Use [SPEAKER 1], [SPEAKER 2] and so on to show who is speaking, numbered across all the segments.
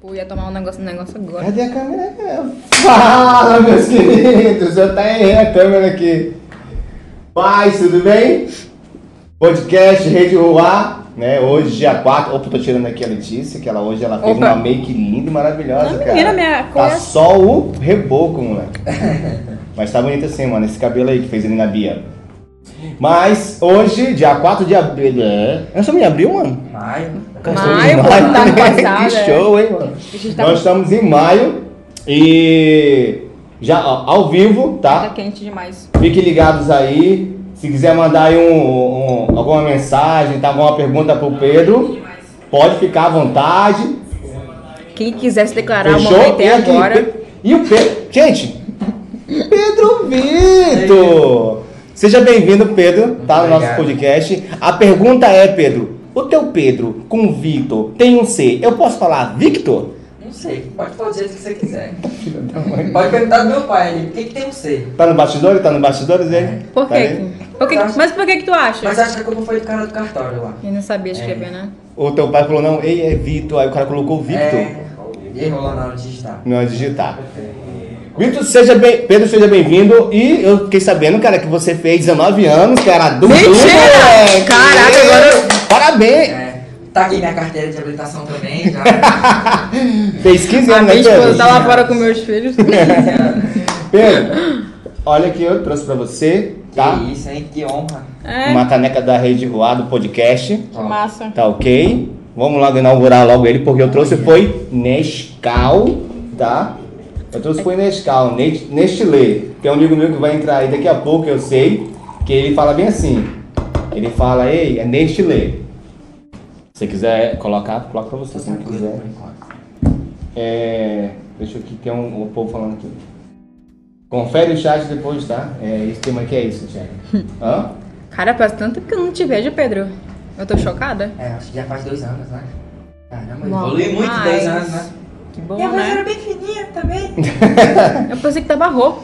[SPEAKER 1] tipo, ia tomar um negócio, um negócio agora.
[SPEAKER 2] Cadê a câmera? Fala, meus queridos! Eu tá errei a câmera aqui. Paz, tudo bem? Podcast Rede Ruá, né? Hoje, dia 4. Opa, tô tirando aqui a Letícia, que ela hoje ela fez
[SPEAKER 1] Opa.
[SPEAKER 2] uma make linda e maravilhosa,
[SPEAKER 1] Não,
[SPEAKER 2] cara.
[SPEAKER 1] menina, minha
[SPEAKER 2] Tá
[SPEAKER 1] cor-
[SPEAKER 2] só o reboco, moleque. Mas tá bonito assim, mano, esse cabelo aí que fez ali na Bia. Mas hoje, dia 4 de É, abril. Eu sou em abril, mano?
[SPEAKER 3] Maio.
[SPEAKER 1] Maio, pô, tá no passado,
[SPEAKER 2] Que
[SPEAKER 1] é.
[SPEAKER 2] show, hein, mano?
[SPEAKER 1] A gente tá
[SPEAKER 2] Nós estamos em maio e já ó, ao vivo,
[SPEAKER 1] tá
[SPEAKER 2] tá?
[SPEAKER 1] quente demais.
[SPEAKER 2] Fiquem ligados aí. Se quiser mandar aí um, um- alguma mensagem, tá? Alguma pergunta pro Pedro, pode ficar à vontade.
[SPEAKER 1] Quem quiser se declarar, o
[SPEAKER 2] Fechou?
[SPEAKER 1] momento
[SPEAKER 2] E
[SPEAKER 1] é
[SPEAKER 2] aqui,
[SPEAKER 1] agora.
[SPEAKER 2] Pe- E o Pedro. Gente! Pedro Vitor! Seja bem-vindo, Pedro, tá? No nosso
[SPEAKER 3] Obrigado.
[SPEAKER 2] podcast. A pergunta é, Pedro, o teu Pedro com o Vitor tem um C. Eu posso falar Victor?
[SPEAKER 3] Não sei. Pode falar o jeito que você quiser. Pode perguntar do meu pai ali. Por que, que tem um C?
[SPEAKER 2] Tá no bastidor? Tá no bastidor, Zé?
[SPEAKER 1] É. Por
[SPEAKER 2] Tá vendo?
[SPEAKER 1] quê? Por que- Mas por que que tu acha?
[SPEAKER 3] Mas acho que a culpa foi do cara do cartório lá.
[SPEAKER 1] Ele não sabia escrever, né?
[SPEAKER 2] O teu pai falou, não, ei, é Vitor. Aí o cara colocou Victor.
[SPEAKER 3] É, e errou lá na hora de digitar.
[SPEAKER 2] Não, é digitar. Vitor, seja bem... Pedro, seja bem-vindo. E eu fiquei sabendo, cara, que você fez 19 anos, cara. adulto,
[SPEAKER 1] Mentira!
[SPEAKER 2] moleque.
[SPEAKER 1] Caraca, agora-
[SPEAKER 2] Parabéns!
[SPEAKER 3] É, tá aqui minha carteira de habilitação também, já.
[SPEAKER 2] Fez 15
[SPEAKER 1] A
[SPEAKER 2] anos, né,
[SPEAKER 1] minha esposa
[SPEAKER 2] Pedro?
[SPEAKER 1] tá lá fora com meus filhos.
[SPEAKER 2] Pedro, olha que eu trouxe pra você, tá?
[SPEAKER 3] Que isso, hein? Que honra.
[SPEAKER 1] É,
[SPEAKER 2] Uma caneca da Rede Voar do podcast,
[SPEAKER 1] que massa.
[SPEAKER 2] tá ok? Vamos logo inaugurar logo ele, porque eu trouxe foi Nescau, tá? Eu trouxe foi Nescau, Ne- Nestlé, que é um amigo meu que vai entrar aí daqui a pouco, eu sei, que ele fala bem assim, ele fala, ei, é Nestlé. Se você quiser colocar, coloca pra você, se não quiser. É, deixa eu aqui, tem um, um povo falando aqui. Confere o chat depois, tá? É, esse tema aqui é isso, Thiago. Hã?
[SPEAKER 1] Cara, faz tanto que eu não te vejo, Pedro. Eu tô chocada.
[SPEAKER 3] É, acho que já faz dois anos, né? Caramba,
[SPEAKER 1] Não,
[SPEAKER 3] evolui muito
[SPEAKER 1] mas-
[SPEAKER 3] dois anos, né?
[SPEAKER 1] Que bom, né?
[SPEAKER 3] bem fininha também.
[SPEAKER 1] Eu pensei que tava rouco.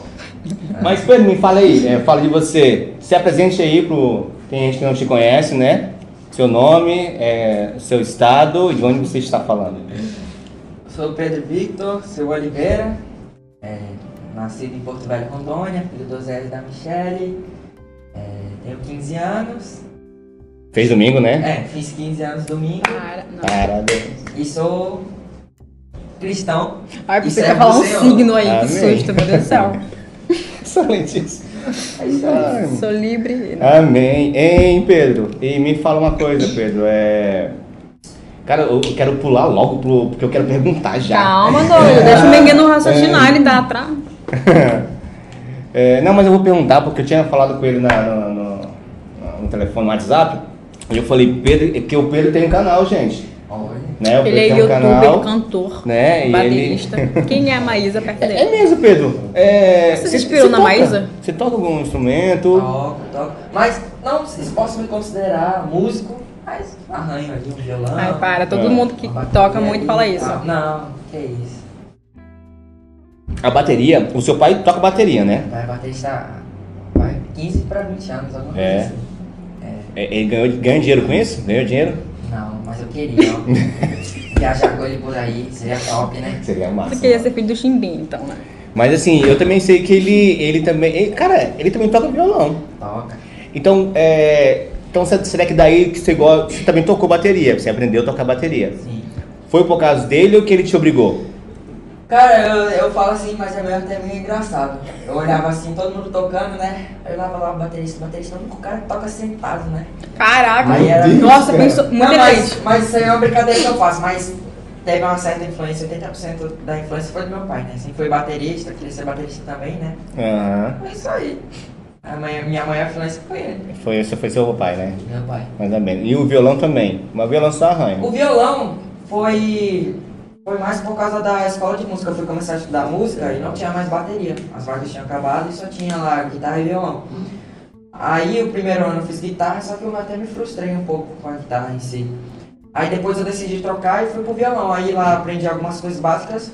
[SPEAKER 2] Mas Pedro, me fala aí, é, fala de você. Se apresente aí pro. Tem gente que não te conhece, né? Seu nome, é, seu estado e de onde você está falando.
[SPEAKER 3] Sou Pedro Victor, seu Oliveira, é, nascido em Porto Velho, Rondônia, filho do Zé e da Michele, é, tenho 15 anos,
[SPEAKER 2] Fez domingo, né?
[SPEAKER 3] é, fiz 15 anos domingo
[SPEAKER 1] Cara, não.
[SPEAKER 2] Tá. Parabéns.
[SPEAKER 3] e sou cristão.
[SPEAKER 1] Ai,
[SPEAKER 3] Isso
[SPEAKER 1] você
[SPEAKER 3] é
[SPEAKER 1] quer falar um
[SPEAKER 3] você, ó.
[SPEAKER 1] signo aí, que
[SPEAKER 2] Amém.
[SPEAKER 1] susto, meu Deus do céu.
[SPEAKER 2] Excelentíssimo.
[SPEAKER 3] É isso aí.
[SPEAKER 2] Ai,
[SPEAKER 1] Sou livre.
[SPEAKER 2] Amém. Hein, Pedro? E me fala uma coisa, Pedro. É. Cara, eu eu quero pular logo pro. Porque eu quero perguntar já.
[SPEAKER 1] Calma, doido. Deixa o menino raciocinar, ele tá atrás.
[SPEAKER 2] É, não, mas eu vou perguntar, porque eu tinha falado com ele na, na- no, no telefone, no WhatsApp. E eu falei, Pedro, é que o Pedro tem um canal, gente.
[SPEAKER 3] Olha,
[SPEAKER 2] Né? O
[SPEAKER 1] Ele
[SPEAKER 2] Pedro
[SPEAKER 1] é
[SPEAKER 2] tem um
[SPEAKER 1] youtuber,
[SPEAKER 2] canal.
[SPEAKER 1] cantor,
[SPEAKER 2] né? E ele...
[SPEAKER 1] baterista. Quem é a Maísa perto
[SPEAKER 2] É é
[SPEAKER 1] dele?
[SPEAKER 2] mesmo, Pedro. É,
[SPEAKER 1] Você se inspirou na
[SPEAKER 2] toca?
[SPEAKER 1] Maísa?
[SPEAKER 2] Você toca algum instrumento?
[SPEAKER 3] toco, toco. Mas não se posso me considerar músico, mas arranho ali um violão.
[SPEAKER 1] Ai, para. Todo
[SPEAKER 2] Não.
[SPEAKER 1] mundo que
[SPEAKER 2] Ah,
[SPEAKER 3] uma
[SPEAKER 1] toca
[SPEAKER 3] bateria
[SPEAKER 1] muito
[SPEAKER 3] ali
[SPEAKER 1] fala
[SPEAKER 3] e
[SPEAKER 1] isso.
[SPEAKER 3] tal. Não, que isso.
[SPEAKER 2] A bateria, o seu pai toca bateria, né?
[SPEAKER 3] Vai bater está vai 15 para 20 anos, alguma coisa
[SPEAKER 2] É.
[SPEAKER 3] assim.
[SPEAKER 2] É, Ele ganhou, ganha dinheiro com isso? Ganhou dinheiro?
[SPEAKER 3] Não, mas eu queria, ó. Viajar com ele por aí, seria top, né?
[SPEAKER 2] Seria massa.
[SPEAKER 1] Você queria ser filho do Chimbinho, então, né?
[SPEAKER 2] Mas assim, eu também sei que ele, ele também. ele- cara, ele também toca violão.
[SPEAKER 3] Toca.
[SPEAKER 2] Então, é, então se- será que daí que você, igual, você também tocou bateria? Você aprendeu a tocar bateria?
[SPEAKER 3] Sim.
[SPEAKER 2] Foi por causa dele ou que ele te obrigou?
[SPEAKER 3] Cara, eu, eu falo assim, mas é mesmo até meio engraçado. Eu olhava assim, todo mundo tocando, né? Eu olhava lá o baterista, o baterista, o único cara que toca sentado, né?
[SPEAKER 1] Caraca.
[SPEAKER 3] Aí era-
[SPEAKER 1] Nossa,
[SPEAKER 2] Deus,
[SPEAKER 1] pensou muito
[SPEAKER 3] Não, mas,
[SPEAKER 1] elegante.
[SPEAKER 3] mas isso aí é uma brincadeira que eu faço, mas teve uma certa influência, 80% da influência foi do meu pai, né? Assim, foi baterista, queria ser baterista também, né?
[SPEAKER 2] Aham.
[SPEAKER 3] É isso aí. A mãe- minha maior influência foi ele.
[SPEAKER 2] Foi, esse foi seu pai, né?
[SPEAKER 3] Meu pai.
[SPEAKER 2] Mais ou menos. E o violão também. Mas o violão só arranha.
[SPEAKER 3] O violão foi foi mais por causa da escola de música. Eu fui começar a estudar música e não tinha mais bateria. As vagas tinham acabado e só tinha lá guitarra e violão. Aí o primeiro ano eu fiz guitarra, só que eu até me frustrei um pouco com a guitarra em si. Aí depois eu decidi trocar e fui pro violão. Aí lá aprendi algumas coisas básicas,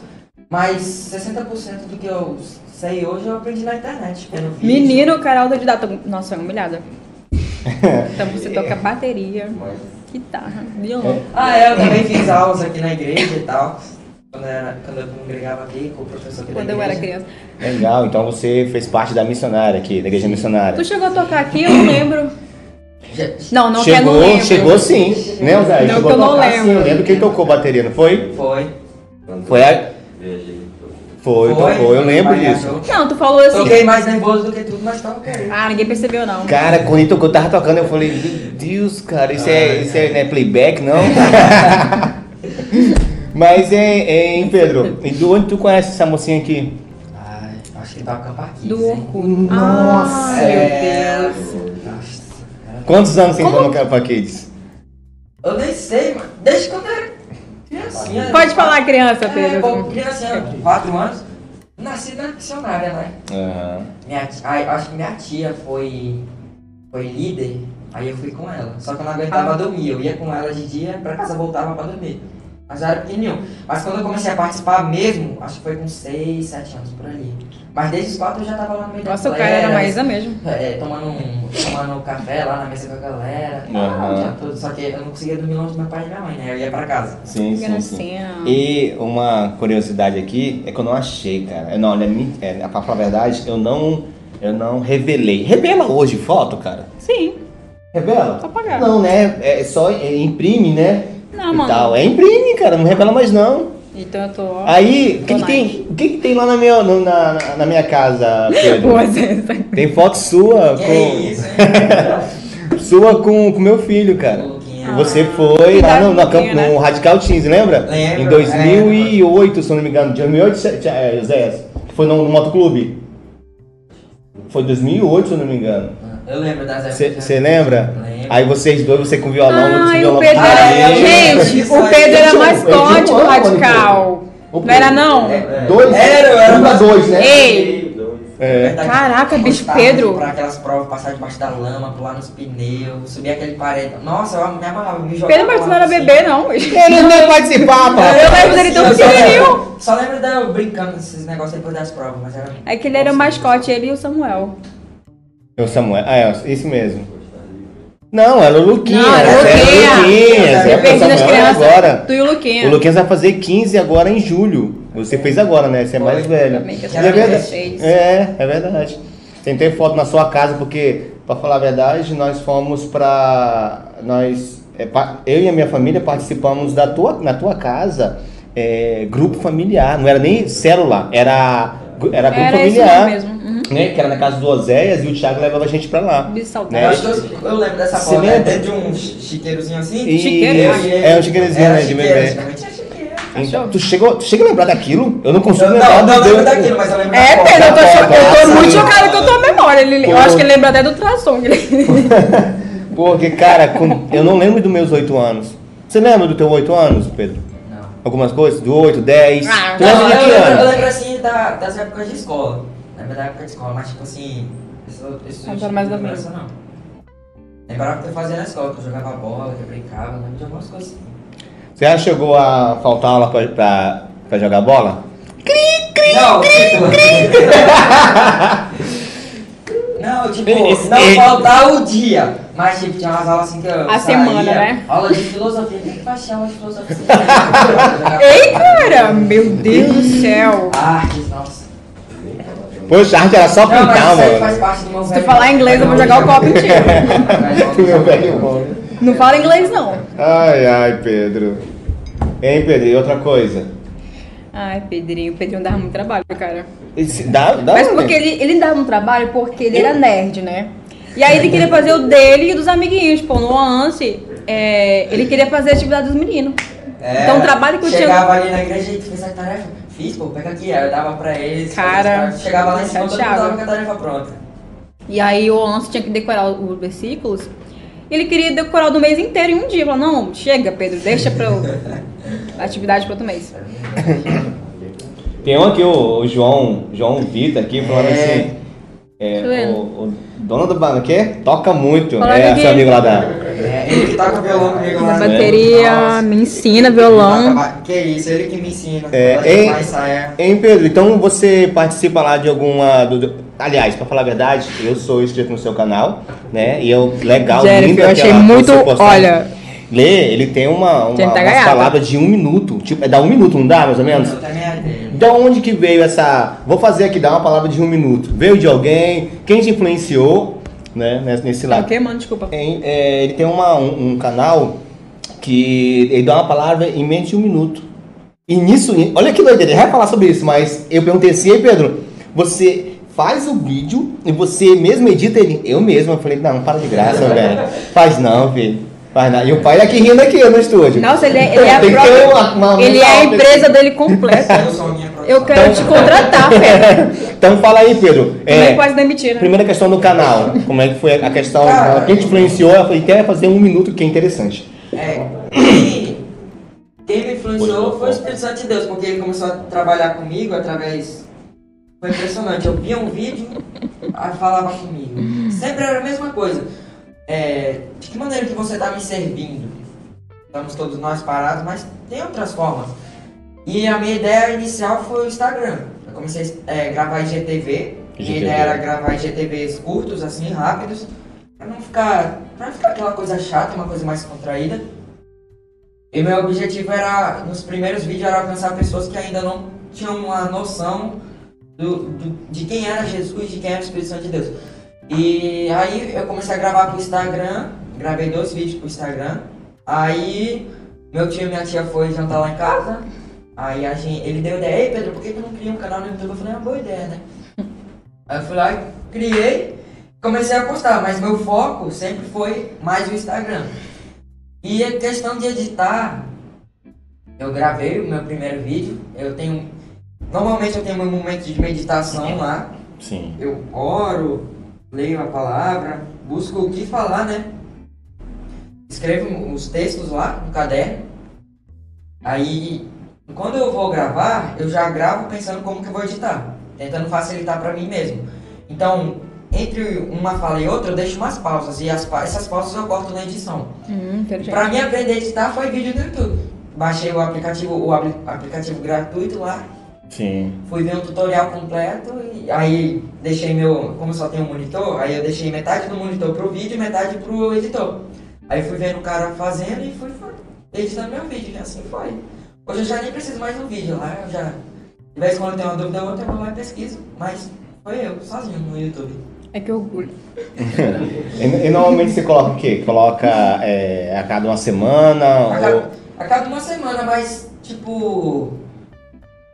[SPEAKER 3] mas 60% do que eu sei hoje eu aprendi na internet, vendo vídeo.
[SPEAKER 1] Menino, o cara autodidata. Nossa, eu é humilhada. Então você toca bateria, guitarra, violão.
[SPEAKER 3] Ah, é, eu também fiz aulas aqui na igreja e tal. Quando, era, quando eu congregava aqui com o professor
[SPEAKER 2] É.
[SPEAKER 3] aqui da
[SPEAKER 1] Quando eu era
[SPEAKER 3] igreja.
[SPEAKER 1] criança.
[SPEAKER 2] Legal, então você fez parte da missionária aqui, da igreja missionária.
[SPEAKER 1] Tu chegou a tocar aqui, eu não lembro. Não, não que eu não
[SPEAKER 2] chegou,
[SPEAKER 1] lembro.
[SPEAKER 2] chegou sim, né, Osair?
[SPEAKER 1] Não,
[SPEAKER 2] Chegou
[SPEAKER 1] que eu
[SPEAKER 2] a
[SPEAKER 1] não
[SPEAKER 2] tocar
[SPEAKER 1] lembro.
[SPEAKER 2] sim, eu lembro quem tocou bateria, não foi?
[SPEAKER 3] Foi.
[SPEAKER 2] Foi a... Foi, tocou, eu lembro disso.
[SPEAKER 3] Palhaço.
[SPEAKER 1] Não, tu falou assim.
[SPEAKER 3] Toquei mais nervoso do que tudo, mas tá tava querendo.
[SPEAKER 1] Ah, ninguém percebeu, não.
[SPEAKER 2] Cara, quando ele tocou, eu tava tocando, eu falei, meu Deus, cara, isso é, isso é né, playback, não? Mas, hein, hein, Pedro, e de onde tu conhece essa mocinha aqui?
[SPEAKER 3] Ai, acho que tava com a Parquise,
[SPEAKER 1] Do
[SPEAKER 3] hein?
[SPEAKER 1] Orkut.
[SPEAKER 2] Nossa.
[SPEAKER 1] Ah,
[SPEAKER 3] É.
[SPEAKER 1] meu Deus.
[SPEAKER 3] Nossa.
[SPEAKER 2] Quantos anos você entrou no Capa Kids?
[SPEAKER 3] Eu nem sei, mano. Desde quando eu era criancinha.
[SPEAKER 1] Pode falar, criança,
[SPEAKER 3] É, bom,
[SPEAKER 1] Pedro.
[SPEAKER 3] criancinha, 4 anos. Nasci na missionária, né?
[SPEAKER 2] Aham.
[SPEAKER 3] Minha ti- ai, acho que minha tia foi, foi líder, aí eu fui com ela. Só que eu não aguentava dormir, eu ia com ela de dia, pra casa voltava pra dormir. Mas eu era pequenininho. Mas quando eu comecei a participar mesmo, acho que foi com 6, 7 anos por ali. Mas desde os 4 eu já tava lá no meio da
[SPEAKER 1] Nossa, o cara era
[SPEAKER 3] galera,
[SPEAKER 1] Maísa mesmo.
[SPEAKER 3] é, tomando, um- tomando café lá na mesa com a galera.
[SPEAKER 2] Aham.
[SPEAKER 3] o dia todo. Só que eu não conseguia dormir longe do meu pai e da minha mãe, né? Eu ia pra casa.
[SPEAKER 2] Sim, sim, sim.
[SPEAKER 1] Gracinha.
[SPEAKER 2] E uma curiosidade aqui é que eu não achei, cara. Eu Não, olha, me- é, pra falar a verdade, eu não, eu não revelei. Revela hoje foto, cara?
[SPEAKER 1] Sim.
[SPEAKER 2] Revela?
[SPEAKER 1] Só pagar.
[SPEAKER 2] Não, né? É só é, imprime, né?
[SPEAKER 1] Não,
[SPEAKER 2] e
[SPEAKER 1] mano.
[SPEAKER 2] Tal. É imprime, cara, não revela mais não.
[SPEAKER 1] Então eu tô.
[SPEAKER 2] Aí, o que, que
[SPEAKER 1] Donate.
[SPEAKER 2] tem, o que, que tem lá na minha, no- na, na- na minha casa, Pedro?
[SPEAKER 1] Boa, César.
[SPEAKER 2] Tem foto sua
[SPEAKER 3] Que
[SPEAKER 2] com,
[SPEAKER 3] é isso, hein?
[SPEAKER 2] sua com com meu filho,
[SPEAKER 3] Ô,
[SPEAKER 2] cara.
[SPEAKER 3] Luquinha.
[SPEAKER 2] Você foi lá no, no, campo-
[SPEAKER 1] Cuidado, Ah, né?
[SPEAKER 2] no Radical Teens, lembra?
[SPEAKER 3] Lembro, é.
[SPEAKER 2] em 2008, se eu não me engano. 2008, se- se- é, Zé, que foi no, no motoclube. Foi 2008, se eu não me engano.
[SPEAKER 3] Eu lembro das épocas.
[SPEAKER 2] Você lembra?
[SPEAKER 3] Lembro.
[SPEAKER 2] Aí vocês dois, você com violão, eu com
[SPEAKER 1] Ai, o
[SPEAKER 2] um violão.
[SPEAKER 1] Pedro era.
[SPEAKER 3] Ah, é,
[SPEAKER 1] Gente,
[SPEAKER 3] isso
[SPEAKER 1] o
[SPEAKER 3] aí.
[SPEAKER 1] Pedro
[SPEAKER 2] Eu
[SPEAKER 1] era
[SPEAKER 2] tinha- eu
[SPEAKER 1] mascote
[SPEAKER 2] tinha um
[SPEAKER 1] do
[SPEAKER 2] ano quando
[SPEAKER 1] radical.
[SPEAKER 2] O
[SPEAKER 1] Não era, não?
[SPEAKER 2] É, Dois?
[SPEAKER 3] Era, eu
[SPEAKER 2] um
[SPEAKER 3] era
[SPEAKER 2] a dois, né?
[SPEAKER 1] Ei!
[SPEAKER 2] É.
[SPEAKER 1] Caraca, bicho,
[SPEAKER 3] Gostava de
[SPEAKER 1] Pedro.
[SPEAKER 3] Pra aquelas provas, passar debaixo da lama, pular nos pneus, subir aquele paredão. Nossa, eu me amarrava, me jogava.
[SPEAKER 1] Pedro, mas tu não era
[SPEAKER 3] lá, assim.
[SPEAKER 1] bebê, não.
[SPEAKER 2] Ele não vai participar, pai.
[SPEAKER 1] Eu lembro dele é tão
[SPEAKER 3] Eu só-
[SPEAKER 1] pequenininho.
[SPEAKER 3] Só lembro de eu brincando com esses negócios depois das provas, mas era...
[SPEAKER 1] É que ele era o mascote, ele e o Samuel.
[SPEAKER 2] É o Samuel. Ah, é, isso mesmo. Não, era o Luquinha.
[SPEAKER 1] Não, era o
[SPEAKER 2] Era o
[SPEAKER 1] Luquinha.
[SPEAKER 2] Luquinha.
[SPEAKER 1] Eu perdi nas
[SPEAKER 2] Samuel era
[SPEAKER 1] crianças.
[SPEAKER 2] Agora.
[SPEAKER 1] Tu e o
[SPEAKER 2] O
[SPEAKER 1] Luquinha.
[SPEAKER 2] Luquinhas vai fazer 15 agora em julho. Você fez agora, né? Você é mais
[SPEAKER 3] Foi.
[SPEAKER 2] velha.
[SPEAKER 1] Também, que eu
[SPEAKER 2] E
[SPEAKER 1] sou
[SPEAKER 2] é, verdade.
[SPEAKER 1] 16.
[SPEAKER 2] é, é verdade. Tentei foto na sua casa porque, pra falar a verdade, nós fomos pra. Nós, é, pa- eu e a minha família participamos da tua, na tua casa é, grupo familiar. Não era nem celular, era, era grupo
[SPEAKER 1] Era isso
[SPEAKER 2] familiar.
[SPEAKER 1] mesmo. Uhum.
[SPEAKER 2] né, que era na casa do Oséias e o Thiago levava a gente pra lá.
[SPEAKER 1] Bicho
[SPEAKER 2] É.
[SPEAKER 3] Eu,
[SPEAKER 1] saudade.
[SPEAKER 3] acho que eu, eu lembro dessa
[SPEAKER 2] Você
[SPEAKER 3] foto, né?
[SPEAKER 2] lembra?
[SPEAKER 3] Dentro de um chi- chiqueirozinho assim.
[SPEAKER 2] E-
[SPEAKER 1] Chiqueiro.
[SPEAKER 2] é um chiqueirozinho,
[SPEAKER 3] Era
[SPEAKER 2] né, de
[SPEAKER 3] chiqueiro,
[SPEAKER 2] bebê.
[SPEAKER 3] antigamente era chiqueiro.
[SPEAKER 2] Então, tu, chegou, tu chega a lembrar daquilo? Eu não consigo
[SPEAKER 3] Eu-
[SPEAKER 2] lembrar.
[SPEAKER 3] Não, não
[SPEAKER 2] do-
[SPEAKER 3] lembro daquilo, mas eu lembro
[SPEAKER 1] É,
[SPEAKER 3] da foto.
[SPEAKER 1] Pedro, eu tô, cho- eu tô
[SPEAKER 2] Nossa,
[SPEAKER 1] muito
[SPEAKER 2] meu.
[SPEAKER 1] chocada com a tua memória. Ele, eu
[SPEAKER 2] Pô.
[SPEAKER 1] acho que ele lembra até do ultrassom.
[SPEAKER 2] Porque, cara, com- eu não lembro dos meus 8 anos. Você lembra do teu 8 anos, Pedro?
[SPEAKER 3] Não.
[SPEAKER 2] Algumas coisas? Do 8, 10.
[SPEAKER 1] Ah,
[SPEAKER 2] tu
[SPEAKER 1] não,
[SPEAKER 2] lembra
[SPEAKER 3] Não,
[SPEAKER 2] de
[SPEAKER 3] eu,
[SPEAKER 2] que
[SPEAKER 3] lembro, eu
[SPEAKER 2] ano?
[SPEAKER 3] lembro assim da- das épocas de escola. Lembro da época de escola, mas tipo assim. Isso, isso
[SPEAKER 1] Não era mais
[SPEAKER 3] não
[SPEAKER 1] da
[SPEAKER 3] lembro dessa, não. Lembrava o que eu fazia na escola, que eu jogava bola, que eu brincava, lembro de algumas coisas. assim.
[SPEAKER 2] Você já chegou a faltar aula pra, pra, pra jogar bola?
[SPEAKER 3] não, tipo. não, tipo, não faltar o dia. Mas tipo, tinha umas aulas assim que eu.
[SPEAKER 1] A
[SPEAKER 3] saía,
[SPEAKER 1] semana, né?
[SPEAKER 3] Aula de filosofia. O que que vai ser aula de filosofia? Ei,
[SPEAKER 1] Ei, cara! Meu Deus do céu!
[SPEAKER 3] Artes, nossa.
[SPEAKER 2] Poxa, a arte era só
[SPEAKER 3] Não, mas
[SPEAKER 2] pintar,
[SPEAKER 3] isso aí
[SPEAKER 2] mano.
[SPEAKER 3] faz parte do meu É.
[SPEAKER 1] Se tu falar inglês, eu vou jogar o copo em ti.
[SPEAKER 2] Do meu é velho irmão.
[SPEAKER 1] Não fala inglês, não.
[SPEAKER 2] Ai, ai, Pedro. Hein, Pedro? E outra coisa?
[SPEAKER 1] Ai, Pedrinho, o Pedrinho dava muito trabalho, cara.
[SPEAKER 2] Esse- Dá, dá
[SPEAKER 1] Mas
[SPEAKER 2] um-
[SPEAKER 1] porque ele, ele dava um trabalho porque ele era nerd, né? E aí ele queria fazer o dele e dos amiguinhos, pô, no Anse, é, ele queria fazer a atividade dos meninos.
[SPEAKER 3] É,
[SPEAKER 1] Então o trabalho que eu tinha.
[SPEAKER 3] Chegava ali na igreja e fez a tarefa. Fiz, pô, pega aqui. Aí eu dava pra eles.
[SPEAKER 1] Cara,
[SPEAKER 3] fazia as tarefas. Chegava lá em cima, todo mundo
[SPEAKER 1] chateava.
[SPEAKER 3] tava com a tarefa pronta.
[SPEAKER 1] E aí o Anso tinha que decorar os versículos. Ele queria decorar do mês inteiro em um dia. Falou, não, chega, Pedro, deixa pra eu- a atividade para outro mês.
[SPEAKER 2] Tem um aqui, o, o João, João Vitor aqui, falando
[SPEAKER 3] É.
[SPEAKER 2] assim.
[SPEAKER 1] Tá
[SPEAKER 2] É,
[SPEAKER 1] vendo?
[SPEAKER 2] o, o dono do bar, que é? Toca muito.
[SPEAKER 1] Fala
[SPEAKER 2] é,
[SPEAKER 1] aqui.
[SPEAKER 2] seu amigo lá da.
[SPEAKER 3] É, ele que toca violão comigo lá.
[SPEAKER 1] Na
[SPEAKER 3] né?
[SPEAKER 1] bateria,
[SPEAKER 3] Nossa.
[SPEAKER 1] me ensina
[SPEAKER 3] Toca
[SPEAKER 1] violão.
[SPEAKER 3] ba- Que isso, ele que me ensina.
[SPEAKER 2] É,
[SPEAKER 3] Toda
[SPEAKER 2] hein?
[SPEAKER 3] vez que vai ensaiar.
[SPEAKER 2] Hein, Pedro, então você participa lá de alguma. do- do- Aliás, pra falar a verdade, eu sou inscrito no seu canal, né? E eu, legal,
[SPEAKER 1] Jennifer,
[SPEAKER 2] linda
[SPEAKER 1] eu achei
[SPEAKER 2] aquela-
[SPEAKER 1] muito.
[SPEAKER 2] você postando.
[SPEAKER 1] Olha,
[SPEAKER 2] Lê, ele tem uma, uma,
[SPEAKER 1] Tem que tá
[SPEAKER 2] umas
[SPEAKER 1] gaiato.
[SPEAKER 2] palavras de um minuto. Tipo, é dá um minuto, não dá, mais ou menos?
[SPEAKER 3] Eu também é acho.
[SPEAKER 2] Da onde que veio essa. Vou fazer aqui, dar uma palavra de um minuto. Veio de alguém? Quem te influenciou, né? nesse- Nesse
[SPEAKER 1] Tá o
[SPEAKER 2] lado.
[SPEAKER 1] quê, mano? Desculpa.
[SPEAKER 2] Tem, é, ele tem uma- um, um canal que ele dá uma palavra em menos de um minuto. E nisso, e- olha que doideira, ele vai falar sobre isso, mas eu perguntei assim, "Ei, Pedro, você faz o vídeo e você mesmo edita ele? Eu mesmo, eu falei, não, para de graça, velho. Faz não, filho. Faz não. E o pai aqui rindo aqui no estúdio.
[SPEAKER 1] Nossa, ele é, ele é a
[SPEAKER 2] Tem que ter
[SPEAKER 1] própria.
[SPEAKER 2] uma- uma- uma
[SPEAKER 1] Ele é a
[SPEAKER 2] alta.
[SPEAKER 1] empresa dele completa.
[SPEAKER 3] Eu sou a minha produção.
[SPEAKER 1] Eu quero te contratar, Pedro.
[SPEAKER 2] Então fala aí, Pedro.
[SPEAKER 1] Como é
[SPEAKER 2] É,
[SPEAKER 1] que pode demitir, né?
[SPEAKER 2] primeira questão do canal, como é que foi a questão,
[SPEAKER 3] Cara,
[SPEAKER 2] quem te influenciou, eu falei, quer fazer um minuto que é interessante.
[SPEAKER 3] É. E quem me influenciou foi o Espírito Santo de Deus, porque ele começou a trabalhar comigo através. Foi impressionante. Eu via um vídeo, aí falava comigo. Sempre era a mesma coisa. É, de que maneira que você está me servindo? Estamos todos nós parados, mas tem outras formas. E a minha ideia inicial foi o Instagram. Eu comecei a é, gravar IGTV. Minha
[SPEAKER 2] IGTV.
[SPEAKER 3] ideia era gravar IGTVs curtos, assim, rápidos. Pra não ficar. Pra não ficar aquela coisa chata, uma coisa mais contraída. E meu objetivo era, nos primeiros vídeos, era alcançar pessoas que ainda não tinham uma noção do, do- de quem era Jesus, de quem era o Espírito Santo de Deus. E aí eu comecei a gravar pro Instagram, gravei dois vídeos pro Instagram. Aí meu tio e minha tia foi jantar lá em casa. Aí a gente, ele deu ideia, ei Pedro, por que tu não cria um canal no YouTube? Eu falei, é uma boa ideia, né? Aí eu fui lá e criei, comecei a postar, mas meu foco sempre foi mais o Instagram. E a questão de editar, eu gravei o meu primeiro vídeo, eu tenho. Normalmente eu tenho meu momento de meditação lá,
[SPEAKER 2] Sim.
[SPEAKER 3] eu oro, leio a palavra, busco o que falar, né? Escrevo os textos lá no caderno. Aí, quando eu vou gravar, eu já gravo pensando como que eu vou editar, tentando facilitar pra mim mesmo. Então, entre uma fala e outra, eu deixo umas pausas e as pa- essas pausas eu corto na edição.
[SPEAKER 1] Hum, inteligente.
[SPEAKER 3] Pra mim aprender a editar foi vídeo do YouTube. Baixei o aplicativo, o abri- aplicativo gratuito lá,
[SPEAKER 2] Sim.
[SPEAKER 3] fui ver um tutorial completo e aí deixei meu, como só tem um monitor, aí eu deixei metade do monitor pro vídeo e metade pro editor. Aí fui vendo o cara fazendo e fui fa- editando meu vídeo, e assim foi. Hoje eu já nem preciso mais do vídeo lá, eu já. De vez em quando tem uma dúvida ou outra, eu vou lá e pesquiso, mas foi eu, sozinho no YouTube.
[SPEAKER 1] É que orgulho.
[SPEAKER 2] E, e normalmente você coloca o quê? Coloca é, a cada uma semana?
[SPEAKER 3] A cada,
[SPEAKER 2] Ou...
[SPEAKER 3] a cada uma semana, mas tipo.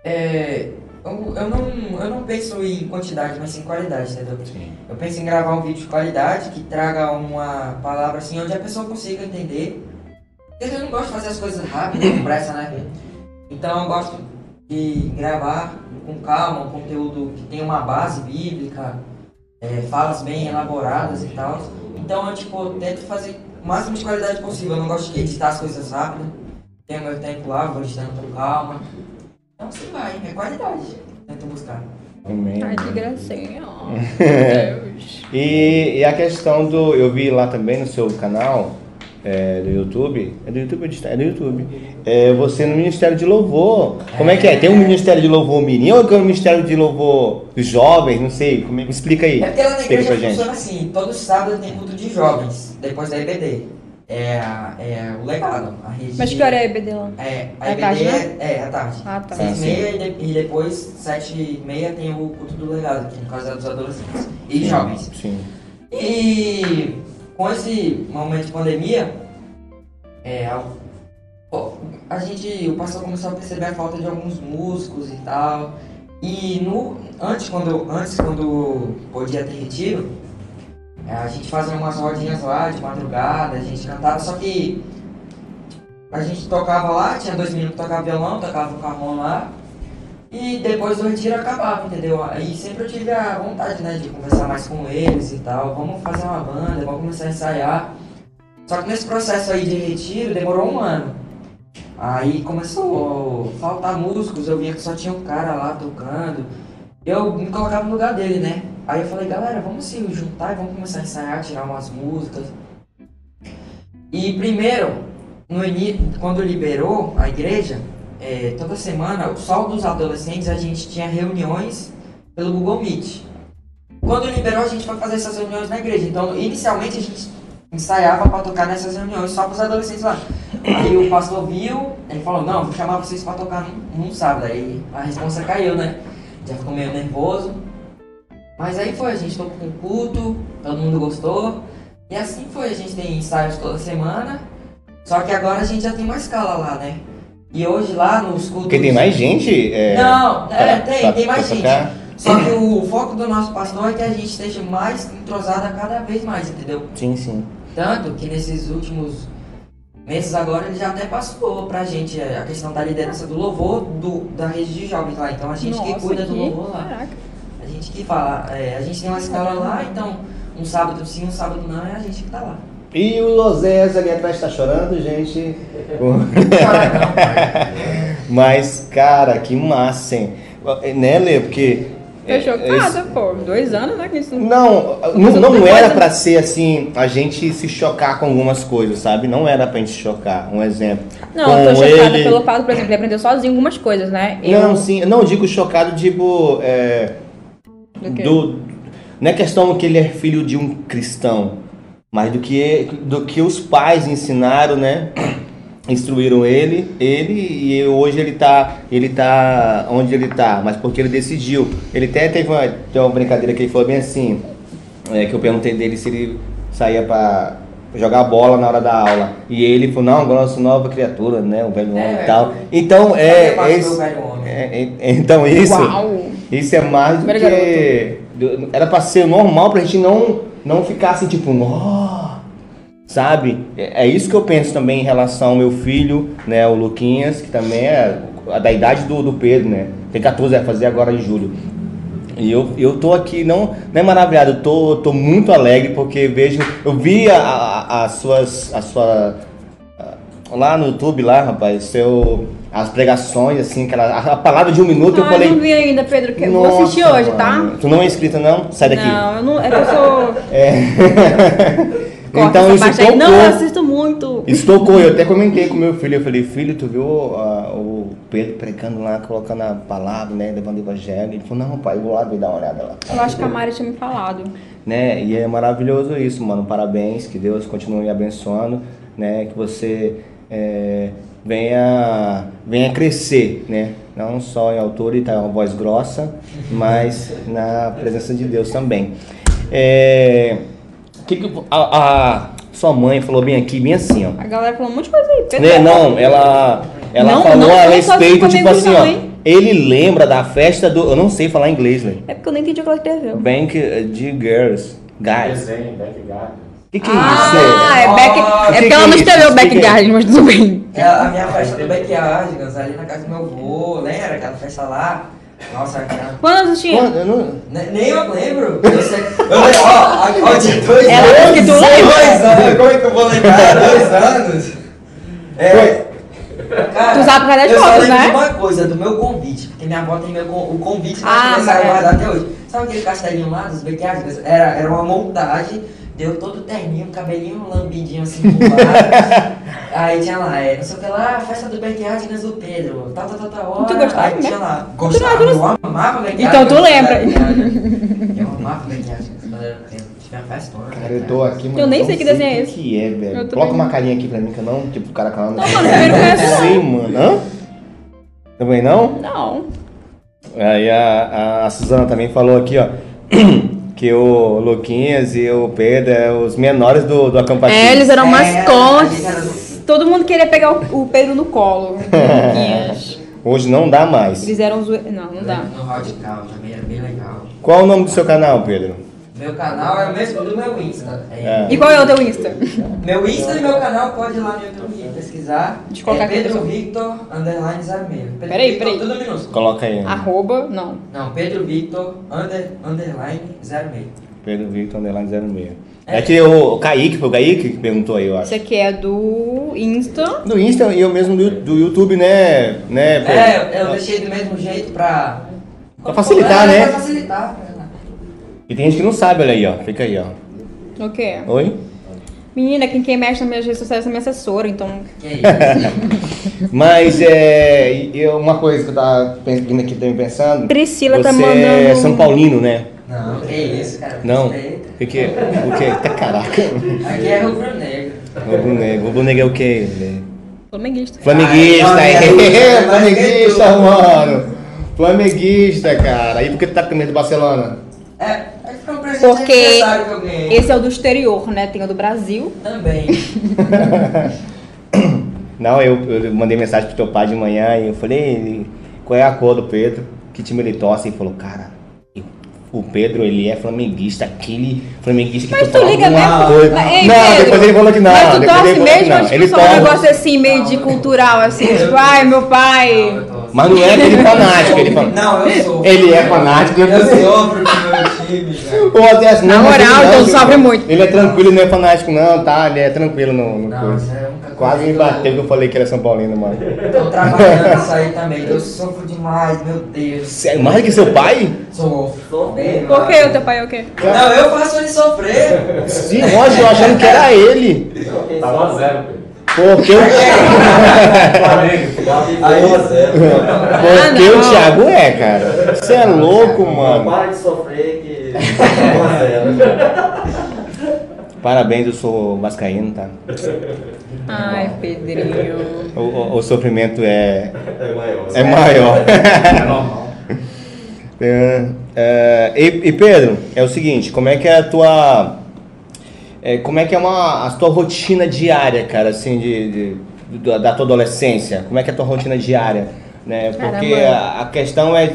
[SPEAKER 3] É. Eu, eu não, eu não penso em quantidade, mas sim em qualidade, né, entendeu? Eu penso em gravar um vídeo de qualidade que traga uma palavra assim onde a pessoa consiga entender. Porque eu não gosto de fazer as coisas rápido, com pressa, né? Então eu gosto de gravar com calma, um conteúdo que tem uma base bíblica, é, falas bem elaboradas e tal. Então eu tipo, tento fazer o máximo de qualidade possível. Eu não gosto de editar as coisas rápido. Tenho meu tempo lá, vou editando com calma. Então assim vai, é qualidade. Tento buscar.
[SPEAKER 2] Amém.
[SPEAKER 3] Ah,
[SPEAKER 1] Ai, que gracinha. ó.
[SPEAKER 2] É.
[SPEAKER 1] Deus.
[SPEAKER 2] E, e a questão do. Eu vi lá também no seu canal é, do YouTube. É do YouTube ou do Insta- É do YouTube. É, você no Ministério de Louvor. Como é que é? Tem um Ministério de Louvor Mirim ou é que é um Ministério de Louvor dos Jovens? Não sei. Como é, me explica aí.
[SPEAKER 3] É porque lá na
[SPEAKER 2] Explica
[SPEAKER 3] igreja
[SPEAKER 2] pra gente.
[SPEAKER 3] funciona assim, todo sábado tem culto de jovens, depois da EBD. É, a- é o legado, a rede.
[SPEAKER 1] Mas que hora é EBD lá?
[SPEAKER 3] É, a
[SPEAKER 1] É
[SPEAKER 3] EBD
[SPEAKER 1] tarde,
[SPEAKER 3] é, é, à tarde.
[SPEAKER 1] Ah, tá.
[SPEAKER 2] Sim.
[SPEAKER 3] Seis e meia e, de- e depois sete e meia tem o culto do legado, que no caso é dos adolescentes e jovens.
[SPEAKER 2] Sim.
[SPEAKER 3] E com esse momento de pandemia, é, a, o- a gente, o pastor começou a perceber a falta de alguns músicos e tal. E no, antes, quando, antes, quando podia ter retiro, é, a gente fazia umas rodinhas lá de madrugada, a gente cantava, só que a gente tocava lá, tinha dois meninos que tocavam violão, tocavam carrão lá. E depois do retiro acabava, entendeu? Aí sempre eu tive a vontade, né, de conversar mais com eles e tal. Vamos fazer uma banda, vamos começar a ensaiar. Só que nesse processo aí de retiro demorou um ano. Aí começou a faltar músicos, eu via que só tinha um cara lá tocando. Eu me colocava no lugar dele, né? Aí eu falei, galera, vamos se juntar e vamos começar a ensaiar, tirar umas músicas. E primeiro, no ini- quando liberou a igreja, é, toda semana, só dos adolescentes, a gente tinha reuniões pelo Google Meet. Quando liberou, a gente foi fazer essas reuniões na igreja. Então, inicialmente, a gente ensaiava pra tocar nessas reuniões, só pros adolescentes lá. Aí o pastor viu, ele falou, não, vou chamar vocês pra tocar num, num sábado. Aí a responsa caiu, né? Já ficou meio nervoso. Mas aí foi, a gente tocou com culto, todo mundo gostou. E assim foi, a gente tem ensaios toda semana. Só que agora a gente já tem mais escala lá, né? E hoje lá nos cultos.
[SPEAKER 2] Porque tem mais gente? é,
[SPEAKER 3] Não,
[SPEAKER 2] pra-
[SPEAKER 3] é, tem,
[SPEAKER 2] pra-
[SPEAKER 3] tem mais
[SPEAKER 2] pra
[SPEAKER 3] gente.
[SPEAKER 2] tocar?
[SPEAKER 3] Só que o foco do nosso pastor é que a gente esteja mais entrosada cada vez mais, entendeu?
[SPEAKER 2] Sim, sim.
[SPEAKER 3] Tanto que nesses últimos meses agora ele já até passou pra gente a questão da liderança do louvor do, da rede de jovens lá. Então a gente que cuida do louvor lá.
[SPEAKER 1] Caraca.
[SPEAKER 3] A gente que fala, é, a gente tem uma escala lá, então um sábado sim, um sábado não, é a gente que tá lá.
[SPEAKER 2] E o Osés ali atrás tá chorando, gente. Mas, cara, que massa, hein? Né, Lê? Porque.
[SPEAKER 1] Tô chocada,
[SPEAKER 2] É, esse-
[SPEAKER 1] pô. Dois anos, né? Que isso
[SPEAKER 2] Não, não,
[SPEAKER 1] Mas
[SPEAKER 2] não
[SPEAKER 1] outra
[SPEAKER 2] era
[SPEAKER 1] coisa-
[SPEAKER 2] pra ser assim, a gente se chocar com algumas coisas, sabe? Não era pra gente se chocar. Um exemplo.
[SPEAKER 1] Não, eu tô
[SPEAKER 2] Com
[SPEAKER 1] chocada
[SPEAKER 2] ele-
[SPEAKER 1] pelo fato, por exemplo, ele aprendeu sozinho algumas coisas, né? Eu-
[SPEAKER 2] Não, sim, não eu digo chocado, tipo. é,
[SPEAKER 1] Do quê?
[SPEAKER 2] do, não é questão que ele é filho de um cristão, mas do que, é, do que os pais ensinaram, né? Instruíram ele, ele e hoje ele tá, ele tá onde ele tá, mas porque ele decidiu. Ele até teve uma, teve uma brincadeira que ele falou bem assim, é, que eu perguntei dele se ele saía pra jogar bola na hora da aula. E ele falou, não, agora eu sou nova criatura, né? O velho homem
[SPEAKER 3] É.
[SPEAKER 2] e tal. Então,
[SPEAKER 3] Cadê
[SPEAKER 2] é.
[SPEAKER 3] pastor,
[SPEAKER 2] esse-
[SPEAKER 3] velho homem?
[SPEAKER 2] é, é, então isso.
[SPEAKER 1] Uau!
[SPEAKER 2] Isso é mais do
[SPEAKER 1] Primeiro
[SPEAKER 2] que. do- Era pra ser normal pra gente não, não ficar assim, tipo, ó. Sabe? É, é isso que eu penso também em relação ao meu filho, né? O Luquinhas, que também é da idade do, do Pedro, né? Tem 14, vai fazer agora em julho. E eu, eu tô aqui, não, não é maravilhado, eu tô, tô muito alegre porque vejo. Eu vi a, a- as suas. A sua, lá no YouTube, lá, rapaz, seu, as pregações, assim, aquela, a, a palavra de um minuto, eu
[SPEAKER 1] Ah,
[SPEAKER 2] falei.
[SPEAKER 1] não vi ainda, Pedro. Que... Vou
[SPEAKER 2] Nossa,
[SPEAKER 1] assistir hoje, tá?
[SPEAKER 2] mano. Tu não é inscrita, não? Sai daqui.
[SPEAKER 1] Não, eu não. É que eu sou. Corta
[SPEAKER 2] então
[SPEAKER 1] essa
[SPEAKER 2] isso
[SPEAKER 1] parte aí.
[SPEAKER 2] tocou.
[SPEAKER 1] Não, eu assisto muito.
[SPEAKER 2] Isso tocou. Eu até comentei com meu filho. Eu falei, filho, tu viu ah, o Pedro pregando lá, colocando a palavra, né? Levando o evangelho. Ele falou, não, pai, eu vou lá ver dar uma olhada lá.
[SPEAKER 1] Eu acho que a Mari tinha me falado.
[SPEAKER 2] né? E é maravilhoso isso, mano. Parabéns, que Deus continue abençoando, né? Que você é, venha, venha crescer, né? Não só em altura e tá uma voz grossa, mas na presença de Deus também. É, que que a, a sua mãe falou bem aqui, bem assim, ó.
[SPEAKER 1] A galera falou um monte de coisa aí. Pedro.
[SPEAKER 2] Né, não, ela, ela
[SPEAKER 1] Não,
[SPEAKER 2] falou
[SPEAKER 1] não
[SPEAKER 2] a
[SPEAKER 1] fala só
[SPEAKER 2] respeito,
[SPEAKER 1] comigo
[SPEAKER 2] tipo assim,
[SPEAKER 1] não,
[SPEAKER 2] ó.
[SPEAKER 1] hein?
[SPEAKER 2] Ele lembra da festa do. Eu não sei falar inglês, né?
[SPEAKER 1] É porque eu nem entendi o que ela escreveu.
[SPEAKER 2] Bank eh, de Girls. Guys.
[SPEAKER 4] Desenho, background.
[SPEAKER 2] O que, que é isso?
[SPEAKER 1] Ah, é back.
[SPEAKER 3] Ah,
[SPEAKER 1] é
[SPEAKER 2] que
[SPEAKER 1] porque
[SPEAKER 2] que
[SPEAKER 1] ela não
[SPEAKER 2] é isso?
[SPEAKER 1] escreveu
[SPEAKER 2] Que que é?
[SPEAKER 1] backyard, mas tudo bem.
[SPEAKER 3] É, a minha festa do Backyardigans, ali na casa do meu avô, lembra aquela festa lá? Nossa, aquela...
[SPEAKER 1] Quando eu assisti?
[SPEAKER 2] Mano, eu não-
[SPEAKER 3] Ne- Nem eu lembro. Eu sei... eu lembro, ó, ó, de dois
[SPEAKER 1] Ela disse que tu
[SPEAKER 3] dois
[SPEAKER 1] lembra.
[SPEAKER 3] anos, como é que eu vou lembrar? dois anos? É... Cara,
[SPEAKER 1] Tu sabe por causa das
[SPEAKER 3] eu só
[SPEAKER 1] fotos,
[SPEAKER 3] lembro
[SPEAKER 1] né?
[SPEAKER 3] de uma coisa, do meu convite, porque minha avó tem meu con- o convite
[SPEAKER 1] Ah,
[SPEAKER 3] na criança
[SPEAKER 1] mas é.
[SPEAKER 3] guardada até hoje. Sabe aquele castelinho lá dos Backyardigans? Era, era uma montagem, deu todo terninho, cabelinho lambidinho assim por lá. Aí tinha lá, é, não sei o que lá, festa do Backyardigans do Pedro, tá, tal, tal, tal, tal hora.
[SPEAKER 1] Tu gostava,
[SPEAKER 3] Aí
[SPEAKER 1] né?
[SPEAKER 3] tinha lá, gostava,
[SPEAKER 1] não-
[SPEAKER 3] eu amava Backyardigans.
[SPEAKER 1] Então tu lembra.
[SPEAKER 3] Eu amava Backyardigans quando era criança, tinha né? festa toda.
[SPEAKER 2] Cara, eu tô aqui, mano.
[SPEAKER 1] Eu nem
[SPEAKER 2] não
[SPEAKER 1] sei que desenho é
[SPEAKER 2] o
[SPEAKER 1] esse.
[SPEAKER 2] que é, velho.
[SPEAKER 1] Eu também
[SPEAKER 2] Coloca uma
[SPEAKER 1] não.
[SPEAKER 2] carinha aqui pra mim que eu não. Tipo, o cara que ela
[SPEAKER 1] Não, mano, primeiro que eu ia
[SPEAKER 2] Não sei, mano. Hã? Também não?
[SPEAKER 1] Não.
[SPEAKER 2] Aí a, a, a Suzana também falou aqui, ó. Que o Luquinhas e o Pedro é os menores do, do acampativo.
[SPEAKER 1] É, eles eram
[SPEAKER 3] É,
[SPEAKER 1] mascotes.
[SPEAKER 3] a gente
[SPEAKER 1] Todo mundo queria pegar o, o Pedro no colo. Yes.
[SPEAKER 2] Hoje não dá mais.
[SPEAKER 1] Eles eram zoe... Não, não dá.
[SPEAKER 3] No É um Radical também era bem legal.
[SPEAKER 2] Qual o nome do seu canal, Pedro?
[SPEAKER 3] Meu canal é o mesmo do meu Insta.
[SPEAKER 2] É.
[SPEAKER 1] E qual é o teu Insta?
[SPEAKER 3] Meu Insta e meu canal pode ir lá no YouTube pesquisar.
[SPEAKER 1] Deixa eu colocar
[SPEAKER 3] é
[SPEAKER 1] aqui pra
[SPEAKER 3] Pedro
[SPEAKER 1] pessoa.
[SPEAKER 3] Victor Underline Zameiro. Pedro
[SPEAKER 1] Peraí,
[SPEAKER 3] Victor,
[SPEAKER 1] peraí.
[SPEAKER 3] Tudo minúsculo.
[SPEAKER 2] Coloca aí.
[SPEAKER 1] Arroba? Não.
[SPEAKER 3] Não, Pedro Victor under, Underline Zameiro.
[SPEAKER 2] Pedro Victor Underline 06. É que o, o Kaique, foi o Kaique que perguntou aí, eu acho.
[SPEAKER 1] Esse aqui é do Insta.
[SPEAKER 2] Do Insta e eu mesmo do, do YouTube, né? né Pedro?
[SPEAKER 3] É, eu deixei do mesmo jeito pra.
[SPEAKER 2] Pra facilitar,
[SPEAKER 3] É,
[SPEAKER 2] né?
[SPEAKER 3] Pra facilitar.
[SPEAKER 2] E tem gente que não sabe, olha aí, ó. Fica aí, ó.
[SPEAKER 1] O quê?
[SPEAKER 2] Oi?
[SPEAKER 1] Menina, quem, quem mexe nas minhas redes sociais é minha assessora, então.
[SPEAKER 3] Que isso?
[SPEAKER 2] Mas é. e- e uma coisa que eu tava pen- vindo aqui também pensando.
[SPEAKER 1] Priscila
[SPEAKER 2] você
[SPEAKER 1] tá mandando.
[SPEAKER 2] É São Paulino, né?
[SPEAKER 3] Não, que isso, cara.
[SPEAKER 2] Não.
[SPEAKER 3] Eita.
[SPEAKER 2] O que é? O que é? Tá caraca.
[SPEAKER 3] Aqui é rubro negro.
[SPEAKER 2] Rubro Negro. Rubro Negro é o quê? velho?
[SPEAKER 1] Flamenguista.
[SPEAKER 2] Flamenguista,
[SPEAKER 3] Ai,
[SPEAKER 2] é.
[SPEAKER 3] Flamengo.
[SPEAKER 2] Flamenguista, mano. Flamenguista, cara. E por que tu tá com medo do Barcelona?
[SPEAKER 3] É, é que foi um presente de
[SPEAKER 1] Porque
[SPEAKER 3] aniversário que eu ganhei.
[SPEAKER 1] esse é o do exterior, né? Tem o do Brasil.
[SPEAKER 3] Também.
[SPEAKER 2] Não, eu, eu mandei mensagem pro teu pai de manhã e eu falei, "Ei, qual é a cor do Pedro? Que time ele torce? E falou, cara, eu- o Pedro, ele é flamenguista, aquele flamenguista que
[SPEAKER 1] Mas
[SPEAKER 2] tu
[SPEAKER 1] tu
[SPEAKER 2] fala
[SPEAKER 1] liga
[SPEAKER 2] alguma
[SPEAKER 1] mesmo?
[SPEAKER 2] coisa.
[SPEAKER 1] Mas, ei,
[SPEAKER 2] não,
[SPEAKER 1] Pedro,
[SPEAKER 2] depois ele falou que não.
[SPEAKER 1] Mas tu
[SPEAKER 2] depois
[SPEAKER 1] torce
[SPEAKER 2] ele falou que
[SPEAKER 1] mesmo,
[SPEAKER 2] não.
[SPEAKER 1] acho que
[SPEAKER 2] Ele
[SPEAKER 1] só um
[SPEAKER 2] torce.
[SPEAKER 1] negócio assim, meio de cultural, assim, tipo, ai, meu
[SPEAKER 4] Não,
[SPEAKER 1] pai.
[SPEAKER 4] eu tô-
[SPEAKER 2] Mas não é aquele fanático. Ele, fala-
[SPEAKER 3] Não, eu sou.
[SPEAKER 2] ele é fanático.
[SPEAKER 3] Eu
[SPEAKER 2] Eu
[SPEAKER 3] sofro com o meu time, velho.
[SPEAKER 2] Ou até assim,
[SPEAKER 1] Na
[SPEAKER 2] não, mas ele
[SPEAKER 1] moral,
[SPEAKER 2] não,
[SPEAKER 1] então
[SPEAKER 2] ele-
[SPEAKER 1] sofre muito.
[SPEAKER 2] Ele é tranquilo, ele não é fanático, não, tá? Ele é tranquilo no, no
[SPEAKER 4] Não,
[SPEAKER 2] coisa.
[SPEAKER 4] isso é um
[SPEAKER 2] Quase me bateu que eu falei que era São Paulino, mano.
[SPEAKER 3] Tô trabalhando isso aí também. Eu sofro demais, meu Deus.
[SPEAKER 2] Sério, mais que seu pai?
[SPEAKER 3] Sofro. bem,
[SPEAKER 1] Por que
[SPEAKER 3] mano.
[SPEAKER 1] o teu pai é o quê?
[SPEAKER 3] Não, eu faço ele sofrer.
[SPEAKER 2] Sim, lógico, eu achando que era ele.
[SPEAKER 5] Tá 1 a 0, Pedro.
[SPEAKER 2] Porque o,
[SPEAKER 5] Flamengo. 1 a 0.
[SPEAKER 2] porque
[SPEAKER 1] Ah,
[SPEAKER 2] o
[SPEAKER 1] não.
[SPEAKER 2] Thiago é, cara. Você é louco, mano.
[SPEAKER 5] Para de sofrer que. tá 1 a 0.
[SPEAKER 2] Parabéns, eu sou vascaíno, tá?
[SPEAKER 1] Ai, Pedrinho.
[SPEAKER 2] O, o- o sofrimento é,
[SPEAKER 5] É maior.
[SPEAKER 2] é maior.
[SPEAKER 4] É normal.
[SPEAKER 2] É, é, e, e Pedro, é o seguinte, como é que é a tua. é, como é que é uma, a tua rotina diária, cara, assim, de, de- da, da tua adolescência? Como é que é a tua rotina diária? Né? Porque
[SPEAKER 1] Caramba.
[SPEAKER 2] a, a questão é,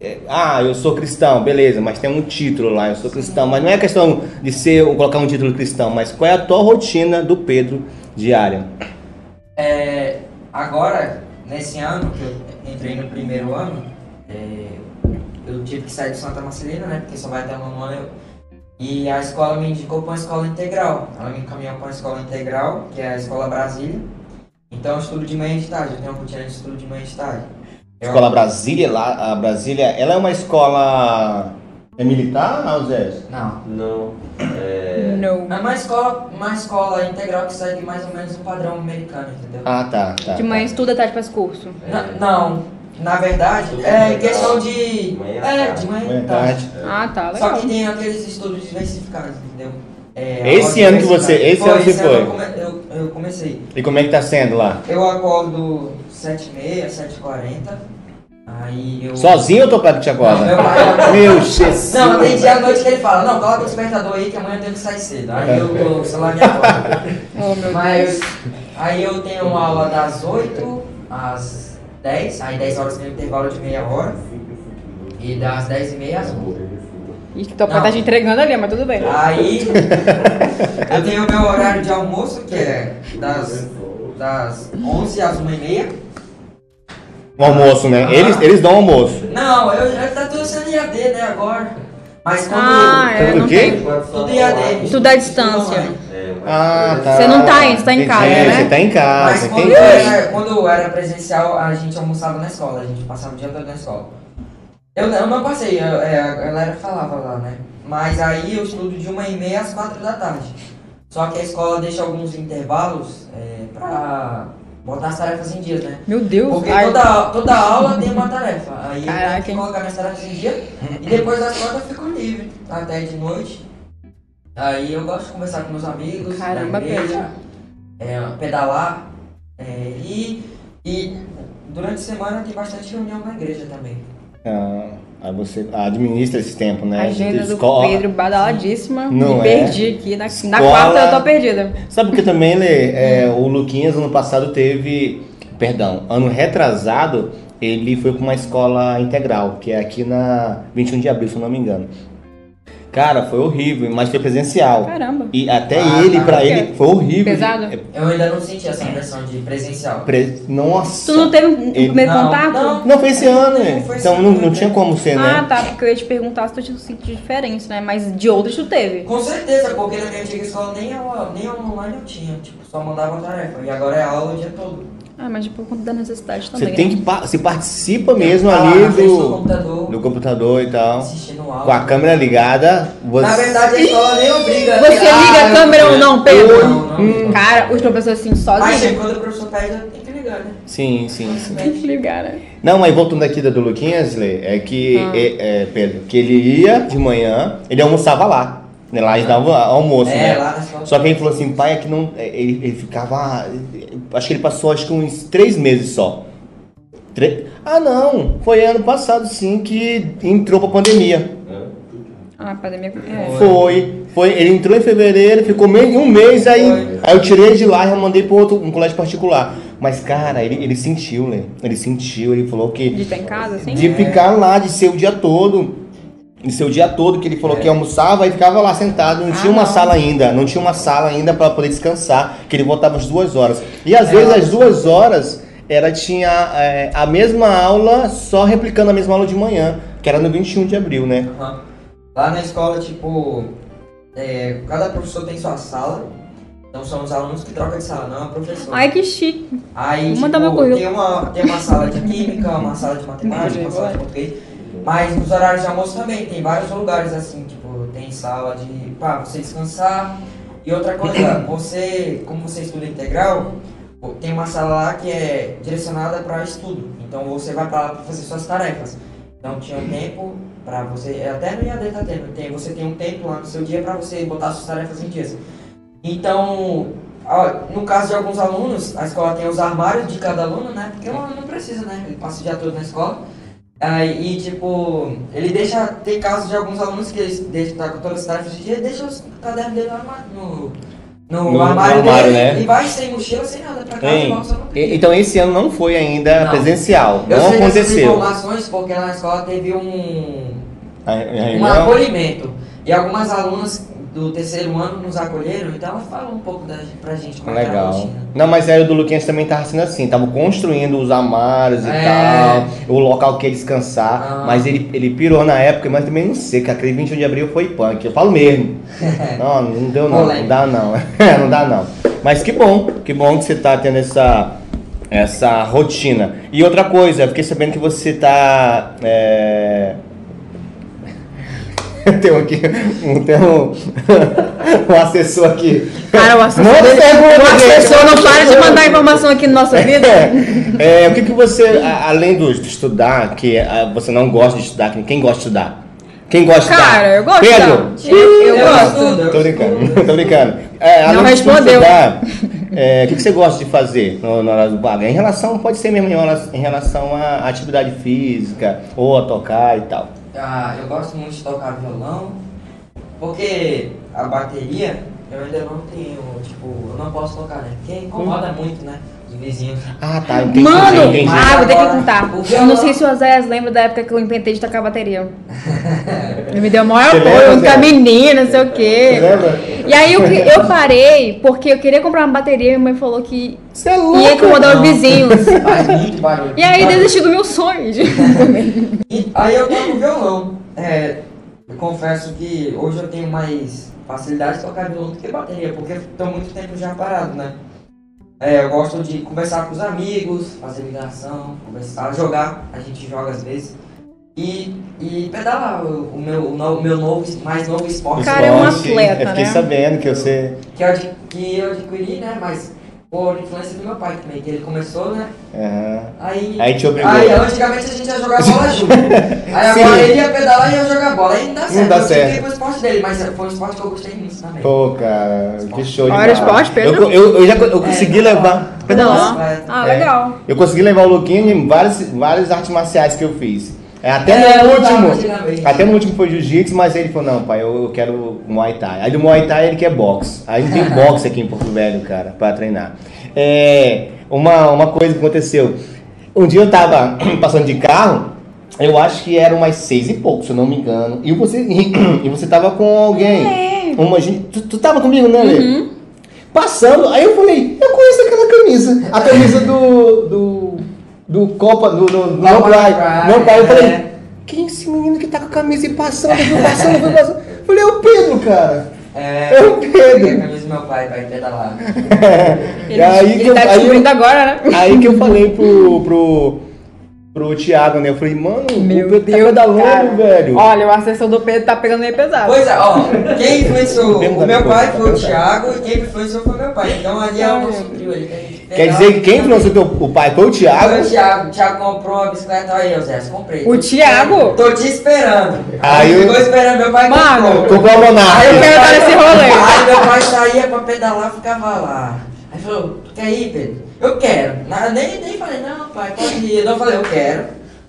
[SPEAKER 2] é, Ah, eu sou cristão, beleza, mas tem um título lá, eu sou cristão. Mas não é questão de ser ou colocar um título cristão, mas qual é a tua rotina do Pedro diária?
[SPEAKER 3] É, agora, nesse ano, que eu entrei no primeiro ano, é, eu tive que sair de Santa Marcelina, né? Porque só vai até o nono ano. eu- E a escola me indicou para uma escola integral. Ela me encaminhou para uma escola integral, que é a Escola Brasília. Então eu estudo de manhã e de tarde. Eu tenho uma rotina de estudo de manhã e de tarde. Eu-
[SPEAKER 2] Escola Brasília, lá, a Brasília, ela é uma escola. É militar, Zé?
[SPEAKER 3] Não.
[SPEAKER 5] Não. É.
[SPEAKER 1] Não.
[SPEAKER 3] É uma escola, uma escola integral que segue mais ou menos o padrão americano, entendeu?
[SPEAKER 2] Ah, tá, tá.
[SPEAKER 1] De manhã estuda, tarde faz curso.
[SPEAKER 3] Na- não, na verdade, é questão de.
[SPEAKER 5] De manhã à
[SPEAKER 3] é,
[SPEAKER 5] tarde.
[SPEAKER 3] de manhã e tarde.
[SPEAKER 2] Verdade.
[SPEAKER 1] Ah, tá,
[SPEAKER 3] Só
[SPEAKER 1] legal.
[SPEAKER 3] que tem aqueles estudos diversificados, entendeu? É,
[SPEAKER 2] Esse
[SPEAKER 3] agora
[SPEAKER 2] ano que você-
[SPEAKER 3] diversificado.
[SPEAKER 2] esse ano você foi?
[SPEAKER 3] Eu, come- eu, eu comecei.
[SPEAKER 2] E como é que tá sendo lá?
[SPEAKER 3] Eu acordo 7h30, 7h40. Aí eu.
[SPEAKER 2] Sozinho ou teu pai que te
[SPEAKER 3] Não, meu
[SPEAKER 2] acorda?
[SPEAKER 3] pai.
[SPEAKER 2] Meu Jesus!
[SPEAKER 3] Não, tem dia à noite que ele fala: Não, coloca o despertador aí que amanhã eu tenho que sair cedo. Aí eu tô, sei lá, me acorda.
[SPEAKER 1] Oh, meu
[SPEAKER 3] Mas
[SPEAKER 1] Deus.
[SPEAKER 3] aí eu tenho uma aula das 8 às 10, aí 10 horas tem um intervalo de meia hora. E das 10 e meia às 1.
[SPEAKER 1] E teu pai tá te entregando ali, mas tudo bem.
[SPEAKER 2] Ah,
[SPEAKER 3] Aí eu tenho o meu horário de almoço, que é das, das 11 às 1 e meia.
[SPEAKER 2] O almoço,
[SPEAKER 1] Ah.
[SPEAKER 2] né? Eles, eles dão almoço.
[SPEAKER 3] Não, eu já tá tudo sendo IAD, né, agora. Mas quando...
[SPEAKER 1] Ah, é,
[SPEAKER 2] Tudo
[SPEAKER 1] não
[SPEAKER 2] o
[SPEAKER 1] tem.
[SPEAKER 2] quê?
[SPEAKER 3] Tudo IAD.
[SPEAKER 1] Tudo à distância.
[SPEAKER 5] É, mas-
[SPEAKER 2] Ah, tá.
[SPEAKER 1] Você não tá aí, você tá em
[SPEAKER 2] Entendi,
[SPEAKER 1] casa, né?
[SPEAKER 2] Você tá em
[SPEAKER 3] Mas
[SPEAKER 2] casa,
[SPEAKER 3] quando
[SPEAKER 2] entendi.
[SPEAKER 3] era, quando era presencial, a gente almoçava na escola, a gente passava o dia todo na escola. Eu, eu não passei, eu- é, a galera falava lá, né? Mas aí eu estudo de uma e meia às quatro da tarde. Só que a escola deixa alguns intervalos é, pra botar as tarefas em dias, né?
[SPEAKER 1] Meu Deus.
[SPEAKER 3] Porque
[SPEAKER 1] Ai,
[SPEAKER 3] toda, toda aula tem uma tarefa. Aí eu
[SPEAKER 1] Caraca,
[SPEAKER 3] tenho que
[SPEAKER 1] hein?
[SPEAKER 3] colocar minhas tarefas em dia e depois das quatro eu fico livre até de noite. Aí eu gosto de conversar com meus amigos,
[SPEAKER 1] Caramba,
[SPEAKER 3] da igreja, é, pedalar. é, e, e durante a semana tem bastante reunião na igreja também.
[SPEAKER 2] Ah, aí você administra esse tempo, né?
[SPEAKER 1] a agenda do
[SPEAKER 2] escola.
[SPEAKER 1] Pedro badaladíssima.
[SPEAKER 2] Não
[SPEAKER 1] Me
[SPEAKER 2] é?
[SPEAKER 1] perdi aqui. Na, na
[SPEAKER 2] Escola.
[SPEAKER 1] quarta eu tô perdida.
[SPEAKER 2] Sabe porque também, Lê, é, o Luquinhas ano passado teve. Perdão, ano retrasado, ele foi pra uma escola integral, que é aqui na 21 de abril, se eu não me engano. Cara, foi horrível, mas foi presencial.
[SPEAKER 1] Caramba.
[SPEAKER 2] E até
[SPEAKER 3] Ah,
[SPEAKER 2] ele,
[SPEAKER 3] tá.
[SPEAKER 2] pra ele, foi horrível.
[SPEAKER 1] Pesado?
[SPEAKER 2] É
[SPEAKER 3] Eu ainda não senti essa impressão de presencial.
[SPEAKER 2] pre- Nossa.
[SPEAKER 1] Tu não teve um um
[SPEAKER 2] Ele-
[SPEAKER 1] primeiro
[SPEAKER 3] Não,
[SPEAKER 1] contato?
[SPEAKER 3] não.
[SPEAKER 2] Não, foi esse ano,
[SPEAKER 3] Não,
[SPEAKER 2] né?
[SPEAKER 3] foi esse
[SPEAKER 2] Então não,
[SPEAKER 3] ano,
[SPEAKER 2] não
[SPEAKER 3] né?
[SPEAKER 2] tinha como ser,
[SPEAKER 1] Ah,
[SPEAKER 2] né?
[SPEAKER 1] tá. Porque eu ia te perguntar se tu tinha sentido diferente, né? Mas de outras tu teve.
[SPEAKER 3] Com certeza, porque na minha antiga escola nem aula, nem aula online eu tinha, tipo, só mandava tarefa. E agora é aula o dia todo.
[SPEAKER 1] Ah, mas por conta da necessidade também. né?
[SPEAKER 2] Você tem que pa- você participa mesmo
[SPEAKER 3] Tá lá
[SPEAKER 2] ali
[SPEAKER 3] na frente do
[SPEAKER 2] do,
[SPEAKER 3] computador,
[SPEAKER 2] do computador e tal.
[SPEAKER 3] assistindo
[SPEAKER 2] Com a
[SPEAKER 3] aula.
[SPEAKER 2] câmera ligada, você.
[SPEAKER 3] Na verdade, a escola nem obriga. né? Ah,
[SPEAKER 1] Você liga a câmera ou não, Pedro?
[SPEAKER 3] Não, não.
[SPEAKER 1] Cara, os professores assim,
[SPEAKER 3] Aí
[SPEAKER 1] sozinhos.
[SPEAKER 3] chega quando o professor pede, tem que ligar. ligar, né?
[SPEAKER 2] Sim, sim, sim.
[SPEAKER 1] Desligar, né?
[SPEAKER 2] Não, mas voltando aqui da do Luquinhas, Lê, é que, é, é, Pedro, que ele ia de manhã, ele almoçava lá. Né? Lá eles davam almoço,
[SPEAKER 3] É,
[SPEAKER 2] né?
[SPEAKER 3] lá na escola.
[SPEAKER 2] Só que ele falou assim, pai, é que não. é, Ele, ele ficava. Acho que ele passou acho que uns três meses só. Tre- Ah não, foi ano passado sim que entrou pra pandemia.
[SPEAKER 1] Ah, a pandemia. É.
[SPEAKER 2] Foi. Foi, ele entrou em fevereiro, ficou meio, um mês, aí,
[SPEAKER 3] Foi.
[SPEAKER 2] aí eu tirei de lá e eu mandei pro outro, um colégio particular. Mas, cara, ele, ele sentiu, né? Ele sentiu, ele falou que.
[SPEAKER 1] De estar em casa, assim?
[SPEAKER 2] De ficar lá, de ser o dia todo. De ser o dia todo que ele falou que almoçava e ficava lá sentado. Não
[SPEAKER 1] Ah,
[SPEAKER 2] tinha uma
[SPEAKER 1] não.
[SPEAKER 2] sala ainda. Não tinha uma sala ainda pra poder descansar. Que ele voltava às duas horas. E às vezes às duas horas era tinha é, a mesma aula, só replicando a mesma aula de manhã. Que era no 21 de abril, né?
[SPEAKER 3] Aham. Lá na escola, tipo, é, cada professor tem sua sala. Então são os alunos que trocam de sala, não é o professor.
[SPEAKER 1] Ai, que chique.
[SPEAKER 3] Aí,
[SPEAKER 1] Vou
[SPEAKER 3] tipo,
[SPEAKER 1] mandar meu currículo.
[SPEAKER 3] tem uma, tem uma sala de química, uma sala de matemática, uma sala de português. Mas nos horários de almoço também, tem vários lugares assim, tipo, tem sala de, pá, você descansar. E outra coisa, você, como você estuda integral, tem uma sala lá que é direcionada para estudo. Então você vai para lá para fazer suas tarefas. Então tinha um tempo para você, até no IAD tá tendo, tem, você tem um tempo lá no seu dia para você botar suas tarefas em dias. Então, ah, no caso de alguns alunos, a escola tem os armários de cada aluno, né? Porque o aluno não precisa, né? Ele passa o dia todo na escola. Aí, e, tipo, ele deixa. Tem casos de alguns alunos que eles deixam tá, com todas as tarefas de dia, deixa os cadernos dele no armário. No, no
[SPEAKER 2] No
[SPEAKER 3] armário,
[SPEAKER 2] armário,
[SPEAKER 3] dele,
[SPEAKER 2] né?
[SPEAKER 3] e vai sem mochila, sem nada pra casa,
[SPEAKER 2] Tem.
[SPEAKER 3] igual você não
[SPEAKER 2] E- então esse ano não foi ainda
[SPEAKER 3] Não.
[SPEAKER 2] presencial.
[SPEAKER 3] Eu
[SPEAKER 2] não
[SPEAKER 3] sei dessas
[SPEAKER 2] aconteceu.
[SPEAKER 3] informações porque lá na escola teve um,
[SPEAKER 2] A- a
[SPEAKER 3] um
[SPEAKER 2] reunião-
[SPEAKER 3] acolhimento. E algumas alunas do terceiro ano nos acolheram, então elas falam um pouco da, pra gente como é que era a
[SPEAKER 2] Ah, Legal.
[SPEAKER 3] rotina.
[SPEAKER 2] Não, mas aí o do Luquinhas também tava sendo assim, tava construindo os armários e
[SPEAKER 3] É.
[SPEAKER 2] tal, o local que ia descansar,
[SPEAKER 3] Ah.
[SPEAKER 2] mas ele, ele pirou na época, mas também não sei, que aquele 21 de abril foi punk, eu falo mesmo. Não, não deu não, não
[SPEAKER 3] Polêmico.
[SPEAKER 2] dá não, É, não dá não. Mas que bom, que bom que você tá tendo essa, essa rotina. E outra coisa, eu fiquei sabendo que você tá... É... Tem um aqui, um, tem um, um assessor aqui.
[SPEAKER 1] Cara, o assessor,
[SPEAKER 2] Não pergunta,
[SPEAKER 1] o assessor
[SPEAKER 2] gente.
[SPEAKER 1] não para de mandar informação aqui na nossa vida.
[SPEAKER 2] É, é, o que, que você, a- além do, de estudar, que ah, você não gosta de estudar, que- quem gosta de estudar? Quem gosta
[SPEAKER 1] Cara, eu
[SPEAKER 2] de estudar?
[SPEAKER 1] gosto de
[SPEAKER 2] Pedro!
[SPEAKER 1] estudar. Eu, eu
[SPEAKER 3] Eu
[SPEAKER 1] gosto.
[SPEAKER 3] estudo, eu
[SPEAKER 2] Tô brincando,
[SPEAKER 3] estudo.
[SPEAKER 2] tô brincando. É,
[SPEAKER 1] Não
[SPEAKER 2] além de
[SPEAKER 1] respondeu.
[SPEAKER 2] estudar, é, o que, que você gosta de fazer no- na hora do pago? Em relação, pode ser mesmo em hora- em relação à atividade física, ou a tocar e tal.
[SPEAKER 3] Ah, eu gosto muito de tocar violão, porque a bateria eu ainda não tenho, tipo, eu não posso tocar, né? Porque incomoda muito, né? Os vizinhos.
[SPEAKER 2] Ah, tá, entendi,
[SPEAKER 1] Mano,
[SPEAKER 2] entendi.
[SPEAKER 3] mas-
[SPEAKER 1] ah, vou ter que
[SPEAKER 3] Agora,
[SPEAKER 1] contar.
[SPEAKER 3] o
[SPEAKER 1] Eu
[SPEAKER 3] violão-
[SPEAKER 1] não sei se o Oséias lembra da época que eu inventei de tocar bateria. Ele me deu o maior
[SPEAKER 2] Você lembra,
[SPEAKER 1] apoio,
[SPEAKER 2] Zé?
[SPEAKER 1] nunca menina, não sei o
[SPEAKER 2] Você
[SPEAKER 1] quê.
[SPEAKER 2] lembra?
[SPEAKER 1] E aí eu, que- eu parei porque eu queria comprar uma bateria e minha mãe falou que
[SPEAKER 2] Você é
[SPEAKER 1] ia incomodar os
[SPEAKER 3] não.
[SPEAKER 1] vizinhos.
[SPEAKER 3] Faz muito barulho.
[SPEAKER 1] E aí
[SPEAKER 3] Barulho.
[SPEAKER 1] desisti do meu sonho. de-
[SPEAKER 3] E aí eu toco violão. É, eu confesso que hoje eu tenho mais facilidade de tocar violão do que bateria, porque estou muito tempo já parado, né? É, eu gosto de conversar com os amigos, fazer ligação, conversar, jogar, a gente joga às vezes. E, e pedalar o, o meu, o no- meu novo, mais novo esporte,
[SPEAKER 1] Cara, é um
[SPEAKER 2] Esporte,
[SPEAKER 1] atleta,
[SPEAKER 2] Eu fiquei
[SPEAKER 1] né?
[SPEAKER 2] sabendo que você...
[SPEAKER 3] que, eu, ad- que eu adquiri, né? Mas por influência do meu pai também, que ele começou, né?
[SPEAKER 2] Aham.
[SPEAKER 3] Aí,
[SPEAKER 2] Aí te obrigou.
[SPEAKER 3] Aí, antigamente a gente ia jogar bola junto. Aí agora
[SPEAKER 2] Sim.
[SPEAKER 3] ele ia pedalar e eu ia jogar bola. Aí não dá certo.
[SPEAKER 2] dá
[SPEAKER 3] eu fiquei
[SPEAKER 2] certo.
[SPEAKER 3] com o esporte dele, mas foi um esporte que eu gostei muito também.
[SPEAKER 2] Pô, cara, que show de
[SPEAKER 1] Olha, esporte, Pedro.
[SPEAKER 2] Eu, eu, eu já eu consegui
[SPEAKER 3] É,
[SPEAKER 2] levar.
[SPEAKER 3] não.
[SPEAKER 2] Pedro,
[SPEAKER 1] Não.
[SPEAKER 3] É.
[SPEAKER 1] Ah, legal.
[SPEAKER 2] Eu consegui levar o Luquinho em várias, várias artes marciais que eu fiz. É, Até
[SPEAKER 3] É,
[SPEAKER 2] no
[SPEAKER 3] eu tava
[SPEAKER 2] último.
[SPEAKER 3] antigamente.
[SPEAKER 2] Até no último foi jiu-jitsu, mas ele falou, não, pai, eu, eu quero Muay Thai. Aí do Muay Thai ele quer boxe. Aí não tem boxe aqui em Porto Velho, cara, pra treinar. É, uma, uma coisa que aconteceu. Um dia eu tava passando de carro, eu acho que era umas seis e pouco, se eu não me engano. E você, e você tava com alguém. Uma, gente- tu, tu tava comigo, né, Lê?
[SPEAKER 3] Uhum.
[SPEAKER 2] Passando, aí eu falei, eu conheço aquela camisa. A camisa do. do. do Copa, do. do não
[SPEAKER 3] Pride,
[SPEAKER 2] Pride. Não Pride. Eu falei,
[SPEAKER 3] é.
[SPEAKER 2] quem é esse menino que tá com a camisa e passando, viu, passando, viu, passando? Eu Falei, é o Pedro, cara.
[SPEAKER 3] É,
[SPEAKER 2] É
[SPEAKER 3] eu
[SPEAKER 2] o
[SPEAKER 3] peguei a
[SPEAKER 2] Pedro.
[SPEAKER 3] camisa do meu pai pra ir pedalar.
[SPEAKER 2] E aí, que
[SPEAKER 1] ele
[SPEAKER 2] eu,
[SPEAKER 1] tá
[SPEAKER 2] aí,
[SPEAKER 1] descobrindo
[SPEAKER 2] eu,
[SPEAKER 1] agora, né?
[SPEAKER 2] aí que eu falei pro. pro pro Thiago, né? Eu falei, mano,
[SPEAKER 1] Meu
[SPEAKER 2] o Pedro
[SPEAKER 1] Deus,
[SPEAKER 2] tá
[SPEAKER 1] cara. Ah,
[SPEAKER 2] longo, velho.
[SPEAKER 1] Olha, o ascensor do Pedro tá pegando meio pesado.
[SPEAKER 3] Pois é, ó, quem influenciou
[SPEAKER 2] Temos
[SPEAKER 3] o meu
[SPEAKER 2] alguma
[SPEAKER 3] pai
[SPEAKER 2] coisa
[SPEAKER 3] foi o
[SPEAKER 2] pra pensar.
[SPEAKER 3] Thiago e quem influenciou foi meu pai. Então ali é um trio ali. que a gente
[SPEAKER 2] Quer
[SPEAKER 3] pegava.
[SPEAKER 2] dizer que
[SPEAKER 1] é.
[SPEAKER 2] quem financiou teu, o pai foi o
[SPEAKER 3] Foi o
[SPEAKER 2] Thiago?
[SPEAKER 3] Thiago. O Thiago comprou uma bicicleta. Olha aí, Zé, comprei.
[SPEAKER 1] O Thiago?
[SPEAKER 3] Tô te esperando.
[SPEAKER 2] Aí eu-
[SPEAKER 3] eu... Ficou esperando, meu pai
[SPEAKER 1] Mano,
[SPEAKER 3] comprou.
[SPEAKER 2] Comprou a
[SPEAKER 1] Aí eu
[SPEAKER 2] Monark.
[SPEAKER 1] quero dar esse Tá rolê.
[SPEAKER 3] Aí meu pai saía pra pedalar, ficava lá. Aí falou, quer ir, Pedro? Eu quero. Na- nem, nem falei, não, pai, pode ir. Eu não falei, eu quero.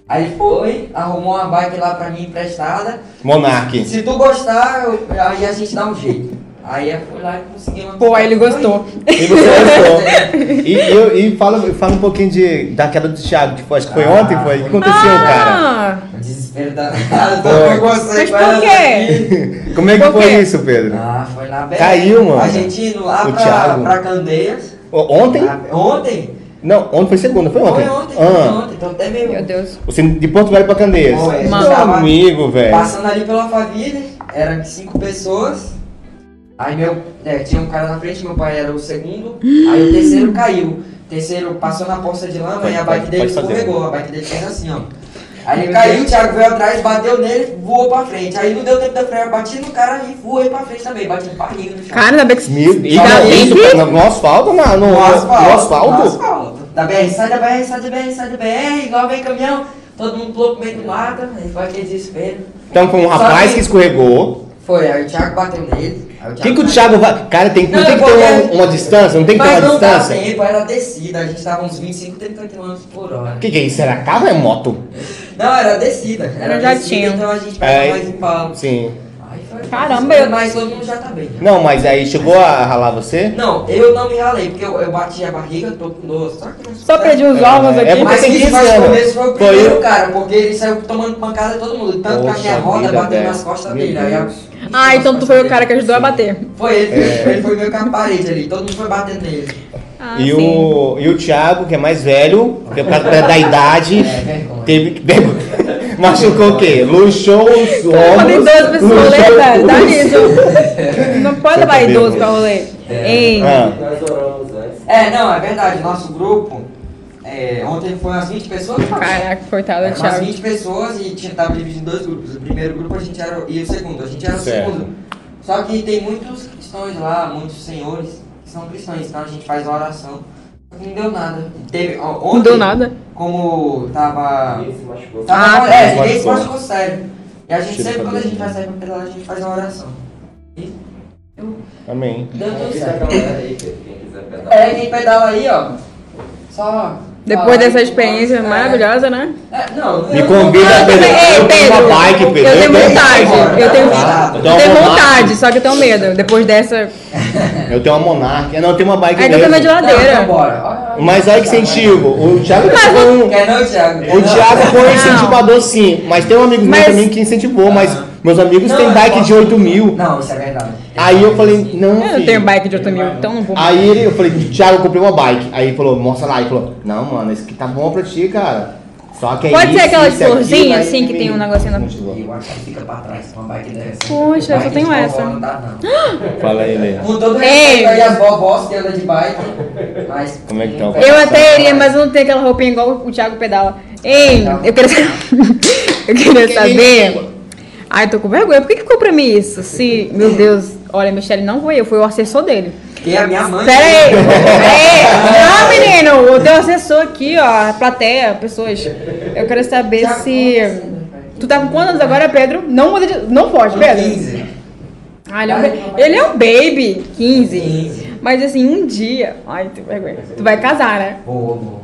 [SPEAKER 3] Aí ele foi, arrumou uma bike lá pra mim emprestada.
[SPEAKER 2] Monark.
[SPEAKER 3] Se tu gostar, eu- aí a gente dá um jeito. Aí eu fui lá e consegui uma
[SPEAKER 1] Pô, aí ele
[SPEAKER 3] bicicleta.
[SPEAKER 1] gostou.
[SPEAKER 2] E você gostou. E, e, eu- e fala, fala um pouquinho de, da queda do Thiago, que foi, acho que foi ontem, foi? O que aconteceu, cara?
[SPEAKER 1] Ah,
[SPEAKER 3] Desespero danado,
[SPEAKER 2] Foi.
[SPEAKER 1] Mas
[SPEAKER 3] eu gostei
[SPEAKER 1] por
[SPEAKER 3] quê?
[SPEAKER 2] Como é que
[SPEAKER 1] Por
[SPEAKER 2] foi
[SPEAKER 1] quê?
[SPEAKER 2] isso, Pedro?
[SPEAKER 3] Ah, foi na Bela.
[SPEAKER 2] Caiu, mano.
[SPEAKER 3] A gente indo lá
[SPEAKER 2] O
[SPEAKER 3] pra,
[SPEAKER 2] Thiago.
[SPEAKER 3] pra Candeias.
[SPEAKER 2] O- Ontem?
[SPEAKER 3] Ah, Ontem?
[SPEAKER 2] Não, ontem foi segunda, foi ontem.
[SPEAKER 3] Foi ontem, foi
[SPEAKER 2] Ah,
[SPEAKER 3] ontem. Então até meio.
[SPEAKER 1] meu Deus.
[SPEAKER 2] você de Porto Velho pra Candeias.
[SPEAKER 3] Bom, é,
[SPEAKER 1] Mano.
[SPEAKER 3] a gente tava
[SPEAKER 2] Amigo, velho.
[SPEAKER 3] Passando ali pela família, eram cinco pessoas. Aí meu, é, tinha um cara na frente, meu pai era o segundo. Aí o terceiro caiu. O terceiro passou na poça de lama
[SPEAKER 2] Pode-
[SPEAKER 3] e a
[SPEAKER 2] pode-
[SPEAKER 3] bike dele
[SPEAKER 2] pode fazer.
[SPEAKER 3] escorregou. A bike dele fez assim, ó. Aí ele caiu, o Thiago veio atrás, bateu nele, voou pra frente. Aí não deu tempo da frear, bati no cara e voei pra frente também, bati barriga no chão.
[SPEAKER 1] Cara, ainda bem que...
[SPEAKER 2] Meu Deus,
[SPEAKER 1] Ainda
[SPEAKER 2] olha
[SPEAKER 1] bem
[SPEAKER 2] isso,
[SPEAKER 1] que...
[SPEAKER 2] cara, no asfalto, na, no,
[SPEAKER 3] No asfalto.
[SPEAKER 2] no
[SPEAKER 3] No
[SPEAKER 2] asfalto?
[SPEAKER 3] asfalto. Da BR, sai da BR, sai da BR, sai da BR, igual vem caminhão. Todo mundo pulou pro meio do mato, aí foi aquele desespero.
[SPEAKER 2] Então foi um
[SPEAKER 3] Só
[SPEAKER 2] rapaz
[SPEAKER 3] que-
[SPEAKER 2] que escorregou.
[SPEAKER 3] Foi, aí o Thiago bateu nele. aí
[SPEAKER 2] O que, que o Thiago vai. Cara, tem, não,
[SPEAKER 3] Não,
[SPEAKER 2] tem que ter
[SPEAKER 3] porque-
[SPEAKER 2] uma, uma distância? Não tem que ter
[SPEAKER 3] Mas
[SPEAKER 2] uma
[SPEAKER 3] não dava
[SPEAKER 2] distância?
[SPEAKER 3] tempo, era descida, a gente tava uns 25, 30 km por hora.
[SPEAKER 2] O que, que é isso? Era carro ou é moto?
[SPEAKER 3] Não, era descida, era
[SPEAKER 1] Eu já
[SPEAKER 3] descida,
[SPEAKER 1] tinha.
[SPEAKER 3] então a gente
[SPEAKER 2] É.
[SPEAKER 3] pegava mais embalo.
[SPEAKER 2] Sim.
[SPEAKER 3] Aí foi-
[SPEAKER 1] Caramba, eu-
[SPEAKER 3] Mas todo mundo já tá bem. né?
[SPEAKER 2] Não, mas aí chegou a ralar você?
[SPEAKER 3] Não, eu não me ralei, porque eu, eu bati a barriga, tô com dor, só que...
[SPEAKER 1] Só perdi um uns órgãos
[SPEAKER 2] É, é
[SPEAKER 1] aqui.
[SPEAKER 2] porque-
[SPEAKER 3] Mas
[SPEAKER 2] tem
[SPEAKER 3] quem
[SPEAKER 2] que
[SPEAKER 3] faz
[SPEAKER 2] dizer,
[SPEAKER 3] o
[SPEAKER 2] né?
[SPEAKER 3] começo foi o
[SPEAKER 2] Foi
[SPEAKER 3] primeiro
[SPEAKER 2] eu.
[SPEAKER 3] cara, porque ele saiu tomando pancada de todo mundo. Tanto que a minha
[SPEAKER 2] Poxa
[SPEAKER 3] roda
[SPEAKER 2] vida,
[SPEAKER 3] bateu
[SPEAKER 2] velho.
[SPEAKER 3] nas costas
[SPEAKER 2] Meu
[SPEAKER 3] dele. Aí a-
[SPEAKER 2] Deus.
[SPEAKER 1] Ah, então tu foi o cara que ajudou a
[SPEAKER 3] Sim.
[SPEAKER 1] bater.
[SPEAKER 3] Foi ele,
[SPEAKER 2] É.
[SPEAKER 3] ele foi meio que a parede ali, todo mundo foi batendo nele.
[SPEAKER 1] Ah,
[SPEAKER 2] e,
[SPEAKER 1] sim.
[SPEAKER 2] o, e o Thiago, que é mais velho, que é por causa da, da idade,
[SPEAKER 3] É, vergonha.
[SPEAKER 2] teve que. teve- Machucou o quê? Luxou
[SPEAKER 1] Tá
[SPEAKER 2] os
[SPEAKER 1] Quando
[SPEAKER 2] ombros.
[SPEAKER 1] idoso pra esse rolê,
[SPEAKER 2] luxou
[SPEAKER 1] velho, dá
[SPEAKER 2] os-
[SPEAKER 1] nisso. Não pode
[SPEAKER 2] Você tá
[SPEAKER 1] levar
[SPEAKER 2] bem,
[SPEAKER 1] idoso
[SPEAKER 2] mano.
[SPEAKER 1] pra rolê.
[SPEAKER 3] É.
[SPEAKER 1] Ei,
[SPEAKER 2] Ah.
[SPEAKER 5] Nós oramos antes.
[SPEAKER 3] É, não, é verdade, nosso grupo, é, ontem foi umas 20 pessoas.
[SPEAKER 1] caraca, coitado
[SPEAKER 3] Era
[SPEAKER 1] do
[SPEAKER 3] umas
[SPEAKER 1] Thiago.
[SPEAKER 3] 20 pessoas e tinha, tava dividido em dois grupos. O primeiro grupo a gente era. E o segundo, a gente era o
[SPEAKER 2] Certo.
[SPEAKER 3] segundo. Só que tem muitos cristãos lá, muitos senhores que são cristãos, então a gente faz oração. Só que Não deu nada. Teve, ó, ontem,
[SPEAKER 1] Não deu nada.
[SPEAKER 3] Como tava.
[SPEAKER 5] Ninguém se machucou.
[SPEAKER 3] tava
[SPEAKER 1] Ah,
[SPEAKER 3] é,
[SPEAKER 2] tá.
[SPEAKER 3] ninguém se machucou sério. E a gente
[SPEAKER 2] Tira
[SPEAKER 3] sempre,
[SPEAKER 2] pra
[SPEAKER 3] quando a
[SPEAKER 2] Deus.
[SPEAKER 3] gente vai sair pra pedalar, a gente faz uma oração. E
[SPEAKER 2] Amém.
[SPEAKER 3] deu tudo
[SPEAKER 5] Convida a
[SPEAKER 3] certo.
[SPEAKER 5] galera aí, Pedro, quem quiser pegar.
[SPEAKER 3] É, quem pedala aí, ó. Só.
[SPEAKER 1] Depois
[SPEAKER 3] falar
[SPEAKER 1] dessa
[SPEAKER 3] aí,
[SPEAKER 1] experiência
[SPEAKER 3] é.
[SPEAKER 1] maravilhosa, né?
[SPEAKER 3] É, não,
[SPEAKER 2] Me
[SPEAKER 3] eu-
[SPEAKER 2] convida,
[SPEAKER 1] também-
[SPEAKER 2] Pedro.
[SPEAKER 1] Ei,
[SPEAKER 2] Eu tenho
[SPEAKER 1] Pedro,
[SPEAKER 2] uma bike,
[SPEAKER 1] eu
[SPEAKER 2] Pedro.
[SPEAKER 1] tenho vontade, eu tenho-
[SPEAKER 2] Tá?
[SPEAKER 1] Eu
[SPEAKER 2] tenho uma
[SPEAKER 1] tenho
[SPEAKER 2] Monark.
[SPEAKER 1] vontade, só que eu tenho medo. Depois dessa.
[SPEAKER 2] Eu tenho uma Monark. Não, eu tenho uma bike
[SPEAKER 1] Ainda tem
[SPEAKER 2] mesmo.
[SPEAKER 1] uma
[SPEAKER 3] Não, então
[SPEAKER 1] geladeira.
[SPEAKER 3] bora. Olha, olha.
[SPEAKER 2] Mas olha que incentivo. O Thiago foi um.
[SPEAKER 3] Quer não, Thiago? Quer
[SPEAKER 2] O
[SPEAKER 3] não?
[SPEAKER 2] Thiago foi um
[SPEAKER 1] Não.
[SPEAKER 2] incentivador sim, mas tem um amigo meu
[SPEAKER 1] Mas-
[SPEAKER 2] também que incentivou, mas meus amigos
[SPEAKER 3] Não,
[SPEAKER 2] têm
[SPEAKER 3] eu
[SPEAKER 2] bike
[SPEAKER 3] posso-
[SPEAKER 2] de 8 mil.
[SPEAKER 3] Não, isso é verdade.
[SPEAKER 2] Aí eu falei, não.
[SPEAKER 1] Eu não
[SPEAKER 2] filho.
[SPEAKER 1] tenho bike de 8 mil, então não vou.
[SPEAKER 2] Aí ele, eu falei, Thiago, eu comprei uma bike. Aí ele falou, mostra lá. Ele falou, não, mano, esse aqui tá bom pra ti, cara. Só que é
[SPEAKER 1] Pode ser
[SPEAKER 2] isso,
[SPEAKER 1] aquelas
[SPEAKER 2] isso, aquilo,
[SPEAKER 1] florzinhas,
[SPEAKER 2] aí
[SPEAKER 1] assim, que
[SPEAKER 2] me-
[SPEAKER 1] tem um negocinho na-
[SPEAKER 2] Incentivou.
[SPEAKER 3] Eu acho que fica pra trás uma bike dessa.
[SPEAKER 1] Poxa, eu só
[SPEAKER 3] Bike
[SPEAKER 1] tenho
[SPEAKER 3] de vovó
[SPEAKER 1] essa.
[SPEAKER 3] Não dá, não.
[SPEAKER 2] Fala aí, Lê.
[SPEAKER 3] Com todo
[SPEAKER 1] Ei.
[SPEAKER 3] respeito aí as vovós que andam de bike, mas...
[SPEAKER 2] Como é que tá o-
[SPEAKER 1] Eu até iria, mas eu não tenho aquela roupinha igual o Thiago pedala. Ei, eu queria saber. eu queria saber. Ai, tô com vergonha. Por que, que ficou pra mim isso? Se. Meu Deus, olha, Michele não foi eu, foi o assessor dele.
[SPEAKER 3] Que a minha mãe...
[SPEAKER 1] Pera aí! Ei, Não, menino! O teu assessor aqui, ó, a plateia, pessoas. Eu quero saber se.
[SPEAKER 3] né, assim?
[SPEAKER 1] Tu tá com quantos anos agora, Pedro? Não muda de. Não pode,
[SPEAKER 3] Com
[SPEAKER 1] Pedro.
[SPEAKER 3] 15.
[SPEAKER 1] Ah, ele, é um ba- ele é um baby, 15.
[SPEAKER 3] 15.
[SPEAKER 1] Mas assim, um dia. Ai, tu vergonha. Tu vai casar, né?
[SPEAKER 3] Boa, boa.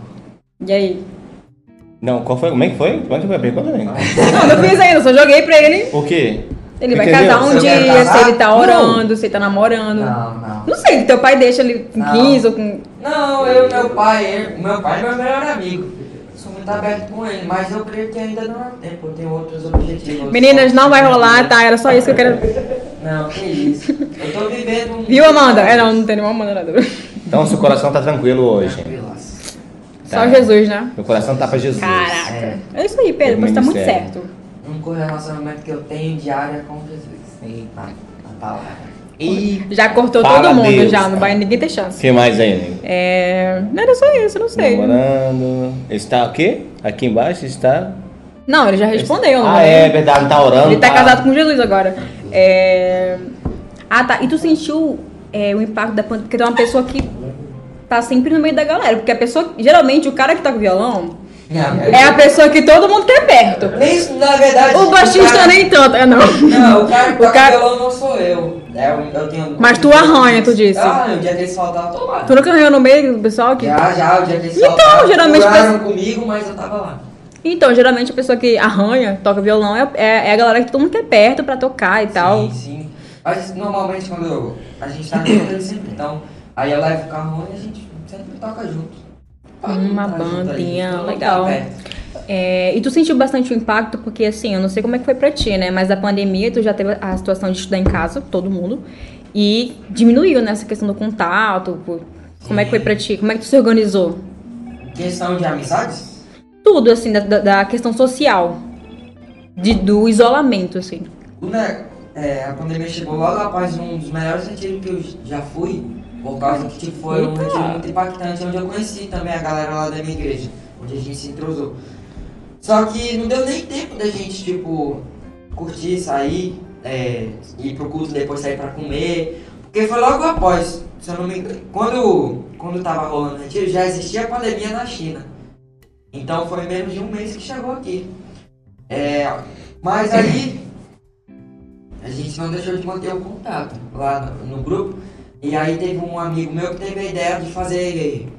[SPEAKER 1] E aí?
[SPEAKER 2] Não, qual foi? Como é que foi? Como é que foi a pergunta, Lê?
[SPEAKER 1] Não, não fiz ainda, só joguei pra ele.
[SPEAKER 2] O quê?
[SPEAKER 1] Ele vai
[SPEAKER 2] Entendeu?
[SPEAKER 1] casar um
[SPEAKER 3] Você
[SPEAKER 1] dia,
[SPEAKER 3] quer casar?
[SPEAKER 1] se ele
[SPEAKER 2] Ah,
[SPEAKER 1] tá
[SPEAKER 3] Não.
[SPEAKER 1] orando, se ele tá namorando. Não,
[SPEAKER 3] Não, não.
[SPEAKER 1] sei, teu pai deixa ele com
[SPEAKER 2] Ah.
[SPEAKER 3] Não.
[SPEAKER 1] 15 ou com.
[SPEAKER 3] Não, eu e meu pai, ele- meu pai é meu melhor amigo. Sou muito aberto com ele, mas eu creio que ainda não há tempo, eu tenho outros objetivos.
[SPEAKER 1] Meninas, não vai rolar, tá? Era só isso que eu quero.
[SPEAKER 3] Não, que isso. Eu tô vivendo um.
[SPEAKER 1] Viu, Amanda? É, não, não tem nenhuma Amanda na dúvida.
[SPEAKER 2] Então, seu coração tá tranquilo hoje.
[SPEAKER 3] Tranquilaço.
[SPEAKER 2] Tá.
[SPEAKER 1] Só Jesus, né?
[SPEAKER 2] Meu coração tá pra Jesus.
[SPEAKER 1] Caraca.
[SPEAKER 3] É.
[SPEAKER 1] É isso aí, Pedro,
[SPEAKER 2] Meu
[SPEAKER 1] você tá muito
[SPEAKER 2] ministério.
[SPEAKER 1] certo.
[SPEAKER 3] tá, Um correlacionamento que eu tenho diário é com Jesus. Eita, a palavra.
[SPEAKER 2] E
[SPEAKER 1] Já cortou
[SPEAKER 2] Para
[SPEAKER 1] todo mundo,
[SPEAKER 2] Deus,
[SPEAKER 1] já.
[SPEAKER 2] cara.
[SPEAKER 1] Não vai ninguém ter chance.
[SPEAKER 2] que né? mais aí, nego?
[SPEAKER 1] É... Não era só isso, não sei.
[SPEAKER 2] Namorando. Está o quê? Aqui embaixo está.
[SPEAKER 1] Não, ele já respondeu. não
[SPEAKER 2] Ah, é verdade, não tá orando.
[SPEAKER 1] Ele tá casado com Jesus agora. É... Ah, tá. E tu sentiu é, o impacto da pandemia? Porque tem uma pessoa que tá sempre no meio da galera. Porque a pessoa. Geralmente, o cara que toca violão é a pessoa que todo mundo quer perto.
[SPEAKER 3] Nem isso, na verdade.
[SPEAKER 1] O baixista
[SPEAKER 3] cara-
[SPEAKER 1] nem tanto, é não.
[SPEAKER 3] Não, o cara que
[SPEAKER 1] O
[SPEAKER 3] toca
[SPEAKER 1] cara-
[SPEAKER 3] violão não sou eu. É, eu, eu tenho. um
[SPEAKER 1] Mas tu arranha, tu disse.
[SPEAKER 3] Ah, o dia que eles faltavam, eu tô lá.
[SPEAKER 1] Tu nunca arranhou no meio do pessoal que.
[SPEAKER 3] Já, já, o dia que eles
[SPEAKER 1] Então,
[SPEAKER 3] faltavam,
[SPEAKER 1] geralmente
[SPEAKER 3] furaram comigo, mas eu tava lá.
[SPEAKER 1] Então, geralmente a pessoa que arranha, toca violão, é, é- é a galera que todo mundo quer perto pra tocar e tal.
[SPEAKER 3] Sim, sim. Mas normalmente quando eu- a gente tá no rodeio sempre, então. Aí eu levo o carro e a gente sempre toca junto.
[SPEAKER 1] Uma
[SPEAKER 3] Tá junto ali,
[SPEAKER 1] bandinha,
[SPEAKER 3] todo mundo
[SPEAKER 1] legal.
[SPEAKER 3] tá perto.
[SPEAKER 1] É, e tu sentiu bastante o impacto, porque assim, eu não sei como é que foi pra ti, né? Mas a pandemia, tu já teve a situação de estudar em casa, todo mundo, e diminuiu nessa questão do contato. pô. Como é que foi pra ti? Como é que tu se organizou?
[SPEAKER 3] Questão de amizades?
[SPEAKER 1] Tudo, assim, da, da- da questão social, de, do isolamento, assim.
[SPEAKER 3] O ne- é, a pandemia chegou logo após um dos melhores retiros que eu já fui, por causa que tipo, foi um retiro muito impactante, onde eu conheci também a galera lá da minha igreja, onde a gente se entrosou. Só que não deu nem tempo da gente, tipo, curtir, sair, é, ir pro culto, depois sair pra comer, porque foi logo após, se eu não me engano, quando, quando tava rolando o retiro, já existia a pandemia na China. Então foi menos de um mês que chegou aqui. É, mas aí a gente não deixou de manter o contato lá no, no grupo. E aí teve um amigo meu que teve a ideia de fazer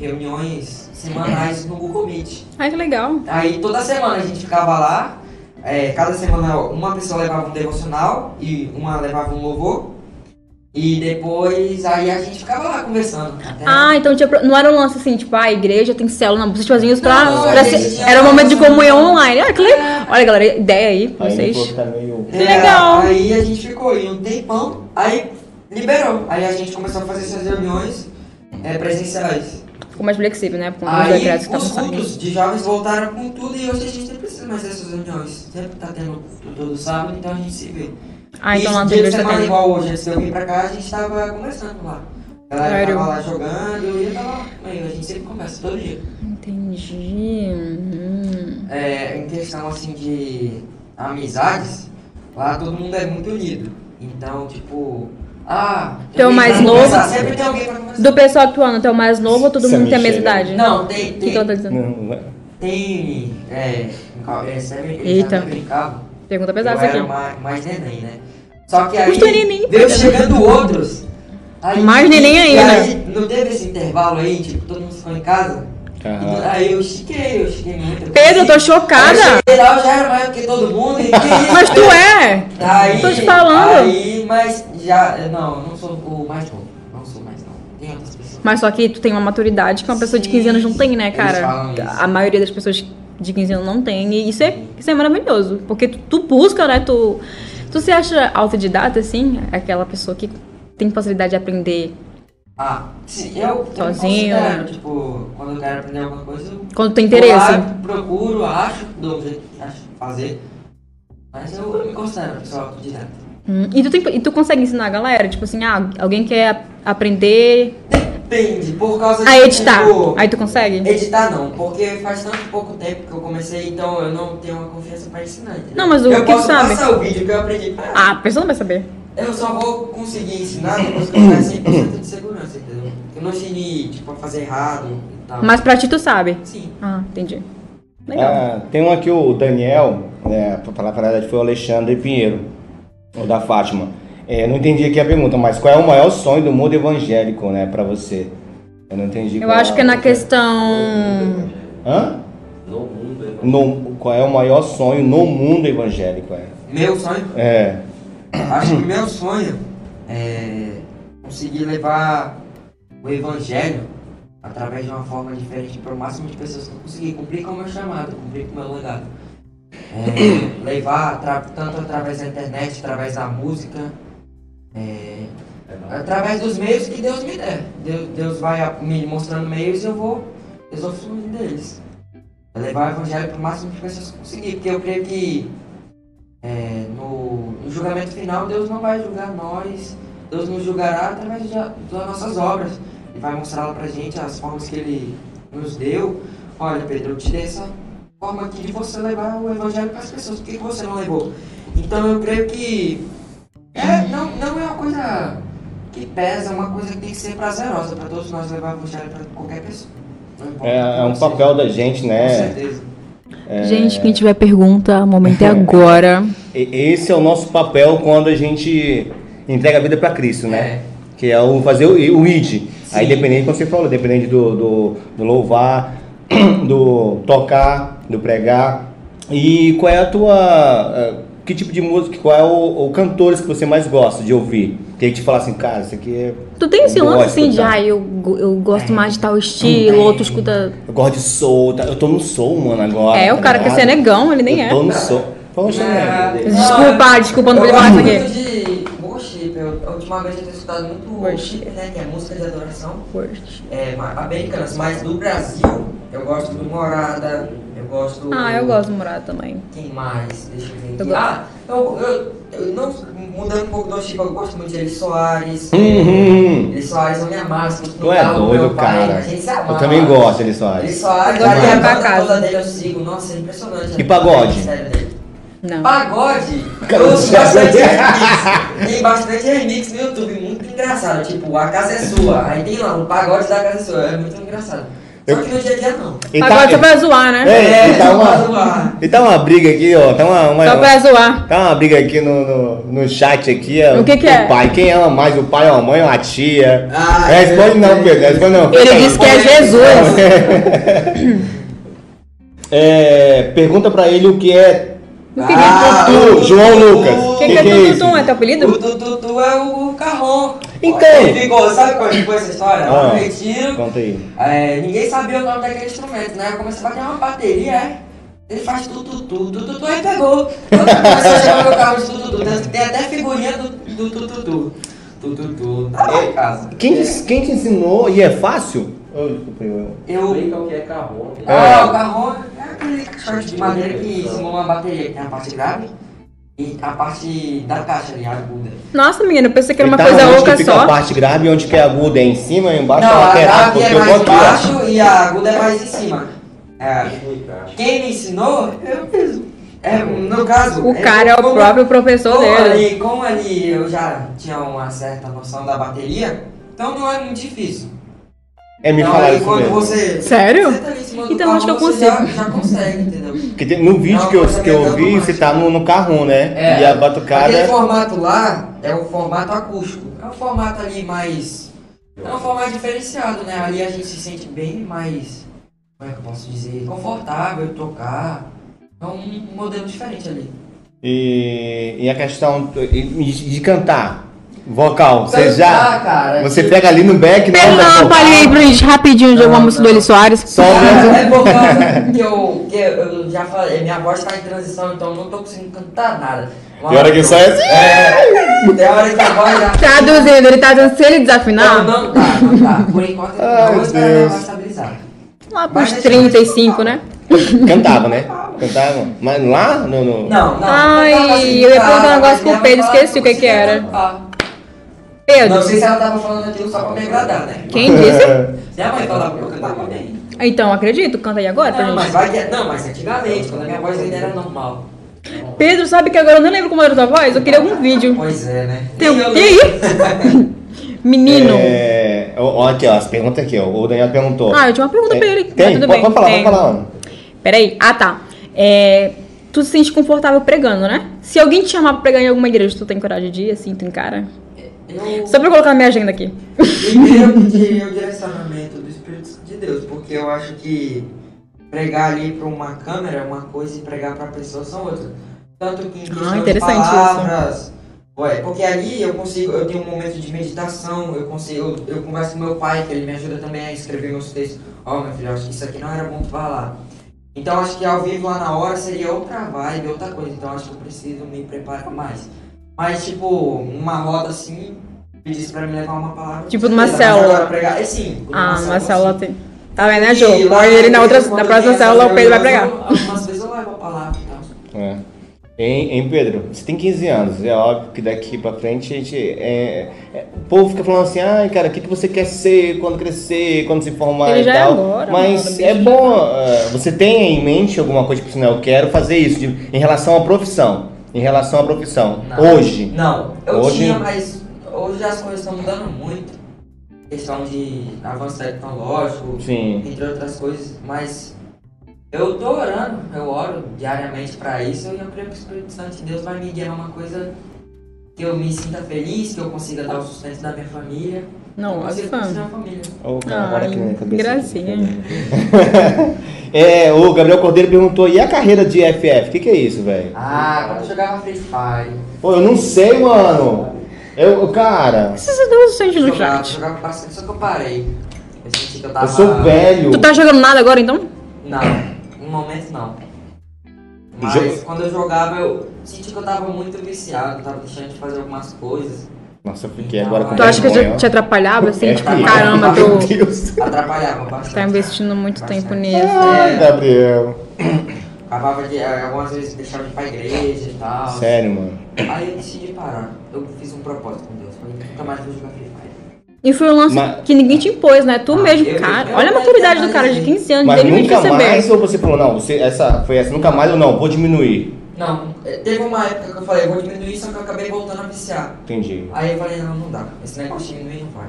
[SPEAKER 3] reuniões semanais no Google Meet.
[SPEAKER 1] Ai, que legal.
[SPEAKER 3] Aí toda semana a gente ficava lá, é, cada semana uma pessoa levava um devocional e uma levava um louvor. E depois aí a gente ficava lá conversando. até-
[SPEAKER 1] Ah, então tinha pro- não era um lance assim, tipo, ah, a igreja tem célula, não, vocês faziam isso pra...
[SPEAKER 3] Não, é
[SPEAKER 1] pra
[SPEAKER 3] a
[SPEAKER 1] ser-
[SPEAKER 3] gente tinha
[SPEAKER 1] era um momento de
[SPEAKER 3] uma-
[SPEAKER 1] comunhão online. Ah, que legal.
[SPEAKER 3] É.
[SPEAKER 1] Olha, galera, ideia aí pra
[SPEAKER 2] Aí
[SPEAKER 1] vocês.
[SPEAKER 2] depois tá meio.
[SPEAKER 1] Que legal.
[SPEAKER 3] Aí a gente ficou aí um tempão, aí liberou. Aí a gente começou a fazer essas reuniões é, presenciais.
[SPEAKER 1] Ficou mais flexível, né? Porque os
[SPEAKER 3] Aí
[SPEAKER 1] decretos que
[SPEAKER 3] os
[SPEAKER 1] estavam saindo.
[SPEAKER 3] cultos de jovens voltaram com tudo e hoje a gente nem precisa mais dessas reuniões. Sempre tá tendo culto todo sábado, então a gente se vê.
[SPEAKER 1] Ah, então
[SPEAKER 3] e
[SPEAKER 1] lá no
[SPEAKER 3] dia de
[SPEAKER 1] Twitter você
[SPEAKER 3] semana
[SPEAKER 1] tem.
[SPEAKER 3] igual hoje, antes de eu vir pra cá, a gente tava conversando lá. A galera
[SPEAKER 1] Sério?
[SPEAKER 3] tava lá jogando e eu tava lá. Aí a gente sempre conversa todo dia.
[SPEAKER 1] Entendi. Hum.
[SPEAKER 3] É, em questão assim de amizades, lá todo mundo é muito unido. Então, tipo, ah,
[SPEAKER 1] Tem o Então,
[SPEAKER 3] alguém
[SPEAKER 1] mais
[SPEAKER 3] pra
[SPEAKER 1] novo?
[SPEAKER 3] conversar, Sempre tem alguém pra conversar.
[SPEAKER 1] Do pessoal que tu anda, tu é o mais novo ou todo
[SPEAKER 2] Isso é
[SPEAKER 1] mundo tem a mesma
[SPEAKER 2] mentira.
[SPEAKER 1] idade?
[SPEAKER 3] Não, tem,
[SPEAKER 1] O que, que eu tô
[SPEAKER 3] tem,
[SPEAKER 1] dizendo?
[SPEAKER 2] Não, é.
[SPEAKER 3] tem, é, brinca- é, sério, eu já
[SPEAKER 1] Eita.
[SPEAKER 3] brincava.
[SPEAKER 1] Pergunta
[SPEAKER 3] Eu
[SPEAKER 1] pesada essa
[SPEAKER 3] era
[SPEAKER 1] aqui.
[SPEAKER 3] mais, mais neném, né? Só que aí
[SPEAKER 1] Os neném.
[SPEAKER 3] veio chegando outros. Aí-
[SPEAKER 1] Mais neném
[SPEAKER 3] e
[SPEAKER 1] ainda.
[SPEAKER 3] aí, não teve esse intervalo aí, tipo, todo mundo ficou em casa. E
[SPEAKER 2] Aham.
[SPEAKER 3] aí eu estiquei, eu estiquei muito.
[SPEAKER 1] Pedro, eu tô
[SPEAKER 3] Aí eu
[SPEAKER 1] chocada!
[SPEAKER 3] cheguei lá, eu já era maior que todo mundo. E que isso,
[SPEAKER 1] Mas tu
[SPEAKER 3] velho?
[SPEAKER 1] é!
[SPEAKER 3] Aí,
[SPEAKER 1] Tô te falando.
[SPEAKER 3] Aí, mas já. Não, eu não sou o mais novo. Não sou mais novo. Tem outras pessoas.
[SPEAKER 1] Mas só que tu tem uma maturidade que uma pessoa de
[SPEAKER 3] Sim.
[SPEAKER 1] 15 anos não tem, né,
[SPEAKER 3] Eles
[SPEAKER 1] cara?
[SPEAKER 3] falam isso.
[SPEAKER 1] A maioria das pessoas de 15 anos não tem. E isso é, isso é maravilhoso. Porque tu, tu busca, né? Tu, tu se acha autodidata, assim? Aquela pessoa que tem facilidade de aprender.
[SPEAKER 3] Ah, se eu. eu
[SPEAKER 1] Sozinho. né?
[SPEAKER 3] considero, Tipo, quando eu quero aprender alguma coisa, eu
[SPEAKER 1] Quando tem interesse.
[SPEAKER 3] lá, procuro, acho, dou um jeito de ach- fazer. Mas eu, eu me considero pessoal autodidata.
[SPEAKER 1] Hum, E tu, tem- e tu consegue ensinar a galera? Tipo assim, ah, alguém quer a- aprender
[SPEAKER 3] Depende, por causa
[SPEAKER 1] a
[SPEAKER 3] de.
[SPEAKER 1] editar.
[SPEAKER 3] tipo,
[SPEAKER 1] Aí tu consegue?
[SPEAKER 3] Editar não, porque faz tanto pouco tempo que eu comecei, então eu não tenho uma confiança pra ensinar. entendeu?
[SPEAKER 1] Não, mas o
[SPEAKER 3] eu
[SPEAKER 1] que
[SPEAKER 3] posso
[SPEAKER 1] sabe?
[SPEAKER 3] passar o vídeo que eu aprendi pra
[SPEAKER 1] Ah, a pessoa não vai saber.
[SPEAKER 3] Eu só vou conseguir ensinar depois que eu tiver 100% de segurança, entendeu? Eu não ensinei, tipo, a fazer errado e tal.
[SPEAKER 1] Mas pra ti tu sabe.
[SPEAKER 3] Sim.
[SPEAKER 1] Ah, entendi. Legal.
[SPEAKER 2] Ah, tem um aqui, o Daniel, né, pra falar a verdade, foi o Alexandre Pinheiro, o da Fátima. É, eu não entendi aqui a pergunta, mas qual é o maior sonho do mundo evangélico, né, pra você? Eu não entendi.
[SPEAKER 1] Eu
[SPEAKER 2] qual
[SPEAKER 1] acho que é na questão.
[SPEAKER 5] No
[SPEAKER 2] Hã?
[SPEAKER 5] mundo evangélico.
[SPEAKER 2] No, qual é o maior sonho no mundo evangélico? É.
[SPEAKER 3] Meu sonho,
[SPEAKER 2] É.
[SPEAKER 3] acho que meu sonho é conseguir levar o evangelho através de uma forma diferente para o máximo de pessoas que eu conseguir. Cumprir com o meu chamado, cumprir com o meu legado. É, levar atra- tanto através da internet, através da música, é, Através dos meios que Deus me der. Deus, Deus vai me mostrando meios e eu vou, eu vou fluindo deles. Eu É levar o evangelho para o máximo de pessoas que conseguir, porque eu creio que é, no, no julgamento final Deus não vai julgar nós Deus nos julgará através de- das nossas obras. Ele vai mostrar lá pra gente as formas que ele nos deu. Olha, Pedro, eu te dei essa forma aqui de você levar o evangelho para as pessoas. Por que que você não levou? Então eu creio que é, não, não é uma coisa que pesa, é uma coisa que tem que ser prazerosa para todos nós levar o evangelho para qualquer pessoa. Não importa
[SPEAKER 2] É, é
[SPEAKER 3] quem
[SPEAKER 2] um
[SPEAKER 3] você
[SPEAKER 2] papel da gente,
[SPEAKER 3] Com
[SPEAKER 2] né?
[SPEAKER 3] certeza.
[SPEAKER 1] Gente, quem tiver pergunta, o momento é agora.
[SPEAKER 2] E- Esse é o nosso papel quando a gente entrega a vida para Cristo, né? Que é o fazer o, o id. Aí dependente, como você falou, dependente do, do, do louvar, do tocar, do pregar. E qual é a tua. eh, Que tipo de música, qual é o, o cantores que você mais gosta de ouvir? Que a gente fala assim, cara, isso aqui é.
[SPEAKER 1] Tu tem esse
[SPEAKER 2] Eu
[SPEAKER 1] lance
[SPEAKER 2] gosto,
[SPEAKER 1] assim de,
[SPEAKER 2] tá?
[SPEAKER 1] ah, eu, go- eu gosto mais de tal estilo, outro escuta.
[SPEAKER 2] Eu gosto de soul, tá? eu tô no soul, mano, agora.
[SPEAKER 1] É, o
[SPEAKER 2] tá
[SPEAKER 1] cara quer
[SPEAKER 2] ligado?
[SPEAKER 1] ser negão, ele nem
[SPEAKER 2] eu
[SPEAKER 1] é.
[SPEAKER 2] tô no soul. Poxa,
[SPEAKER 3] Ah,
[SPEAKER 2] né?
[SPEAKER 1] Desculpa, desculpa, não
[SPEAKER 3] eu
[SPEAKER 1] podia falar
[SPEAKER 3] gosto
[SPEAKER 1] isso
[SPEAKER 3] muito
[SPEAKER 1] aqui.
[SPEAKER 3] de worship. Eu, ultimamente eu tenho escutado muito worship, né? Que é música de adoração. É, ma- americanas, mas do Brasil eu gosto do Morada, eu gosto do.
[SPEAKER 1] Ah, eu gosto do Murado também.
[SPEAKER 3] Quem mais? Deixa eu ver
[SPEAKER 1] Eu gosto.
[SPEAKER 3] aqui. ah, eu, eu, eu não, mudando um pouco do worship, eu gosto muito de Eli Soares.
[SPEAKER 2] Uhum.
[SPEAKER 3] Eli Soares eu me amarro, escuto
[SPEAKER 2] Tu é
[SPEAKER 3] carro com
[SPEAKER 2] doido,
[SPEAKER 3] meu pai,
[SPEAKER 2] cara.
[SPEAKER 3] a gente se amava.
[SPEAKER 2] Eu também gosto, ele só.
[SPEAKER 3] Eli Soares,
[SPEAKER 1] Eu gosto de ir
[SPEAKER 3] a
[SPEAKER 1] pra
[SPEAKER 3] banda
[SPEAKER 1] casa.
[SPEAKER 3] toda dele eu sigo, nossa, é impressionante. né?
[SPEAKER 2] E pagode?
[SPEAKER 3] O ministério dele.
[SPEAKER 1] Não.
[SPEAKER 3] Ah, Pagode?
[SPEAKER 2] Cara,
[SPEAKER 3] Eu ouço
[SPEAKER 2] você é
[SPEAKER 3] bastante
[SPEAKER 2] doido.
[SPEAKER 3] remix. Tem bastante remix no YouTube, muito engraçado. Tipo, a casa é sua. Aí tem lá um pagode da casa é sua. É muito engraçado. Só
[SPEAKER 2] Eu-
[SPEAKER 3] que no dia a dia não.
[SPEAKER 2] Ele tá-
[SPEAKER 1] Agora só pra zoar, né?
[SPEAKER 2] É, e tá
[SPEAKER 3] só
[SPEAKER 2] uma-
[SPEAKER 3] pra zoar.
[SPEAKER 2] E tá uma briga aqui, ó. Tá uma, uma,
[SPEAKER 1] Só pra zoar.
[SPEAKER 2] tá uma briga aqui no, no, no chat aqui, ó.
[SPEAKER 1] O que que
[SPEAKER 2] do
[SPEAKER 1] é?
[SPEAKER 2] Pai. Quem ama mais, o pai ou a mãe ou a tia?
[SPEAKER 3] Ah,
[SPEAKER 2] É, responde não, Pedro. Responde não. Fica
[SPEAKER 1] Ele
[SPEAKER 2] aí.
[SPEAKER 1] disse que é Jesus.
[SPEAKER 2] É, pergunta pra ele o que é
[SPEAKER 1] O que que é?
[SPEAKER 2] Tutu, João Lucas.
[SPEAKER 1] O
[SPEAKER 2] O
[SPEAKER 1] que que é
[SPEAKER 2] isso?
[SPEAKER 1] Tutum? É teu apelido?
[SPEAKER 3] O Tutu é o Carrom.
[SPEAKER 2] Então.
[SPEAKER 3] Ele ficou, sabe quando foi essa história? Lá
[SPEAKER 2] Ah.
[SPEAKER 3] no retiro.
[SPEAKER 2] Conta aí.
[SPEAKER 3] é, ninguém sabia o nome daquele instrumento, né? Eu comecei a bater uma bateria, é. Ele faz tututu, tututu, aí pegou. Todo mundo começou a chamar meu carro de tututu. Tanto que Tem até figurinha do, do tututu. Tututu, tá lá em casa.
[SPEAKER 2] Quem te, quem te ensinou e é fácil? Ô, desculpa, eu-
[SPEAKER 5] Eu
[SPEAKER 3] Eu.
[SPEAKER 5] sei qual que é carro. né?
[SPEAKER 3] Ah, o carro é aquele caixote de madeira que simula uma bateria, que tem a parte grave e a parte da caixa ali, aguda.
[SPEAKER 1] Nossa, menina, eu pensei que era
[SPEAKER 2] Ele
[SPEAKER 1] uma
[SPEAKER 2] tá
[SPEAKER 1] coisa
[SPEAKER 2] onde que
[SPEAKER 1] louca
[SPEAKER 2] fica a
[SPEAKER 1] só.
[SPEAKER 2] parte grave e onde que é aguda? É em cima, é embaixo,
[SPEAKER 3] Não,
[SPEAKER 2] na
[SPEAKER 3] a
[SPEAKER 2] lateral?
[SPEAKER 3] grave
[SPEAKER 2] Porque
[SPEAKER 3] é
[SPEAKER 2] eu
[SPEAKER 3] mais
[SPEAKER 2] boto lá.
[SPEAKER 3] baixo e a aguda é mais em cima. É.
[SPEAKER 5] Muito caixa.
[SPEAKER 3] Quem me ensinou, eu fiz. É, no caso.
[SPEAKER 1] O cara é o
[SPEAKER 3] como-
[SPEAKER 1] próprio professor
[SPEAKER 3] como
[SPEAKER 1] dele.
[SPEAKER 3] ali, como ali eu já tinha uma certa noção da bateria, então não é muito difícil.
[SPEAKER 2] É, me
[SPEAKER 3] então,
[SPEAKER 2] falaram
[SPEAKER 3] aí,
[SPEAKER 2] isso
[SPEAKER 3] quando
[SPEAKER 2] mesmo.
[SPEAKER 3] você.
[SPEAKER 1] Sério?
[SPEAKER 3] senta ali em cima do
[SPEAKER 1] Então, acho que eu
[SPEAKER 3] carro, você
[SPEAKER 1] consigo.
[SPEAKER 3] Já, já consegue, entendeu?
[SPEAKER 2] Porque tem- no vídeo
[SPEAKER 3] Não,
[SPEAKER 2] que eu,
[SPEAKER 3] você
[SPEAKER 2] que eu
[SPEAKER 3] perdeu
[SPEAKER 2] vi,
[SPEAKER 3] mais.
[SPEAKER 2] você tá no, no carrão, né?
[SPEAKER 3] É.
[SPEAKER 2] E a batucada.
[SPEAKER 3] Aquele formato lá é o formato acústico. É um formato ali mais. É um formato diferenciado, né? Ali a gente se sente bem mais. Como é que eu posso dizer? Confortável de tocar. É um modelo diferente ali.
[SPEAKER 2] E, e a questão do- e- e de, cantar. Vocal, você
[SPEAKER 3] Cantar,
[SPEAKER 2] já.
[SPEAKER 3] cara, é
[SPEAKER 2] você
[SPEAKER 3] que-
[SPEAKER 2] pega ali no back, né?
[SPEAKER 1] Pega
[SPEAKER 2] da-
[SPEAKER 1] uma palhinha aí pra gente rapidinho de alguma
[SPEAKER 3] Não,
[SPEAKER 1] música do
[SPEAKER 3] não.
[SPEAKER 1] Eli Soares. Tá
[SPEAKER 2] Só
[SPEAKER 3] Cara,
[SPEAKER 2] mesmo.
[SPEAKER 3] é por causa que eu, que eu já falei, minha voz tá em transição, então eu não tô conseguindo cantar nada. Uma
[SPEAKER 2] E a hora que sai é assim.
[SPEAKER 3] É, tem hora que a voz já.
[SPEAKER 1] Traduzindo, ele tá dizendo se ele
[SPEAKER 3] Não,
[SPEAKER 1] desafinar,
[SPEAKER 3] não tá, não tá. Por enquanto eu
[SPEAKER 2] Ai,
[SPEAKER 3] não espero
[SPEAKER 2] Deus.
[SPEAKER 3] ela estabilizar.
[SPEAKER 1] lá pros 35, né?
[SPEAKER 2] Cantava, né? Cantava. Mas lá no. no-
[SPEAKER 3] Não, não.
[SPEAKER 1] Ai,
[SPEAKER 3] não tava assim,
[SPEAKER 1] eu ia
[SPEAKER 3] cara,
[SPEAKER 1] perguntar um negócio
[SPEAKER 3] mas
[SPEAKER 1] com o
[SPEAKER 3] minha
[SPEAKER 1] Pedro,
[SPEAKER 3] voz
[SPEAKER 1] esqueci o que que
[SPEAKER 3] conseguia
[SPEAKER 1] era.
[SPEAKER 3] cantar.
[SPEAKER 1] Pedro,
[SPEAKER 3] Não sei se ela tava falando aquilo só pra me agradar, né?
[SPEAKER 2] É.
[SPEAKER 1] quem disse?
[SPEAKER 3] Minha mãe falava pra eu cantar pra mim.
[SPEAKER 1] Então, acredito, canta aí agora pra
[SPEAKER 3] Não, mas
[SPEAKER 1] gente.
[SPEAKER 3] vai que. é, Não, mas antigamente, quando a minha voz ainda era normal.
[SPEAKER 1] Pedro, sabe que agora eu não lembro como era a tua voz? Eu queria algum vídeo.
[SPEAKER 3] Pois é, né?
[SPEAKER 1] Tem
[SPEAKER 3] Eu-
[SPEAKER 1] um... E aí? Menino.
[SPEAKER 2] É, ó, ó, aqui, ó, as perguntas aqui, ó. O Daniel perguntou.
[SPEAKER 1] Ah, eu tinha uma pergunta pra ele.
[SPEAKER 2] Tem,
[SPEAKER 1] Mas tudo
[SPEAKER 2] pode,
[SPEAKER 1] bem.
[SPEAKER 2] pode falar,
[SPEAKER 1] Tem.
[SPEAKER 2] pode falar. mano.
[SPEAKER 1] Peraí. Ah, tá. É, Tu se sente confortável pregando, né? Se alguém te chamar pra pregar em alguma igreja, tu tem coragem de ir, assim, tu encara?
[SPEAKER 3] Eu.
[SPEAKER 1] Só pra eu colocar na minha agenda aqui.
[SPEAKER 3] Primeiro eu pediria o direcionamento do Espírito de Deus, porque eu acho que pregar ali para uma câmera é uma coisa e pregar para pessoas são outra. Tanto que em questão de
[SPEAKER 1] Ah, interessante isso.
[SPEAKER 3] palavras, ué, porque ali eu consigo, eu tenho um momento de meditação, eu consigo, eu, eu converso com meu pai, que ele me ajuda também a escrever meus textos. Ó, meu filho, eu acho que isso aqui não era bom tu falar. Então acho que ao vivo lá na hora seria outra vibe, outra coisa. Então acho que eu preciso me preparar mais. Mas tipo, uma roda assim, pedisse pra me levar uma palavra.
[SPEAKER 1] Tipo numa
[SPEAKER 3] Mas agora
[SPEAKER 1] célula.
[SPEAKER 3] pregar- é sim.
[SPEAKER 1] Ah, uma
[SPEAKER 3] célula,
[SPEAKER 1] célula
[SPEAKER 3] sim.
[SPEAKER 1] tem. Tá vendo, né,
[SPEAKER 3] E
[SPEAKER 1] Jô?
[SPEAKER 3] lá,
[SPEAKER 1] Põe ele na outra,
[SPEAKER 3] quando
[SPEAKER 1] na
[SPEAKER 3] tem
[SPEAKER 1] próxima
[SPEAKER 3] essas
[SPEAKER 1] célula, o Pedro vai
[SPEAKER 3] reuniões,
[SPEAKER 1] pregar.
[SPEAKER 3] eu- Algumas vezes eu levo a palavra e tal.
[SPEAKER 2] É. Hein, hein, Pedro? Você tem 15 anos, é óbvio que daqui pra frente a gente. é- é- o povo fica falando assim, ai cara, o que, que você quer ser quando crescer, quando se formar
[SPEAKER 1] Ele
[SPEAKER 2] e
[SPEAKER 1] já é
[SPEAKER 2] tal.
[SPEAKER 1] agora, mano,
[SPEAKER 2] Mas
[SPEAKER 1] bicho,
[SPEAKER 2] é
[SPEAKER 1] já tá.
[SPEAKER 2] bom. ah, você tem em mente alguma coisa, tipo assim, não, eu quero fazer isso, de- em relação à profissão. Em relação à profissão.
[SPEAKER 3] Não.
[SPEAKER 2] Hoje.
[SPEAKER 3] Não, eu
[SPEAKER 2] Hoje-
[SPEAKER 3] tinha, mas hoje as coisas estão mudando muito. Questão de avanço tecnológico,
[SPEAKER 2] Sim.
[SPEAKER 3] entre outras coisas, mas eu tô orando, eu oro diariamente pra isso e eu creio que o Espírito Santo de Deus vai me guiar uma coisa que eu me sinta feliz, que eu consiga dar o sustento da minha família.
[SPEAKER 1] Não, é
[SPEAKER 3] eu
[SPEAKER 1] as
[SPEAKER 3] consiga
[SPEAKER 1] fãs.
[SPEAKER 3] construir uma família.
[SPEAKER 2] Ô, cara, agora aqui na minha cabeça.
[SPEAKER 1] gracinha.
[SPEAKER 2] é, o Gabriel Cordeiro perguntou, e a carreira de FF? O que, que é isso, velho?
[SPEAKER 3] Ah, quando eu jogava Free Fire.
[SPEAKER 2] Pô, eu não sei, mano. Eu, cara,
[SPEAKER 1] Vocês dão sente no
[SPEAKER 3] jogava,
[SPEAKER 1] chat.
[SPEAKER 3] jogava bastante, só que eu parei. Eu senti que eu tava.
[SPEAKER 2] eu sou velho.
[SPEAKER 1] Tu tá jogando nada agora então?
[SPEAKER 3] Não, no momento não. Mas
[SPEAKER 2] Jo-
[SPEAKER 3] quando eu jogava, eu senti que eu tava muito viciado, eu tava deixando de fazer algumas coisas.
[SPEAKER 2] Nossa, eu fiquei agora com
[SPEAKER 1] Tu acha que eu
[SPEAKER 2] vergonha.
[SPEAKER 1] já te atrapalhava assim?
[SPEAKER 2] É
[SPEAKER 1] Tipo,
[SPEAKER 2] que-
[SPEAKER 1] caramba,
[SPEAKER 2] Meu
[SPEAKER 1] tu
[SPEAKER 2] Deus.
[SPEAKER 3] Atrapalhava bastante.
[SPEAKER 1] tá investindo muito
[SPEAKER 3] Bastante.
[SPEAKER 1] tempo nisso.
[SPEAKER 2] Ai, Gabriel.
[SPEAKER 3] Acabava de. eh, Algumas vezes deixava de ir pra igreja e tal.
[SPEAKER 2] Sério, mano.
[SPEAKER 3] Aí eu decidi parar. Eu fiz um propósito com Deus. Falei, nunca mais vou jogar Free Fire.
[SPEAKER 1] E foi um lance
[SPEAKER 2] Mas-
[SPEAKER 1] que ninguém te impôs, né? Tu
[SPEAKER 3] Ah,
[SPEAKER 1] mesmo,
[SPEAKER 3] eu-
[SPEAKER 1] cara.
[SPEAKER 3] eu-
[SPEAKER 1] Olha a
[SPEAKER 3] eu-
[SPEAKER 1] maturidade
[SPEAKER 3] eu-
[SPEAKER 1] do cara de 15 anos,
[SPEAKER 2] Mas
[SPEAKER 1] dele me
[SPEAKER 2] nunca
[SPEAKER 1] perceber.
[SPEAKER 2] mais ou você falou, não, você, essa foi essa, nunca mais ou não, vou diminuir.
[SPEAKER 3] Não, eh, teve uma época que eu falei, eu vou diminuir, só que eu acabei voltando a viciar.
[SPEAKER 2] Entendi.
[SPEAKER 3] Aí eu falei, não, não dá. Esse negócio de diminuir não vai.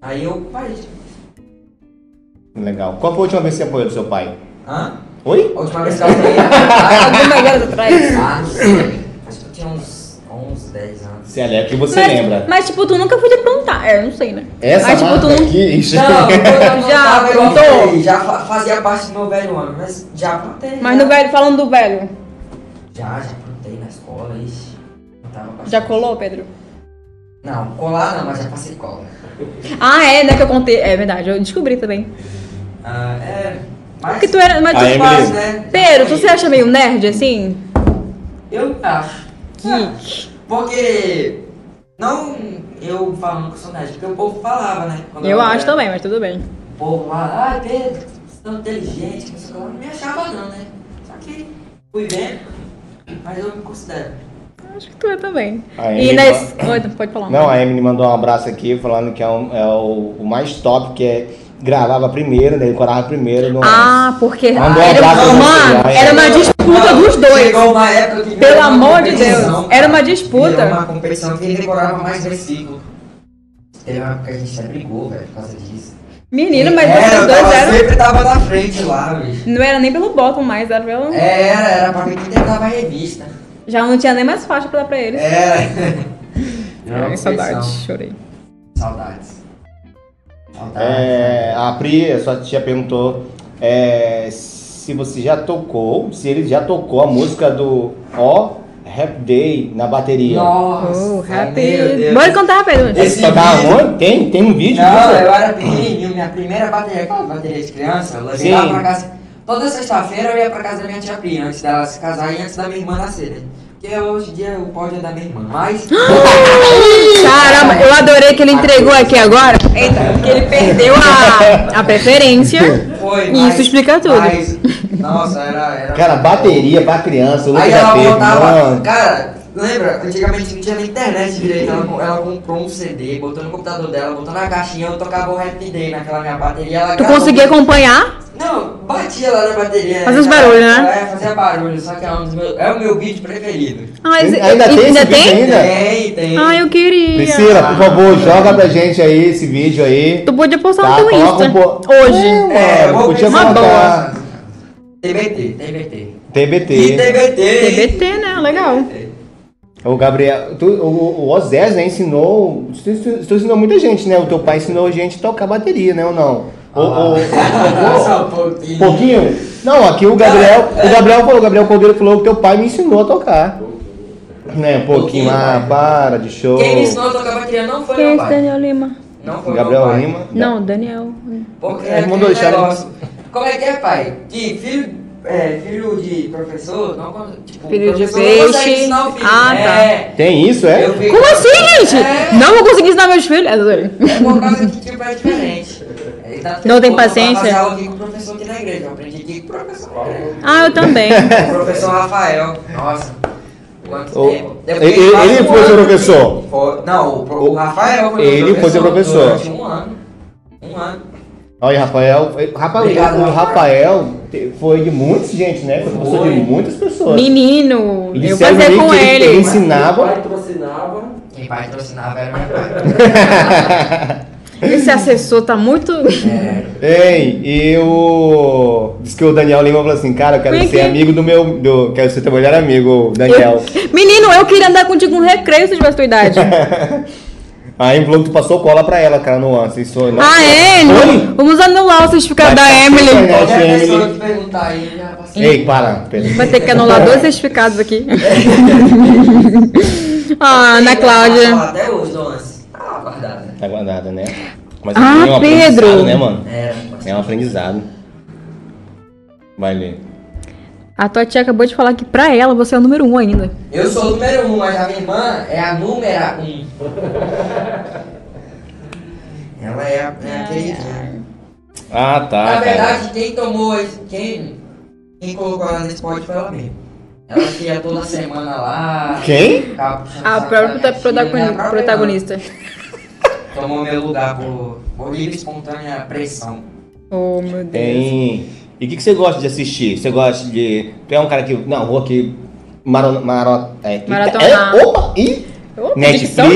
[SPEAKER 3] Aí eu parei. de-
[SPEAKER 2] Legal. Qual foi a última vez que você apoiou do seu pai?
[SPEAKER 3] Hã?
[SPEAKER 2] Oi?
[SPEAKER 3] A última vez que eu apanhei.
[SPEAKER 1] Alguma galera atrás.
[SPEAKER 3] Ah, sim. acho que eu tinha uns 11, 10 anos.
[SPEAKER 2] Se é que você
[SPEAKER 1] mas,
[SPEAKER 2] lembra.
[SPEAKER 1] Mas, tipo, tu nunca foi aprontar. É, não sei, né?
[SPEAKER 2] Essa
[SPEAKER 1] mas, tipo, tu
[SPEAKER 2] marca
[SPEAKER 1] não-
[SPEAKER 2] aqui, ixi.
[SPEAKER 3] Não, eu não
[SPEAKER 1] Já
[SPEAKER 3] tava igual
[SPEAKER 1] aprontou?
[SPEAKER 3] eu falei, Já fa- fazia parte do meu velho ano, mas já aprontei.
[SPEAKER 1] Mas
[SPEAKER 3] já.
[SPEAKER 1] no velho, falando do velho,
[SPEAKER 3] Já, já aprontei na escola, ixi. Não tava bastante.
[SPEAKER 1] já colou, Pedro?
[SPEAKER 3] Não, colar não, mas já passei cola.
[SPEAKER 1] Ah, é, né? Que eu contei. É verdade, eu descobri também.
[SPEAKER 3] Ah, é. Mas.
[SPEAKER 1] Porque tu era. Mas
[SPEAKER 2] Ah, é
[SPEAKER 1] tu
[SPEAKER 2] mesmo?
[SPEAKER 3] faz, né?
[SPEAKER 1] Pedro, tu se acha meio nerd assim?
[SPEAKER 3] Eu acho.
[SPEAKER 1] Geek.
[SPEAKER 3] Porque. Não eu falando que eu sou nerd, porque o povo falava, né? Quando
[SPEAKER 1] Eu
[SPEAKER 3] era-
[SPEAKER 1] acho também, mas tudo bem.
[SPEAKER 3] O povo falava, ai Pedro, você é tão inteligente, não sei o que lá. Não me achava não, né? Só que fui vendo, mas eu me considero.
[SPEAKER 1] Acho que tu é também.
[SPEAKER 2] A
[SPEAKER 1] E
[SPEAKER 2] Emily
[SPEAKER 1] nas. Oi, pode falar.
[SPEAKER 2] Não, a Emily mandou um abraço aqui falando que é, um- é o, o mais top, que é gravava primeiro, né, decorava primeiro no
[SPEAKER 1] Ah, porque
[SPEAKER 2] Mandou um
[SPEAKER 1] era,
[SPEAKER 2] abraço pra
[SPEAKER 1] mano,
[SPEAKER 2] você, ai,
[SPEAKER 1] era
[SPEAKER 2] ai.
[SPEAKER 1] uma disputa dos dois.
[SPEAKER 3] Chegou uma época que
[SPEAKER 1] Pelo
[SPEAKER 3] virou uma
[SPEAKER 1] amor de Deus,
[SPEAKER 3] competição,
[SPEAKER 1] era uma
[SPEAKER 3] Virou
[SPEAKER 1] disputa.
[SPEAKER 3] uma competição que decorava mais versículo. Teve uma época que a gente já brigou, velho, por causa disso.
[SPEAKER 1] Menino, mas
[SPEAKER 3] É,
[SPEAKER 1] vocês
[SPEAKER 3] eu
[SPEAKER 1] dois
[SPEAKER 3] tava-
[SPEAKER 1] eram.
[SPEAKER 3] sempre tava na frente lá, bicho.
[SPEAKER 1] Não era nem pelo bottom mais, era pelo.
[SPEAKER 3] É, era, era pra mim que tentava a revista.
[SPEAKER 1] Já não tinha nem mais faixa pra dar pra eles.
[SPEAKER 3] Era. Virou
[SPEAKER 1] Ai,
[SPEAKER 3] uma
[SPEAKER 1] saudade,
[SPEAKER 3] competição.
[SPEAKER 1] chorei.
[SPEAKER 3] Saudades. Saudades.
[SPEAKER 2] É, a Pri, a sua tia perguntou é, se você já tocou, se ele já tocou a música do Ó Rap Day na bateria.
[SPEAKER 3] Nossa,
[SPEAKER 1] Oh,
[SPEAKER 3] meu
[SPEAKER 1] happy.
[SPEAKER 3] Deus.
[SPEAKER 1] Bora contar rápido.
[SPEAKER 2] Esse
[SPEAKER 3] Esse
[SPEAKER 2] tocar
[SPEAKER 3] vídeo-
[SPEAKER 2] onde? Tem, tem um vídeo
[SPEAKER 3] Não,
[SPEAKER 2] disso?
[SPEAKER 3] eu era pequenininho, minha primeira bateria, aquela bateria de criança, eu levei lá
[SPEAKER 2] Sim.
[SPEAKER 3] pra casa. Toda sexta-feira eu ia pra casa da minha tia Pri, antes dela se casar e antes da minha irmã nascer, né? Porque hoje em dia o pódio é da minha irmã, mas...
[SPEAKER 1] Caramba, eu adorei que ele entregou aqui agora. Eita, que ele perdeu a, a preferência.
[SPEAKER 3] Foi,
[SPEAKER 1] Isso
[SPEAKER 3] mas-
[SPEAKER 1] explica tudo.
[SPEAKER 3] mas- nossa, era... era
[SPEAKER 2] Cara, bateria pra criança, o Lucas
[SPEAKER 3] Aí
[SPEAKER 2] já
[SPEAKER 3] ela
[SPEAKER 2] teve,
[SPEAKER 3] botava...
[SPEAKER 2] mano.
[SPEAKER 3] Cara, lembra? Antigamente não tinha nem internet direito, ela, com- ela comprou um CD, botou no computador dela, botou na caixinha, eu tocava o Happy Day naquela minha bateria, ela
[SPEAKER 1] Tu
[SPEAKER 3] gravou-
[SPEAKER 1] conseguia acompanhar?
[SPEAKER 3] Não, batia lá na bateria. né?
[SPEAKER 1] Fazia uns barulhos, né?
[SPEAKER 3] É, fazia barulho, só que é, um dos meus, é o meu vídeo preferido.
[SPEAKER 1] Ah, mas-
[SPEAKER 2] Ainda tem esse vídeo ainda?
[SPEAKER 3] Tem, tem.
[SPEAKER 1] Ah, eu queria.
[SPEAKER 2] Priscila, por
[SPEAKER 3] Ah.
[SPEAKER 2] favor, joga pra gente aí esse vídeo aí.
[SPEAKER 1] Tu podia postar
[SPEAKER 2] Tá,
[SPEAKER 1] no teu Insta.
[SPEAKER 2] coloca um po-
[SPEAKER 1] Hoje.
[SPEAKER 3] É, eu vou
[SPEAKER 2] podia
[SPEAKER 3] pensar
[SPEAKER 1] uma
[SPEAKER 2] botar.
[SPEAKER 3] agora. TBT, TBT. E
[SPEAKER 2] TBT.
[SPEAKER 3] TBT.
[SPEAKER 1] TBT, né? Legal.
[SPEAKER 2] O Gabriel, tu- o, o Osés, né, ensinou, tu, tu- tu ensinou muita gente, né? O teu pai ensinou a gente a tocar bateria, né, ou não? Ou- ou-
[SPEAKER 3] Nossa, um
[SPEAKER 2] Um
[SPEAKER 3] pouquinho.
[SPEAKER 2] pouquinho? Não, aqui o Gabriel, o Gabriel falou, o Gabriel Cordeiro falou que teu pai me ensinou a tocar. Né, um pouquinho,
[SPEAKER 3] Pouquinho,
[SPEAKER 2] ah,
[SPEAKER 3] pai.
[SPEAKER 2] para de show.
[SPEAKER 3] Quem me ensinou a tocar bateria não foi
[SPEAKER 1] Quem é
[SPEAKER 3] meu
[SPEAKER 1] esse
[SPEAKER 3] pai.
[SPEAKER 1] Daniel Lima?
[SPEAKER 3] Não foi meu
[SPEAKER 2] Gabriel
[SPEAKER 3] pai.
[SPEAKER 2] Lima?
[SPEAKER 1] Não, Daniel.
[SPEAKER 3] Porque
[SPEAKER 2] É,
[SPEAKER 3] é
[SPEAKER 2] mandou
[SPEAKER 3] aquele
[SPEAKER 2] deixar, né?
[SPEAKER 3] negócio. Como é que é, pai? Que filho, é, filho de professor, não, con- tipo,
[SPEAKER 1] Filho de
[SPEAKER 3] professor não consegue
[SPEAKER 1] peixe.
[SPEAKER 3] ensinar o filho.
[SPEAKER 1] Ah, tá.
[SPEAKER 3] É.
[SPEAKER 2] Tem isso, é?
[SPEAKER 3] Eu fico-
[SPEAKER 1] Como assim, gente?
[SPEAKER 3] É.
[SPEAKER 1] Não vou conseguir ensinar meus filhos. É, adorei.
[SPEAKER 3] É por causa que tipo é diferente. Ele tá
[SPEAKER 1] Não tem
[SPEAKER 3] eu
[SPEAKER 1] paciência?
[SPEAKER 3] faço aula aqui com o professor aqui na igreja. Eu aprendi aqui com é. o professor. na igreja.
[SPEAKER 1] Ah, eu também.
[SPEAKER 3] O professor Rafael. Nossa. Quanto
[SPEAKER 2] É. O-
[SPEAKER 3] tempo? É porque
[SPEAKER 2] ele- ele-
[SPEAKER 3] quase
[SPEAKER 2] ele
[SPEAKER 3] um
[SPEAKER 2] foi
[SPEAKER 3] ano
[SPEAKER 2] seu
[SPEAKER 3] que-
[SPEAKER 2] professor?
[SPEAKER 3] Foi- não, o, pro- o
[SPEAKER 2] O-
[SPEAKER 3] Rafael foi meu
[SPEAKER 2] ele foi seu professor.
[SPEAKER 3] Durante um ano. Um ano.
[SPEAKER 2] Olha, Rafael. eh, Rafael
[SPEAKER 3] Obrigado,
[SPEAKER 2] o
[SPEAKER 3] Rafael.
[SPEAKER 2] Rafael te- foi de muita gente, né? Foi professor de
[SPEAKER 3] Foi.
[SPEAKER 2] muitas pessoas.
[SPEAKER 1] Menino,
[SPEAKER 2] Ele
[SPEAKER 1] eu
[SPEAKER 2] serve
[SPEAKER 1] passei
[SPEAKER 2] meio
[SPEAKER 1] com
[SPEAKER 2] que ele
[SPEAKER 1] ele.
[SPEAKER 2] tem- Ensinava.
[SPEAKER 5] Meu pai patrocinava.
[SPEAKER 3] Quem patrocinava era meu pai.
[SPEAKER 1] Esse assessor tá muito.
[SPEAKER 3] É,
[SPEAKER 2] Ei, e o. Diz que o Daniel Lima falou assim, cara, eu quero
[SPEAKER 1] Como é
[SPEAKER 2] ser
[SPEAKER 1] que-
[SPEAKER 2] amigo do meu. Do... Quero ser teu melhor amigo, Daniel.
[SPEAKER 1] Menino, eu queria andar contigo no recreio se eu tivesse tua idade.
[SPEAKER 2] Aí falou que tu passou cola pra ela, cara, no ano. Isso né? não.
[SPEAKER 1] ah, é?
[SPEAKER 2] Oi?
[SPEAKER 1] Vamos anular o certificado
[SPEAKER 2] Vai
[SPEAKER 1] da
[SPEAKER 2] tá
[SPEAKER 1] Emily.
[SPEAKER 2] feio,
[SPEAKER 3] qualquer
[SPEAKER 2] Emily.
[SPEAKER 3] pessoa que perguntar aí, já passei.
[SPEAKER 2] Ei, para. pera.
[SPEAKER 1] Vai ter que anular dois certificados aqui. ah, Ana Cláudia.
[SPEAKER 3] Até hoje, do lance. Tá lá guardada.
[SPEAKER 2] Tá guardada, né? Mas
[SPEAKER 1] Ah,
[SPEAKER 2] é um
[SPEAKER 1] Pedro!
[SPEAKER 2] aprendizado, né, mano?
[SPEAKER 3] Era.
[SPEAKER 2] É um aprendizado. Vai ler.
[SPEAKER 1] A tua tia acabou de falar que pra ela você é o número um ainda.
[SPEAKER 3] Eu sou o número um, mas a minha irmã é a númera um. Ela é a, é a queridinha.
[SPEAKER 2] Ah, tá.
[SPEAKER 3] Na
[SPEAKER 2] cara.
[SPEAKER 3] verdade, quem tomou esse. Quem, quem colocou ela nesse pote foi ela mesmo. Ela ia toda semana lá.
[SPEAKER 2] Quem?
[SPEAKER 3] ficava puxando
[SPEAKER 1] A
[SPEAKER 3] saco
[SPEAKER 1] própria
[SPEAKER 3] da minha filha, a
[SPEAKER 1] Ah, protagoni-
[SPEAKER 3] própria
[SPEAKER 1] protagonista.
[SPEAKER 3] irmã. Tomou meu lugar por, por livre e espontânea pressão.
[SPEAKER 1] Oh, meu Deus.
[SPEAKER 2] Tem. E o que, que você gosta de assistir? Você gosta de. Tu é um cara que. Não, vou aqui. Maro... Maro... É, eita,
[SPEAKER 1] Maratonar.
[SPEAKER 2] é, opa! Ih!
[SPEAKER 1] Ô,
[SPEAKER 2] Netflix.
[SPEAKER 1] Dicção,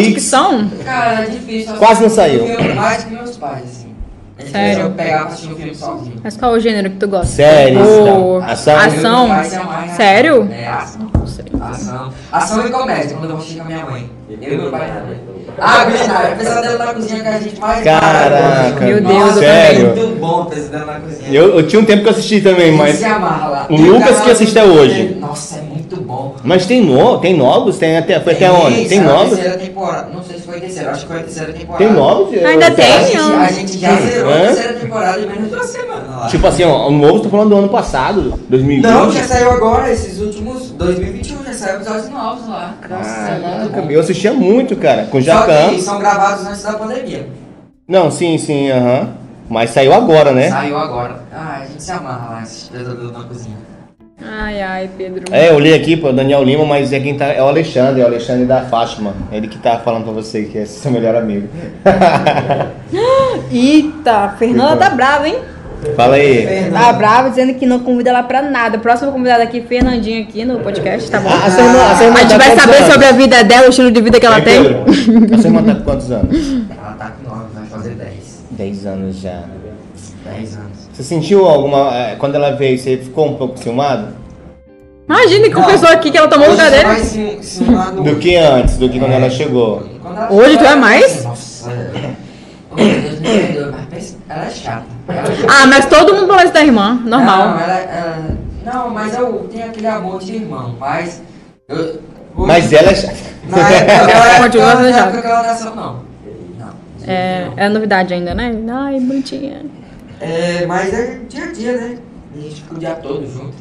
[SPEAKER 1] dicção.
[SPEAKER 3] Cara, é difícil. eu
[SPEAKER 2] Quase não
[SPEAKER 3] assisti
[SPEAKER 2] saiu.
[SPEAKER 3] filme Mais que meus pais, assim. Eles
[SPEAKER 1] É Sério?
[SPEAKER 3] Eu pegava e assistia o filme sozinho.
[SPEAKER 1] Mas qual é o gênero que tu gosta?
[SPEAKER 2] Séries,
[SPEAKER 1] Oh,
[SPEAKER 2] tá. Ação.
[SPEAKER 1] Ação.
[SPEAKER 3] Meus pais é mais
[SPEAKER 1] Sério?
[SPEAKER 3] É, ação.
[SPEAKER 1] Não sei.
[SPEAKER 3] Ação. Ação e comédia, quando eu vou assistir com a minha mãe. Eu e meu pai também.
[SPEAKER 5] também.
[SPEAKER 3] Ah, Bernardo, o pesadelo na cozinha que a gente mais
[SPEAKER 2] Caraca.
[SPEAKER 1] Meu Deus,
[SPEAKER 3] Nossa,
[SPEAKER 2] sério?
[SPEAKER 3] É muito bom o pesadelo na cozinha.
[SPEAKER 2] Eu, eu tinha um tempo que eu assisti também,
[SPEAKER 3] Ele
[SPEAKER 2] mas.
[SPEAKER 3] se amarra lá.
[SPEAKER 2] o
[SPEAKER 3] Tem
[SPEAKER 2] Lucas
[SPEAKER 3] canal
[SPEAKER 2] que assiste
[SPEAKER 3] no
[SPEAKER 2] até
[SPEAKER 3] YouTube
[SPEAKER 2] hoje.
[SPEAKER 3] dele. Nossa, é muito bom.
[SPEAKER 2] Mas tem, no... tem novos? Tem até... Foi até onde? Tem
[SPEAKER 3] a
[SPEAKER 2] novos?
[SPEAKER 3] terceira temporada. Não sei se foi a terceira, acho que foi a terceira temporada.
[SPEAKER 2] Tem novos?
[SPEAKER 1] Ainda
[SPEAKER 2] Eu-
[SPEAKER 1] tem,
[SPEAKER 3] A gente, a
[SPEAKER 1] ó.
[SPEAKER 3] gente já zerou a
[SPEAKER 2] Hã?
[SPEAKER 3] terceira temporada em menos de uma semana lá.
[SPEAKER 2] Tipo assim, ó, o novo, tô falando do ano passado, 2020.
[SPEAKER 3] não, já saiu agora, esses últimos 2021 já saiu episódios novos lá.
[SPEAKER 2] Ah,
[SPEAKER 3] Nossa, é muito
[SPEAKER 2] Caraca,
[SPEAKER 3] bom.
[SPEAKER 2] eu assistia muito, cara, com o
[SPEAKER 3] Só
[SPEAKER 2] Jacan.
[SPEAKER 3] que são gravados antes da pandemia.
[SPEAKER 2] Não, sim, sim, aham. Mas saiu agora,
[SPEAKER 1] É?
[SPEAKER 2] né?
[SPEAKER 3] Saiu agora. Ah, a gente se amarra lá, esses pesadelos na cozinha.
[SPEAKER 1] Ai, ai, Pedro.
[SPEAKER 2] É, eu li aqui pro Daniel Lima, mas é quem tá. É o Alexandre, é o Alexandre da Fátima. Ele que tá falando pra você que é seu melhor amigo.
[SPEAKER 1] Eita, Fernanda tá brava, hein?
[SPEAKER 2] Fala aí.
[SPEAKER 1] Tá brava, dizendo que não convida ela pra nada. Próximo convidado aqui, Fernandinha, aqui no podcast, tá bom?
[SPEAKER 2] A, a sua irmã, a sua irmã
[SPEAKER 1] A gente
[SPEAKER 2] tá
[SPEAKER 1] vai
[SPEAKER 2] quantos
[SPEAKER 1] saber
[SPEAKER 2] anos?
[SPEAKER 1] sobre a vida dela, o estilo de vida que ela
[SPEAKER 2] Hein,
[SPEAKER 1] tem.
[SPEAKER 2] é Pedro? A sua irmã tá com quantos anos?
[SPEAKER 3] Ela tá com 9, vai fazer 10.
[SPEAKER 2] 10 anos já.
[SPEAKER 3] né? 10 anos.
[SPEAKER 2] Você sentiu alguma. eh, Quando ela veio, você ficou um pouco ciumado?
[SPEAKER 1] Imagina que confessou aqui que ela tomou o lugar dele.
[SPEAKER 3] Mas se, se um lado
[SPEAKER 2] Do que antes, do que quando ela chegou.
[SPEAKER 3] Quando ela
[SPEAKER 1] Hoje tu é
[SPEAKER 3] chora,
[SPEAKER 1] mais?
[SPEAKER 3] Nossa. Ô, meu Deus, me perdoa, mas pensa- ela é chata. Ela é chata.
[SPEAKER 1] Ah, mas todo mundo fala isso da irmã, normal.
[SPEAKER 3] Não, ela, ela- não, mas eu tenho aquele amor de irmão, mas. Eu, hoje-
[SPEAKER 2] Mas ela é chata.
[SPEAKER 3] Na época,
[SPEAKER 1] é
[SPEAKER 3] ela
[SPEAKER 1] Continua
[SPEAKER 3] não
[SPEAKER 1] sendo
[SPEAKER 3] na
[SPEAKER 1] chata.
[SPEAKER 3] época que ela nasceu, não. Não. gente,
[SPEAKER 1] É,
[SPEAKER 3] não.
[SPEAKER 1] é novidade ainda, né? Ai, bonitinha.
[SPEAKER 3] É, mas é dia a dia, né? A gente fica o dia todo junto.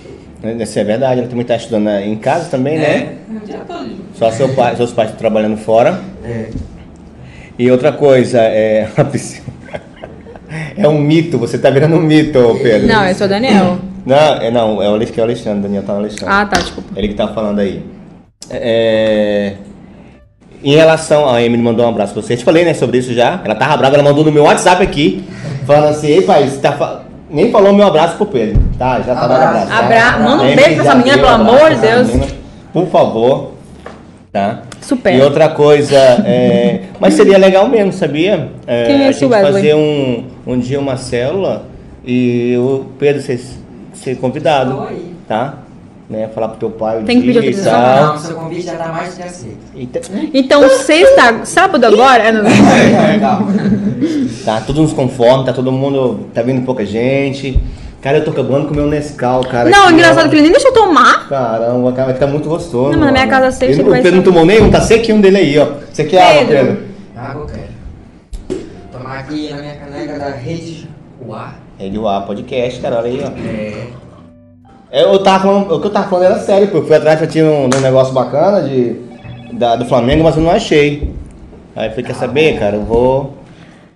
[SPEAKER 2] Isso é verdade, ela também tá estudando eh, em casa também, né?
[SPEAKER 3] É, o dia todo junto.
[SPEAKER 2] Só seu pai, seus pais estão trabalhando fora.
[SPEAKER 3] É.
[SPEAKER 2] E outra coisa, é. a piscina- É um mito, você tá virando um mito, ô, Pedro.
[SPEAKER 1] Não, eu sou o Daniel.
[SPEAKER 2] Não, é, não, é o Ale- que é o Alexandre, Daniel tá no Alexandre.
[SPEAKER 1] Ah, tá, desculpa.
[SPEAKER 2] Ele que tá falando aí. É, Em relação. A Emily mandou um abraço pra você. Eu te falei, né, sobre isso já. Ela tava brava, ela mandou no meu WhatsApp aqui. Falando assim, ei, pai, você tá. fa- Nem falou meu abraço pro Pedro. Tá, já tá dando
[SPEAKER 3] Abraço.
[SPEAKER 2] abraço. tá?
[SPEAKER 1] Abra- Manda um
[SPEAKER 2] A Emily
[SPEAKER 1] beijo pra
[SPEAKER 2] já
[SPEAKER 1] essa menina,
[SPEAKER 2] deu
[SPEAKER 1] pelo
[SPEAKER 2] abraço
[SPEAKER 1] amor de
[SPEAKER 2] pra essa
[SPEAKER 1] Deus.
[SPEAKER 2] menina. Por favor. Tá?
[SPEAKER 1] Supera.
[SPEAKER 2] E outra coisa, é, mas seria legal mesmo, sabia? É,
[SPEAKER 1] Quem é
[SPEAKER 2] a
[SPEAKER 1] esse
[SPEAKER 2] gente
[SPEAKER 1] Wesley?
[SPEAKER 2] fazer um, um dia uma célula e o Pedro ser, ser convidado,
[SPEAKER 3] Oi.
[SPEAKER 2] tá? Né, falar pro teu pai o
[SPEAKER 1] Tem que
[SPEAKER 2] dia
[SPEAKER 1] pedir
[SPEAKER 2] e
[SPEAKER 1] autorização?
[SPEAKER 2] tal.
[SPEAKER 3] Não, seu convite já tá mais que aceito.
[SPEAKER 2] E tá-
[SPEAKER 1] Então, sexta, sábado agora? É, não.
[SPEAKER 2] Tá tudo nos conforme, tá todo mundo, tá vindo pouca gente. Cara, eu tô acabando com o meu Nescau, cara.
[SPEAKER 1] Não,
[SPEAKER 2] aqui,
[SPEAKER 1] engraçado
[SPEAKER 2] ó.
[SPEAKER 1] que ele nem deixa eu tomar.
[SPEAKER 2] Caramba, cara, tá muito gostoso.
[SPEAKER 1] Não, mas na minha
[SPEAKER 2] mano.
[SPEAKER 1] casa sexta
[SPEAKER 2] Ele-
[SPEAKER 1] vai
[SPEAKER 2] O Pedro não
[SPEAKER 1] ser- assim.
[SPEAKER 2] tomou nenhum, tá sequinho dele aí, ó. Você quer água,
[SPEAKER 1] Pedro.
[SPEAKER 2] Pedro?
[SPEAKER 3] Água eu quero. Tomar aqui na minha caneca da rede Uá.
[SPEAKER 2] Ele, o A podcast, cara, olha aí, ó.
[SPEAKER 3] É.
[SPEAKER 2] É, Eu eu tava falando, o que eu tava falando era sério, porque eu fui atrás pra tirar um, de um negócio bacana de, da- do Flamengo, mas eu não achei. Aí eu falei, quer saber, cara, eu vou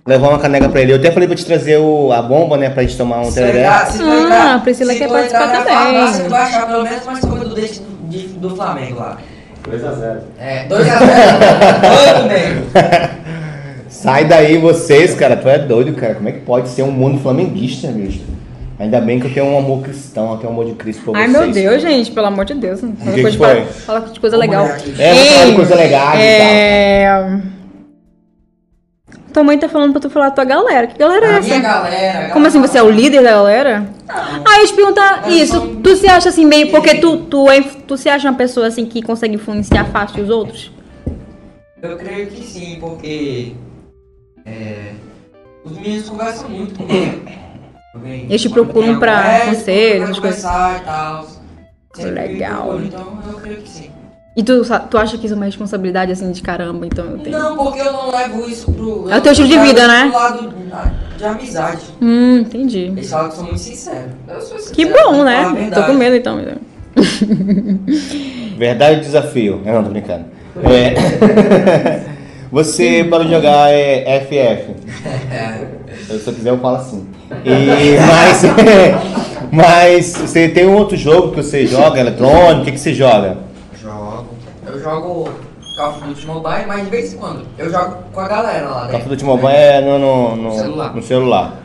[SPEAKER 2] levar uma caneca pra ele. Eu até falei pra te trazer o, a bomba, né, pra gente tomar um
[SPEAKER 3] Se
[SPEAKER 2] tereré.
[SPEAKER 3] entrar- se tu
[SPEAKER 1] Ah,
[SPEAKER 3] entrar-
[SPEAKER 1] a Priscila
[SPEAKER 3] se
[SPEAKER 1] quer
[SPEAKER 3] tu
[SPEAKER 1] participar
[SPEAKER 3] entrar na
[SPEAKER 1] também.
[SPEAKER 3] farmácia, tu vai achar pelo menos uma escova do dente de do Flamengo lá.
[SPEAKER 2] 3x0.
[SPEAKER 3] É, 2x0. Todo meio.
[SPEAKER 2] Sai daí vocês, cara. Tu é doido, cara. Como é que pode ser um mundo flamenguista, bicho? Ainda bem que eu tenho um amor cristão, eu tenho um amor de Cristo por
[SPEAKER 1] Ai,
[SPEAKER 2] vocês.
[SPEAKER 1] meu Deus, gente, pelo amor de Deus. né? Fala,
[SPEAKER 2] que
[SPEAKER 1] coisa, de-
[SPEAKER 2] foi?
[SPEAKER 1] fala de coisa legal.
[SPEAKER 3] Vamos olhar aqui.
[SPEAKER 2] É, vamos falar de
[SPEAKER 1] Ei,
[SPEAKER 2] coisa legal e
[SPEAKER 1] É... Tua mãe tá falando pra tu falar da tua galera. Que galera é
[SPEAKER 3] A
[SPEAKER 1] essa?
[SPEAKER 3] Ah, minha galera.
[SPEAKER 1] Como assim, você é o líder da galera? Aí eu te perguntar
[SPEAKER 3] Eu sou
[SPEAKER 1] isso,
[SPEAKER 3] um-
[SPEAKER 1] tu se acha assim meio, porque tu, tu, é, inf- tu se acha uma pessoa assim que consegue influenciar fácil os outros?
[SPEAKER 3] Eu creio que sim, porque. É, os meninos conversam muito comigo. Alguém-
[SPEAKER 1] Eles te procuram pra
[SPEAKER 3] Conversa,
[SPEAKER 1] conselhos,
[SPEAKER 3] procuram
[SPEAKER 1] essas coisas.
[SPEAKER 3] conversar e tal. Sempre me
[SPEAKER 1] Legal.
[SPEAKER 3] procuram, Então eu creio que sim.
[SPEAKER 1] E tu, sa- tu acha que isso é uma responsabilidade assim de caramba, então eu tenho.
[SPEAKER 3] Não, porque eu não levo isso pro.
[SPEAKER 1] É o teu estilo de
[SPEAKER 3] eu levo
[SPEAKER 1] vida,
[SPEAKER 3] pro
[SPEAKER 1] né?
[SPEAKER 3] lado da- de amizade.
[SPEAKER 1] Hum, entendi.
[SPEAKER 3] Eles falam que eu sou muito sincero. Eu sou sincero.
[SPEAKER 1] Que
[SPEAKER 3] eu
[SPEAKER 1] bom,
[SPEAKER 3] falo a
[SPEAKER 1] né? Tô
[SPEAKER 3] É verdade.
[SPEAKER 1] com medo então.
[SPEAKER 2] Verdade ou desafio? Eu não tô brincando. É. Você para de jogar é FF.
[SPEAKER 3] É,
[SPEAKER 2] Eu, se eu quiser eu falo assim. E, mas, mas você tem um outro jogo que você joga, eletrônico, o que, que você joga?
[SPEAKER 3] Jogo. Eu jogo Call of Duty Mobile, mas de vez em quando. Eu jogo com a galera lá
[SPEAKER 2] Call
[SPEAKER 3] né? dentro.
[SPEAKER 2] of Duty Mobile é no, no, no-
[SPEAKER 3] Celular.
[SPEAKER 2] no celular.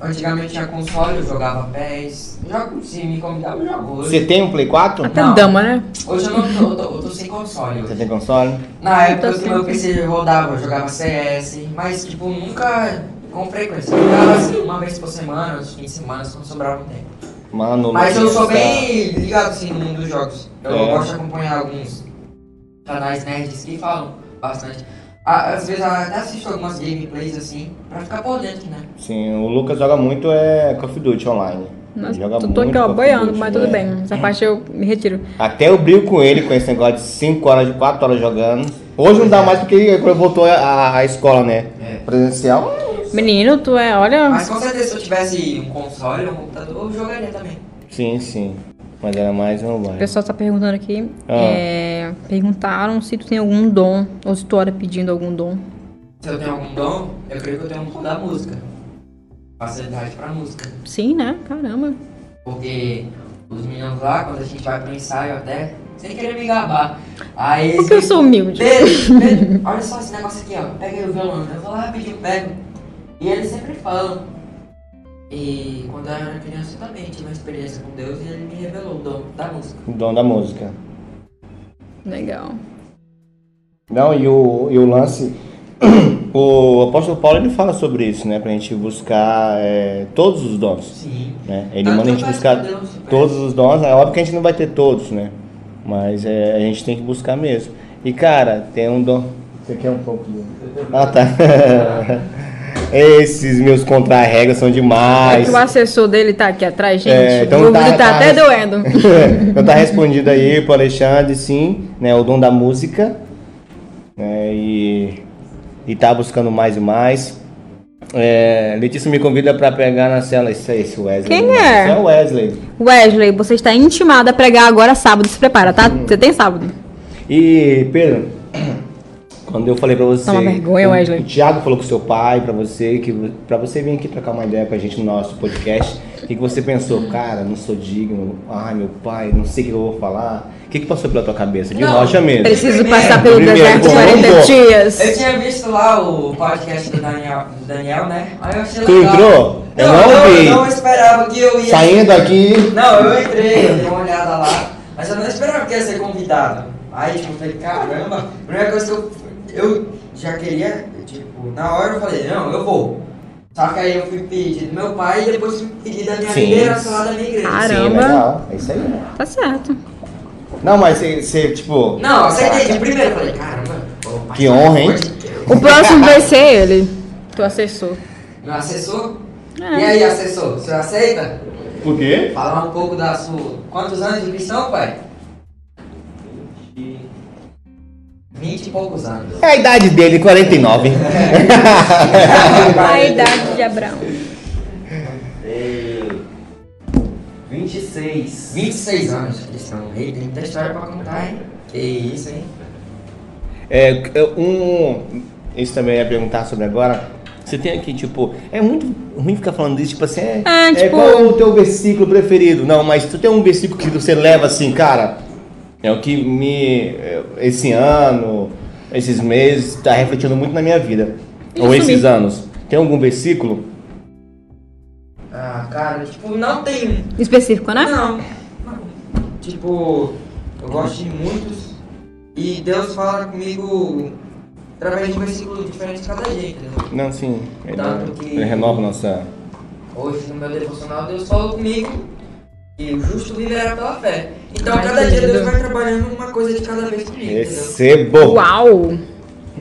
[SPEAKER 3] Antigamente tinha console, eu jogava PES. Jogo se me convidava, eu jogo hoje.
[SPEAKER 2] Você tem um Play 4?
[SPEAKER 1] Até
[SPEAKER 3] Não.
[SPEAKER 1] dama, né?
[SPEAKER 3] Hoje eu não tô, eu tô, eu tô sem console.
[SPEAKER 2] Você
[SPEAKER 3] hoje.
[SPEAKER 2] tem console?
[SPEAKER 3] Na
[SPEAKER 1] Eu
[SPEAKER 3] época
[SPEAKER 1] tô
[SPEAKER 3] que
[SPEAKER 1] sem
[SPEAKER 3] meu PC rodava, eu jogava CS, mas tipo, nunca com frequência. Eu jogava assim uma vez por semana, uns fins de semana, se não sobrava um tempo.
[SPEAKER 2] Mano,
[SPEAKER 3] Mas eu
[SPEAKER 2] Lucas,
[SPEAKER 3] sou
[SPEAKER 2] tá-
[SPEAKER 3] bem ligado assim no mundo dos jogos. Eu
[SPEAKER 2] É.
[SPEAKER 3] gosto de acompanhar alguns canais nerds que falam bastante. Ah, Às vezes eu até assisto algumas gameplays assim, pra ficar por dentro, né?
[SPEAKER 2] Sim, o Lucas joga muito é Call of Duty online. Ele
[SPEAKER 1] Nossa,
[SPEAKER 2] joga
[SPEAKER 1] tô, tô aqui,
[SPEAKER 2] muito Call
[SPEAKER 1] ó,
[SPEAKER 2] of
[SPEAKER 1] boiando,
[SPEAKER 2] Duty,
[SPEAKER 1] mas tudo
[SPEAKER 2] é.
[SPEAKER 1] bem. Essa parte eu me retiro.
[SPEAKER 2] Até eu brigo com ele com esse negócio de 5 horas, de 4 horas jogando. Hoje não dá mais porque ele voltou à, à escola, né?
[SPEAKER 3] É.
[SPEAKER 2] Presencial.
[SPEAKER 1] Menino, tu é, olha.
[SPEAKER 3] Mas com certeza se eu tivesse um console ou um computador, eu jogaria também.
[SPEAKER 2] Sim, sim. Mas era mais um,
[SPEAKER 1] O
[SPEAKER 2] mobile.
[SPEAKER 1] pessoal tá perguntando aqui.
[SPEAKER 2] Ah.
[SPEAKER 1] é, perguntaram se tu tem algum dom, ou se tu ora pedindo algum dom.
[SPEAKER 3] Se eu tenho algum dom, eu creio que eu tenho um dom da música. Facilidade pra música.
[SPEAKER 1] Sim, né? Caramba.
[SPEAKER 3] Porque os meninos lá, quando a gente vai pro ensaio até, sem querer me gabar. Aí eles
[SPEAKER 1] Porque eu
[SPEAKER 3] me-
[SPEAKER 1] sou humilde.
[SPEAKER 3] Pedro, Pedro, olha só esse negócio aqui, ó. Pega aí o violão. né? Eu vou lá rapidinho, pego. E eles sempre falam. E quando eu era criança eu também tive uma experiência com Deus e ele me revelou o dom da música.
[SPEAKER 2] O dom da música.
[SPEAKER 1] Legal.
[SPEAKER 2] Não, e o, e o lance. O apóstolo Paulo ele fala sobre isso, né? Pra gente buscar é, todos os dons.
[SPEAKER 3] Sim.
[SPEAKER 2] Né? Ele manda a gente buscar
[SPEAKER 3] então Deus, né?
[SPEAKER 2] todos os dons, é óbvio que a gente não vai ter todos, né? Mas é, a gente tem que buscar mesmo. E cara, tem um dom. Você quer um pouco de. Ah tá. Esses meus contra-regras são
[SPEAKER 1] É
[SPEAKER 2] demais.
[SPEAKER 1] que o assessor dele tá aqui atrás, gente.
[SPEAKER 2] É, então
[SPEAKER 1] o
[SPEAKER 2] tá-
[SPEAKER 1] ouvido tá,
[SPEAKER 2] tá-
[SPEAKER 1] até doendo.
[SPEAKER 2] então tá respondido aí pro Alexandre, sim, né? O dom da música. Né, e, e tá buscando mais e mais. É, Letícia me convida pra pregar na cela. Isso é esse Wesley.
[SPEAKER 1] Quem é?
[SPEAKER 2] Isso é o Wesley.
[SPEAKER 1] Wesley, você está intimado a pregar agora sábado. Se prepara, tá?
[SPEAKER 2] Hum.
[SPEAKER 1] Você tem sábado.
[SPEAKER 2] E, Pedro, quando eu falei pra você.
[SPEAKER 1] Tá uma vergonha,
[SPEAKER 2] o-
[SPEAKER 1] Wesley.
[SPEAKER 2] O Thiago falou com seu pai, pra você, que vo- pra você vir aqui trocar uma ideia com a gente no nosso podcast. O que, que você pensou? Cara, não sou digno. Ai, meu pai, não sei o que eu vou falar. O que, que passou pela tua cabeça? De
[SPEAKER 3] Não.
[SPEAKER 2] rocha mesmo.
[SPEAKER 1] Preciso
[SPEAKER 3] Primeiro,
[SPEAKER 1] passar pelo
[SPEAKER 2] primeiro,
[SPEAKER 1] deserto
[SPEAKER 2] bom,
[SPEAKER 1] 40
[SPEAKER 2] bom.
[SPEAKER 1] dias.
[SPEAKER 3] Eu tinha visto lá o podcast do Daniel, do Daniel né? Aí eu achei
[SPEAKER 2] Tu
[SPEAKER 3] legal.
[SPEAKER 2] entrou? Eu
[SPEAKER 3] Não,
[SPEAKER 2] não
[SPEAKER 3] não,
[SPEAKER 2] vi.
[SPEAKER 3] eu não esperava que eu ia.
[SPEAKER 2] Saindo aqui.
[SPEAKER 3] Não, eu entrei, eu dei uma olhada lá, mas eu não esperava que ia ser convidado. Aí, tipo, eu falei, caramba, a primeira coisa que eu, eu já queria, tipo, na hora eu falei, não, eu vou. Só que aí eu fui pedir do meu pai e depois fui pedir da minha
[SPEAKER 2] Sim.
[SPEAKER 3] liderança lá da minha igreja.
[SPEAKER 1] Cara.
[SPEAKER 2] Sim,
[SPEAKER 1] Caramba.
[SPEAKER 2] legal. É isso aí. né?
[SPEAKER 1] Tá certo.
[SPEAKER 2] Não, mas você- você, tipo.
[SPEAKER 3] Não, eu aceitei de primeira, eu falei, caramba. vou
[SPEAKER 2] Que
[SPEAKER 3] participar
[SPEAKER 2] honra, hein?
[SPEAKER 3] do podcast.
[SPEAKER 1] O próximo vai ser ele, teu assessor.
[SPEAKER 3] Meu assessor?
[SPEAKER 1] É.
[SPEAKER 3] E aí, assessor, você aceita?
[SPEAKER 2] Por quê?
[SPEAKER 3] Falar um pouco da sua... Quantos anos de cristão, pai? Vinte e poucos anos.
[SPEAKER 2] É a idade dele, 49. Ah,
[SPEAKER 1] A idade de Abraão.
[SPEAKER 5] Tem 26.
[SPEAKER 3] 26 anos de cristão. Ei, tem muita história pra contar, hein? Que isso, hein?
[SPEAKER 2] É, um. Isso também eu ia perguntar sobre agora. Você tem aqui, tipo, é muito ruim ficar falando disso, tipo assim, é,
[SPEAKER 1] É, tipo-
[SPEAKER 2] qual é o teu versículo preferido? Não, mas tu tem um versículo que você leva assim, cara, É o que me. é, Esse ano, esses meses, está refletindo muito na minha vida.
[SPEAKER 1] E
[SPEAKER 2] Ou esses
[SPEAKER 1] sumir.
[SPEAKER 2] anos. Tem algum versículo?
[SPEAKER 3] Ah, cara, tipo, não tem.
[SPEAKER 1] Específico, né?
[SPEAKER 3] Não. Tipo, eu gosto de muitos. E Deus fala comigo através de um versículo diferente de cada dia, entendeu?
[SPEAKER 2] Não, sim. Ele,
[SPEAKER 3] Tanto que-
[SPEAKER 2] ele renova nossa.
[SPEAKER 3] Hoje no meu devocional Deus falou comigo que o justo viverá pela fé. Então cada dia Deus vai trabalhando uma coisa de cada vez comigo, entendeu?
[SPEAKER 2] Recebo!
[SPEAKER 1] Uau!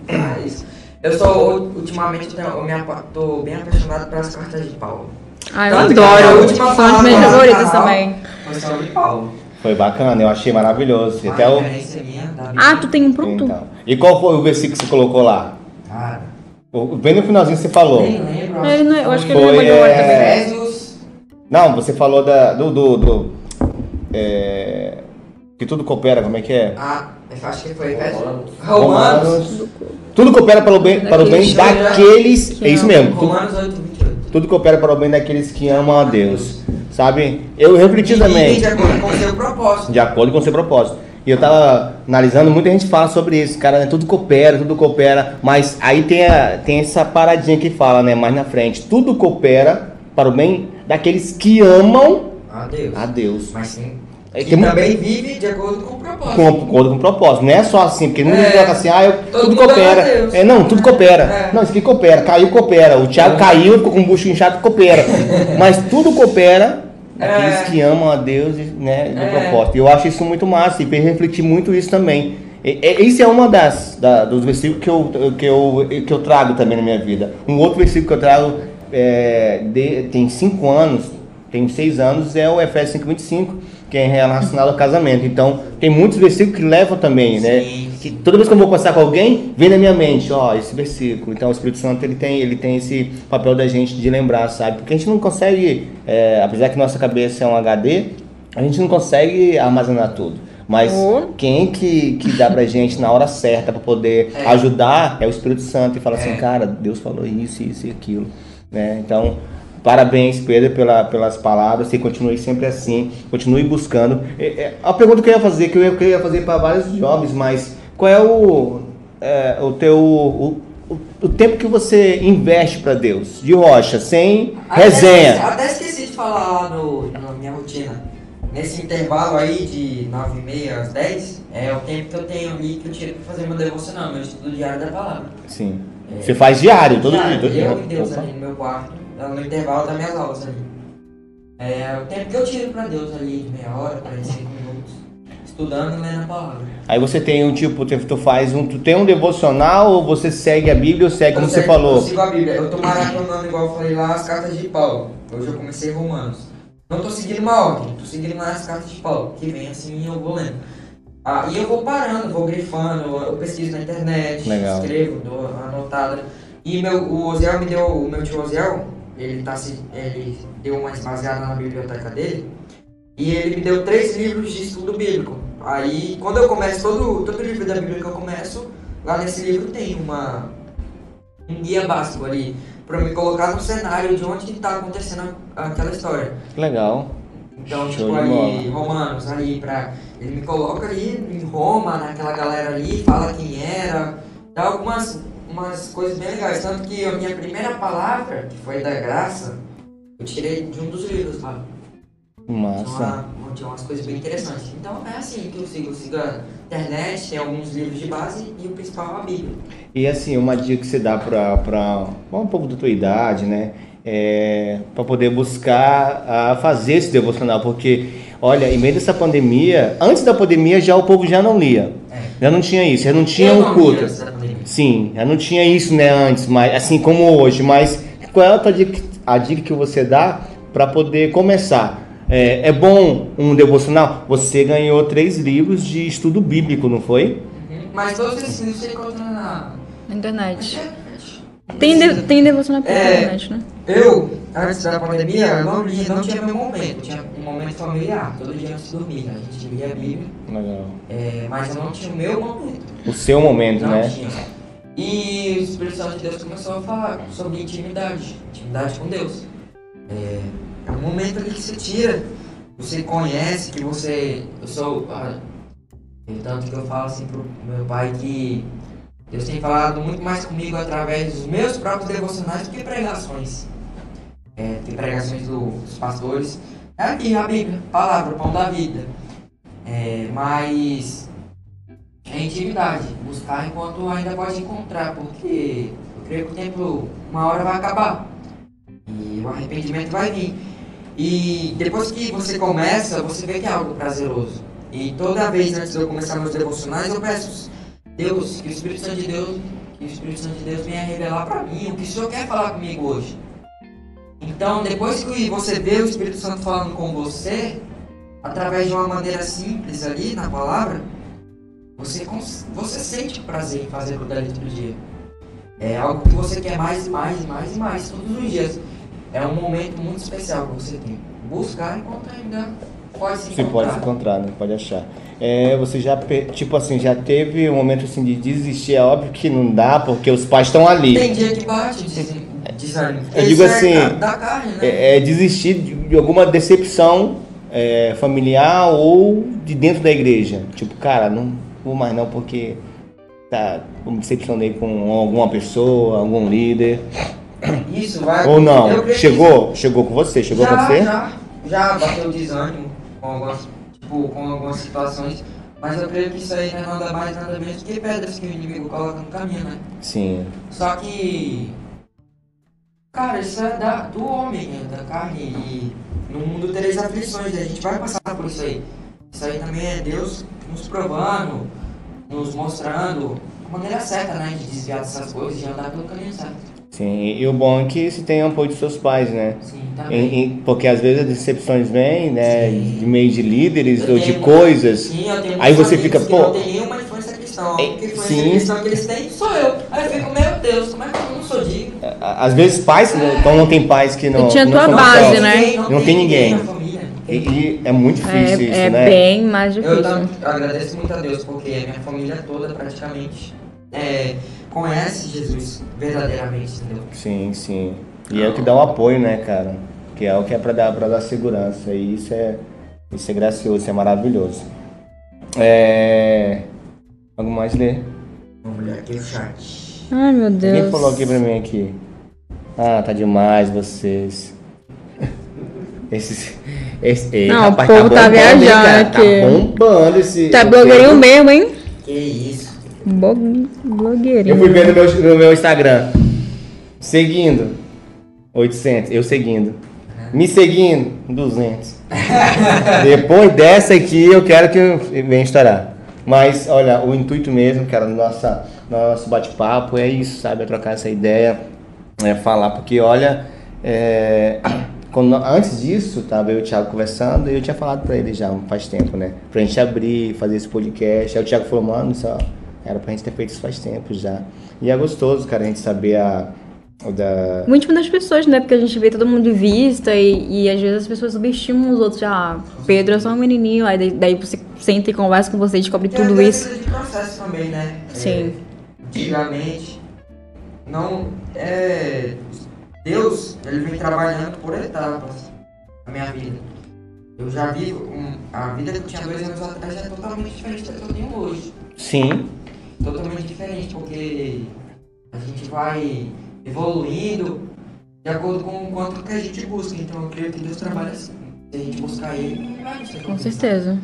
[SPEAKER 3] É isso. Eu sou, ultimamente, eu me apa- tô bem apaixonado pelas cartas de Paulo.
[SPEAKER 1] Ah, eu
[SPEAKER 3] Tanto que a
[SPEAKER 1] adoro.
[SPEAKER 3] última
[SPEAKER 1] São as
[SPEAKER 3] fala
[SPEAKER 1] minhas
[SPEAKER 3] do
[SPEAKER 1] favoritas
[SPEAKER 3] canal
[SPEAKER 1] também.
[SPEAKER 3] Foi sobre Paulo.
[SPEAKER 2] Foi bacana, eu achei maravilhoso.
[SPEAKER 3] Uma
[SPEAKER 2] Até o.
[SPEAKER 3] referência minha da Bíblia.
[SPEAKER 1] Ah, tu tem um pronto?
[SPEAKER 2] Então. E qual foi o versículo que você colocou lá?
[SPEAKER 3] Cara,
[SPEAKER 2] O- Bem no finalzinho você falou.
[SPEAKER 3] nem lembro.
[SPEAKER 1] Ele não- eu acho que ele
[SPEAKER 2] Foi,
[SPEAKER 1] lembra agora
[SPEAKER 2] é,
[SPEAKER 1] também.
[SPEAKER 3] Efésios.
[SPEAKER 2] Não, você falou da, do. do, do é, que tudo coopera, como é que é?
[SPEAKER 3] Ah, eu acho que foi Efésios.
[SPEAKER 5] Romanos.
[SPEAKER 3] Ah, Romanos.
[SPEAKER 2] Tudo coopera para o bem, para o bem daqueles. É isso mesmo. Tudo,
[SPEAKER 3] Romanos 8, 28.
[SPEAKER 2] tudo coopera para o bem daqueles que amam a Deus. Sabe? Eu refleti
[SPEAKER 3] E
[SPEAKER 2] também.
[SPEAKER 3] de acordo com o seu propósito.
[SPEAKER 2] De acordo com o seu propósito. E eu tava analisando, muita gente fala sobre isso, cara, né? Tudo coopera, tudo coopera. Mas aí tem, a- tem essa paradinha que fala, né? Mais na frente. Tudo coopera para o bem daqueles que amam
[SPEAKER 3] Ah, Deus.
[SPEAKER 2] a Deus.
[SPEAKER 3] Mas sim.
[SPEAKER 2] É,
[SPEAKER 3] E
[SPEAKER 2] tem mu-
[SPEAKER 3] também vive de acordo com o propósito.
[SPEAKER 2] com, com, com propósito. Não é só assim, porque muita
[SPEAKER 3] É.
[SPEAKER 2] gente coloca assim, ah, eu,
[SPEAKER 3] Todo
[SPEAKER 2] tudo
[SPEAKER 3] mundo
[SPEAKER 2] coopera.
[SPEAKER 3] ama Deus.
[SPEAKER 2] É, não, tudo coopera.
[SPEAKER 3] É.
[SPEAKER 2] Não, isso aqui coopera. Caiu, coopera. O Thiago caiu, ficou com o bucho inchado, coopera. Mas tudo coopera. Aqueles
[SPEAKER 3] É.
[SPEAKER 2] que amam a Deus, e, né, do
[SPEAKER 3] É.
[SPEAKER 2] propósito. E eu acho isso muito massa e fez refletir muito isso também. E, e- esse é uma das da- dos versículos que eu, que, eu, que eu trago também na minha vida. Um outro versículo que eu trago é, de- tem cinco anos, tem seis anos, é o Efésios 5:25, que é relacionado ao casamento. Então, tem muitos versículos que levam também, né?
[SPEAKER 3] Sim, sim.
[SPEAKER 2] Que toda vez que eu vou conversar com alguém, vem na minha mente, ó, esse versículo. Então o Espírito Santo ele tem, ele tem esse papel da gente de lembrar, sabe? Porque a gente não consegue, é, apesar que nossa cabeça é um HD, a gente não consegue armazenar tudo. Mas
[SPEAKER 1] Oh.
[SPEAKER 2] quem que, que dá pra gente na hora certa pra poder
[SPEAKER 3] É.
[SPEAKER 2] ajudar é o Espírito Santo e fala assim,
[SPEAKER 3] É.
[SPEAKER 2] cara, Deus falou isso, isso e aquilo. Né? Então, parabéns, Pedro, pela, pelas palavras. Você continue sempre assim, continue buscando. É, é, a pergunta que eu ia fazer, que eu ia, que eu ia fazer para vários jovens, mas qual é o, é, o teu. O, o- o tempo que você investe para Deus, de rocha, sem
[SPEAKER 3] Até esqueci-
[SPEAKER 2] resenha.
[SPEAKER 3] Até esqueci de falar lá no, na minha rotina. Nesse intervalo aí de 9h30 às 10, é o tempo que eu tenho ali que eu tiro pra fazer meu devocional, meu estudo diário da palavra.
[SPEAKER 2] Sim. Você faz diário, todo
[SPEAKER 3] Diário,
[SPEAKER 2] dia. todo dia.
[SPEAKER 3] Eu e Deus né?
[SPEAKER 2] Opa.
[SPEAKER 3] ali no meu quarto, no intervalo das minhas aulas ali. É o tempo que eu tiro pra Deus ali, meia hora, 45 minutos, estudando e lendo a palavra.
[SPEAKER 2] Aí você tem um tipo, tu tu faz um, tu tem um devocional ou você segue a Bíblia ou segue É como
[SPEAKER 3] Eu
[SPEAKER 2] você
[SPEAKER 3] sei-
[SPEAKER 2] falou?
[SPEAKER 3] Eu sigo a Bíblia. Eu tô maratonando, igual eu falei lá, as cartas de Paulo. Hoje eu comecei Romanos. Não tô seguindo uma ordem, tô seguindo mais as cartas de Paulo, que vem assim e eu vou lendo. Ah, e eu vou parando, vou grifando, eu eu pesquiso na internet,
[SPEAKER 2] Legal.
[SPEAKER 3] escrevo, dou uma anotada. E meu, o Oziel me deu, o meu tio Oziel, ele, tá, se- ele deu uma esvaziada na biblioteca dele, e ele me deu três livros de estudo bíblico. Aí, quando eu começo, todo, todo livro da Bíblia que eu começo, lá nesse livro tem uma, um guia básico ali, pra me colocar no cenário de onde que tá acontecendo a- aquela história.
[SPEAKER 2] Legal.
[SPEAKER 3] Então,
[SPEAKER 2] Show
[SPEAKER 3] tipo,
[SPEAKER 2] de bola.
[SPEAKER 3] aí, Romanos, ali, pra. Ele me coloca ali em Roma, naquela galera ali, fala quem era, dá algumas umas coisas bem legais. Tanto que a minha primeira palavra, que foi da graça, eu tirei de um dos livros lá. Tinha
[SPEAKER 2] Massa.
[SPEAKER 3] uma- tinha umas coisas bem interessantes. Então é assim que eu sigo. Eu sigo a internet, tem alguns livros de base e o principal é a Bíblia.
[SPEAKER 2] E assim, uma dica que você dá pra, pra pra um pouco da tua idade, né? É, para poder buscar a fazer esse devocional, porque olha, em meio dessa pandemia, antes da pandemia já o povo já não lia. Já não tinha isso, já não tinha
[SPEAKER 3] É. Eu
[SPEAKER 2] um
[SPEAKER 3] não
[SPEAKER 2] culto.
[SPEAKER 3] li essa pandemia.
[SPEAKER 2] Sim, eu não tinha isso né antes, mas assim como hoje, mas qual é a, tua dica, a dica que você dá para poder começar? É, é bom um devocional? Você ganhou três livros de estudo bíblico, não foi?
[SPEAKER 3] Mas todos esses livros você encontra na é-
[SPEAKER 1] Na internet.
[SPEAKER 3] internet.
[SPEAKER 1] Tem, de, tem devocional pela
[SPEAKER 3] É.
[SPEAKER 1] internet, né?
[SPEAKER 3] Eu, antes da pandemia, eu não lia, não tinha meu momento. Tinha um momento familiar, todo dia antes de dormir. né? A gente lia a Bíblia,
[SPEAKER 2] Legal.
[SPEAKER 3] é, mas eu não tinha o meu momento.
[SPEAKER 2] O seu momento,
[SPEAKER 3] Não
[SPEAKER 2] né?
[SPEAKER 3] tinha. E o Espírito Santo de Deus começou a falar sobre intimidade, intimidade com Deus. É, é um momento ali que você tira, você conhece, que você. Eu sou. ah, E Tanto que eu falo assim pro meu pai que Deus tem falado muito mais comigo através dos meus próprios devocionais do que pregações. É, tem pregações do- dos pastores. É aqui a Bíblia, palavra, pão da vida. É, mas é intimidade, buscar enquanto ainda pode encontrar, porque eu creio que o tempo uma hora vai acabar. E o arrependimento vai vir. E depois que você começa, você vê que é algo prazeroso. E toda vez né, antes de eu começar meus devocionais, eu peço Deus, que o Espírito Santo de Deus, que o Espírito Santo de Deus venha revelar pra mim o que o Senhor quer falar comigo hoje. Então, depois que você vê o Espírito Santo falando com você, através de uma maneira simples ali na palavra, você, cons- você sente o prazer em fazer aquilo dali todo dia. É algo que você quer mais, e mais, e mais e mais todos os dias. É um momento muito especial que você tem. Buscar enquanto ainda pode se
[SPEAKER 2] Você pode
[SPEAKER 3] encontrar.
[SPEAKER 2] se encontrar, né? Pode achar. É, você já, pe- tipo assim, já teve um momento assim de desistir, é óbvio que não dá, porque os pais estão ali.
[SPEAKER 3] Tem dia que bate, dizem. dizem-
[SPEAKER 2] Eu digo
[SPEAKER 3] Isso é
[SPEAKER 2] assim,
[SPEAKER 3] Da, da carne, né?
[SPEAKER 2] É, é desistir de de alguma decepção é, familiar ou de dentro da igreja. Tipo, cara, não vou mais não porque tá, eu me decepcionei com alguma pessoa, algum líder.
[SPEAKER 3] Tá Isso vai.
[SPEAKER 2] é, Ou
[SPEAKER 3] eu
[SPEAKER 2] não,
[SPEAKER 3] creio que
[SPEAKER 2] chegou, chegou com você,
[SPEAKER 3] isso-
[SPEAKER 2] chegou
[SPEAKER 3] já,
[SPEAKER 2] com você?
[SPEAKER 3] Já, já bateu desânimo com algumas, tipo, com algumas situações. Mas eu creio que isso aí não é nada mais, nada menos que pedras que o inimigo coloca no caminho, né?
[SPEAKER 2] Sim.
[SPEAKER 3] Só que. Cara, isso é da, do homem, né? da carne. E no mundo tereis aflições, e a gente vai passar por isso aí. Isso aí também é Deus nos provando, nos mostrando a maneira certa, né? De desviar dessas coisas e andar pelo caminho certo.
[SPEAKER 2] Sim, e e o bom é que se tem apoio dos seus pais, né?
[SPEAKER 3] Sim, também.
[SPEAKER 2] Em- em- porque às vezes as decepções vêm, né?
[SPEAKER 3] Sim.
[SPEAKER 2] De meio de líderes
[SPEAKER 3] Eu
[SPEAKER 2] ou de
[SPEAKER 3] tenho-
[SPEAKER 2] coisas.
[SPEAKER 3] Sim, eu tenho
[SPEAKER 2] Aí
[SPEAKER 3] muitos
[SPEAKER 2] você
[SPEAKER 3] amigos
[SPEAKER 2] fica,
[SPEAKER 3] que
[SPEAKER 2] pô.
[SPEAKER 3] Não tem nenhuma influência cristã. A única
[SPEAKER 2] É,
[SPEAKER 3] influência
[SPEAKER 2] sim.
[SPEAKER 3] cristã que eles têm sou eu. Aí eu fico, meu Deus, mas eu não sou digno.
[SPEAKER 2] A- Às vezes pais, né, então não tem pais que não.
[SPEAKER 1] E tinha
[SPEAKER 2] não
[SPEAKER 1] tua
[SPEAKER 2] são
[SPEAKER 1] base,
[SPEAKER 2] cristãos.
[SPEAKER 1] né?
[SPEAKER 2] Não tem ninguém.
[SPEAKER 3] na família.
[SPEAKER 2] E, e é muito difícil
[SPEAKER 1] É,
[SPEAKER 2] isso,
[SPEAKER 1] é
[SPEAKER 2] né?
[SPEAKER 1] bem mais
[SPEAKER 3] Eu
[SPEAKER 1] difícil.
[SPEAKER 3] tam- agradeço muito a Deus, porque a minha família é toda praticamente é, conhece Jesus verdadeiramente, entendeu?
[SPEAKER 2] Sim, sim. E é o que dá o apoio, né, cara? Que é o que é pra dar, pra dar segurança. E isso é, isso é gracioso, isso é maravilhoso. É. Algo mais ler?
[SPEAKER 3] Vamos olhar aqui o chat.
[SPEAKER 1] Ai, meu
[SPEAKER 2] Quem
[SPEAKER 1] Deus. Tá
[SPEAKER 2] falou aqui pra mim aqui? Ah, tá demais vocês. Esses. Esse, ei,
[SPEAKER 1] Não, o
[SPEAKER 2] rapaz,
[SPEAKER 1] povo tá
[SPEAKER 2] bombando, hein,
[SPEAKER 1] viajando
[SPEAKER 2] cara?
[SPEAKER 1] aqui.
[SPEAKER 2] Tá bombando esse.
[SPEAKER 1] Tá
[SPEAKER 2] esse-
[SPEAKER 1] blogueirinho mesmo, hein?
[SPEAKER 3] Que isso?
[SPEAKER 1] Bo
[SPEAKER 2] Eu fui
[SPEAKER 1] blogueirinho.
[SPEAKER 2] ver no meu, no meu Instagram. Seguindo. 800. Eu seguindo. Me seguindo. 200. Depois dessa aqui, eu quero que bem estará. Mas, olha, o intuito mesmo, cara, do nossa, do nosso bate-papo é isso, sabe? É trocar essa ideia, é falar, porque, olha, é, quando- antes disso, tava eu e o Thiago conversando e eu tinha falado pra ele já faz tempo, né? Pra gente abrir, fazer esse podcast. Aí o Thiago falou, mano, isso, ó, era pra gente ter feito isso faz tempo já. E é gostoso, cara, a gente saber a. o Da...
[SPEAKER 1] Muito íntimo das pessoas, né? Porque a gente vê todo mundo de vista e, e às vezes as pessoas subestimam os outros. Ah, Pedro é só um menininho. Aí daí- daí você senta e conversa com você e descobre
[SPEAKER 3] Tem
[SPEAKER 1] tudo
[SPEAKER 3] até
[SPEAKER 1] isso.
[SPEAKER 3] coisa de processo também, né? É,
[SPEAKER 1] Sim.
[SPEAKER 3] antigamente, não... É, Deus, ele vem trabalhando por etapas na minha vida. Eu já vi um- a vida que eu tinha dois anos atrás já é totalmente diferente da que eu tenho hoje.
[SPEAKER 2] Sim,
[SPEAKER 3] totalmente diferente, porque a gente vai evoluindo de acordo com o quanto que a gente busca. Então eu creio que Deus trabalha assim. Se a gente buscar ele, não vai ser
[SPEAKER 1] Com
[SPEAKER 3] complicado.
[SPEAKER 1] certeza.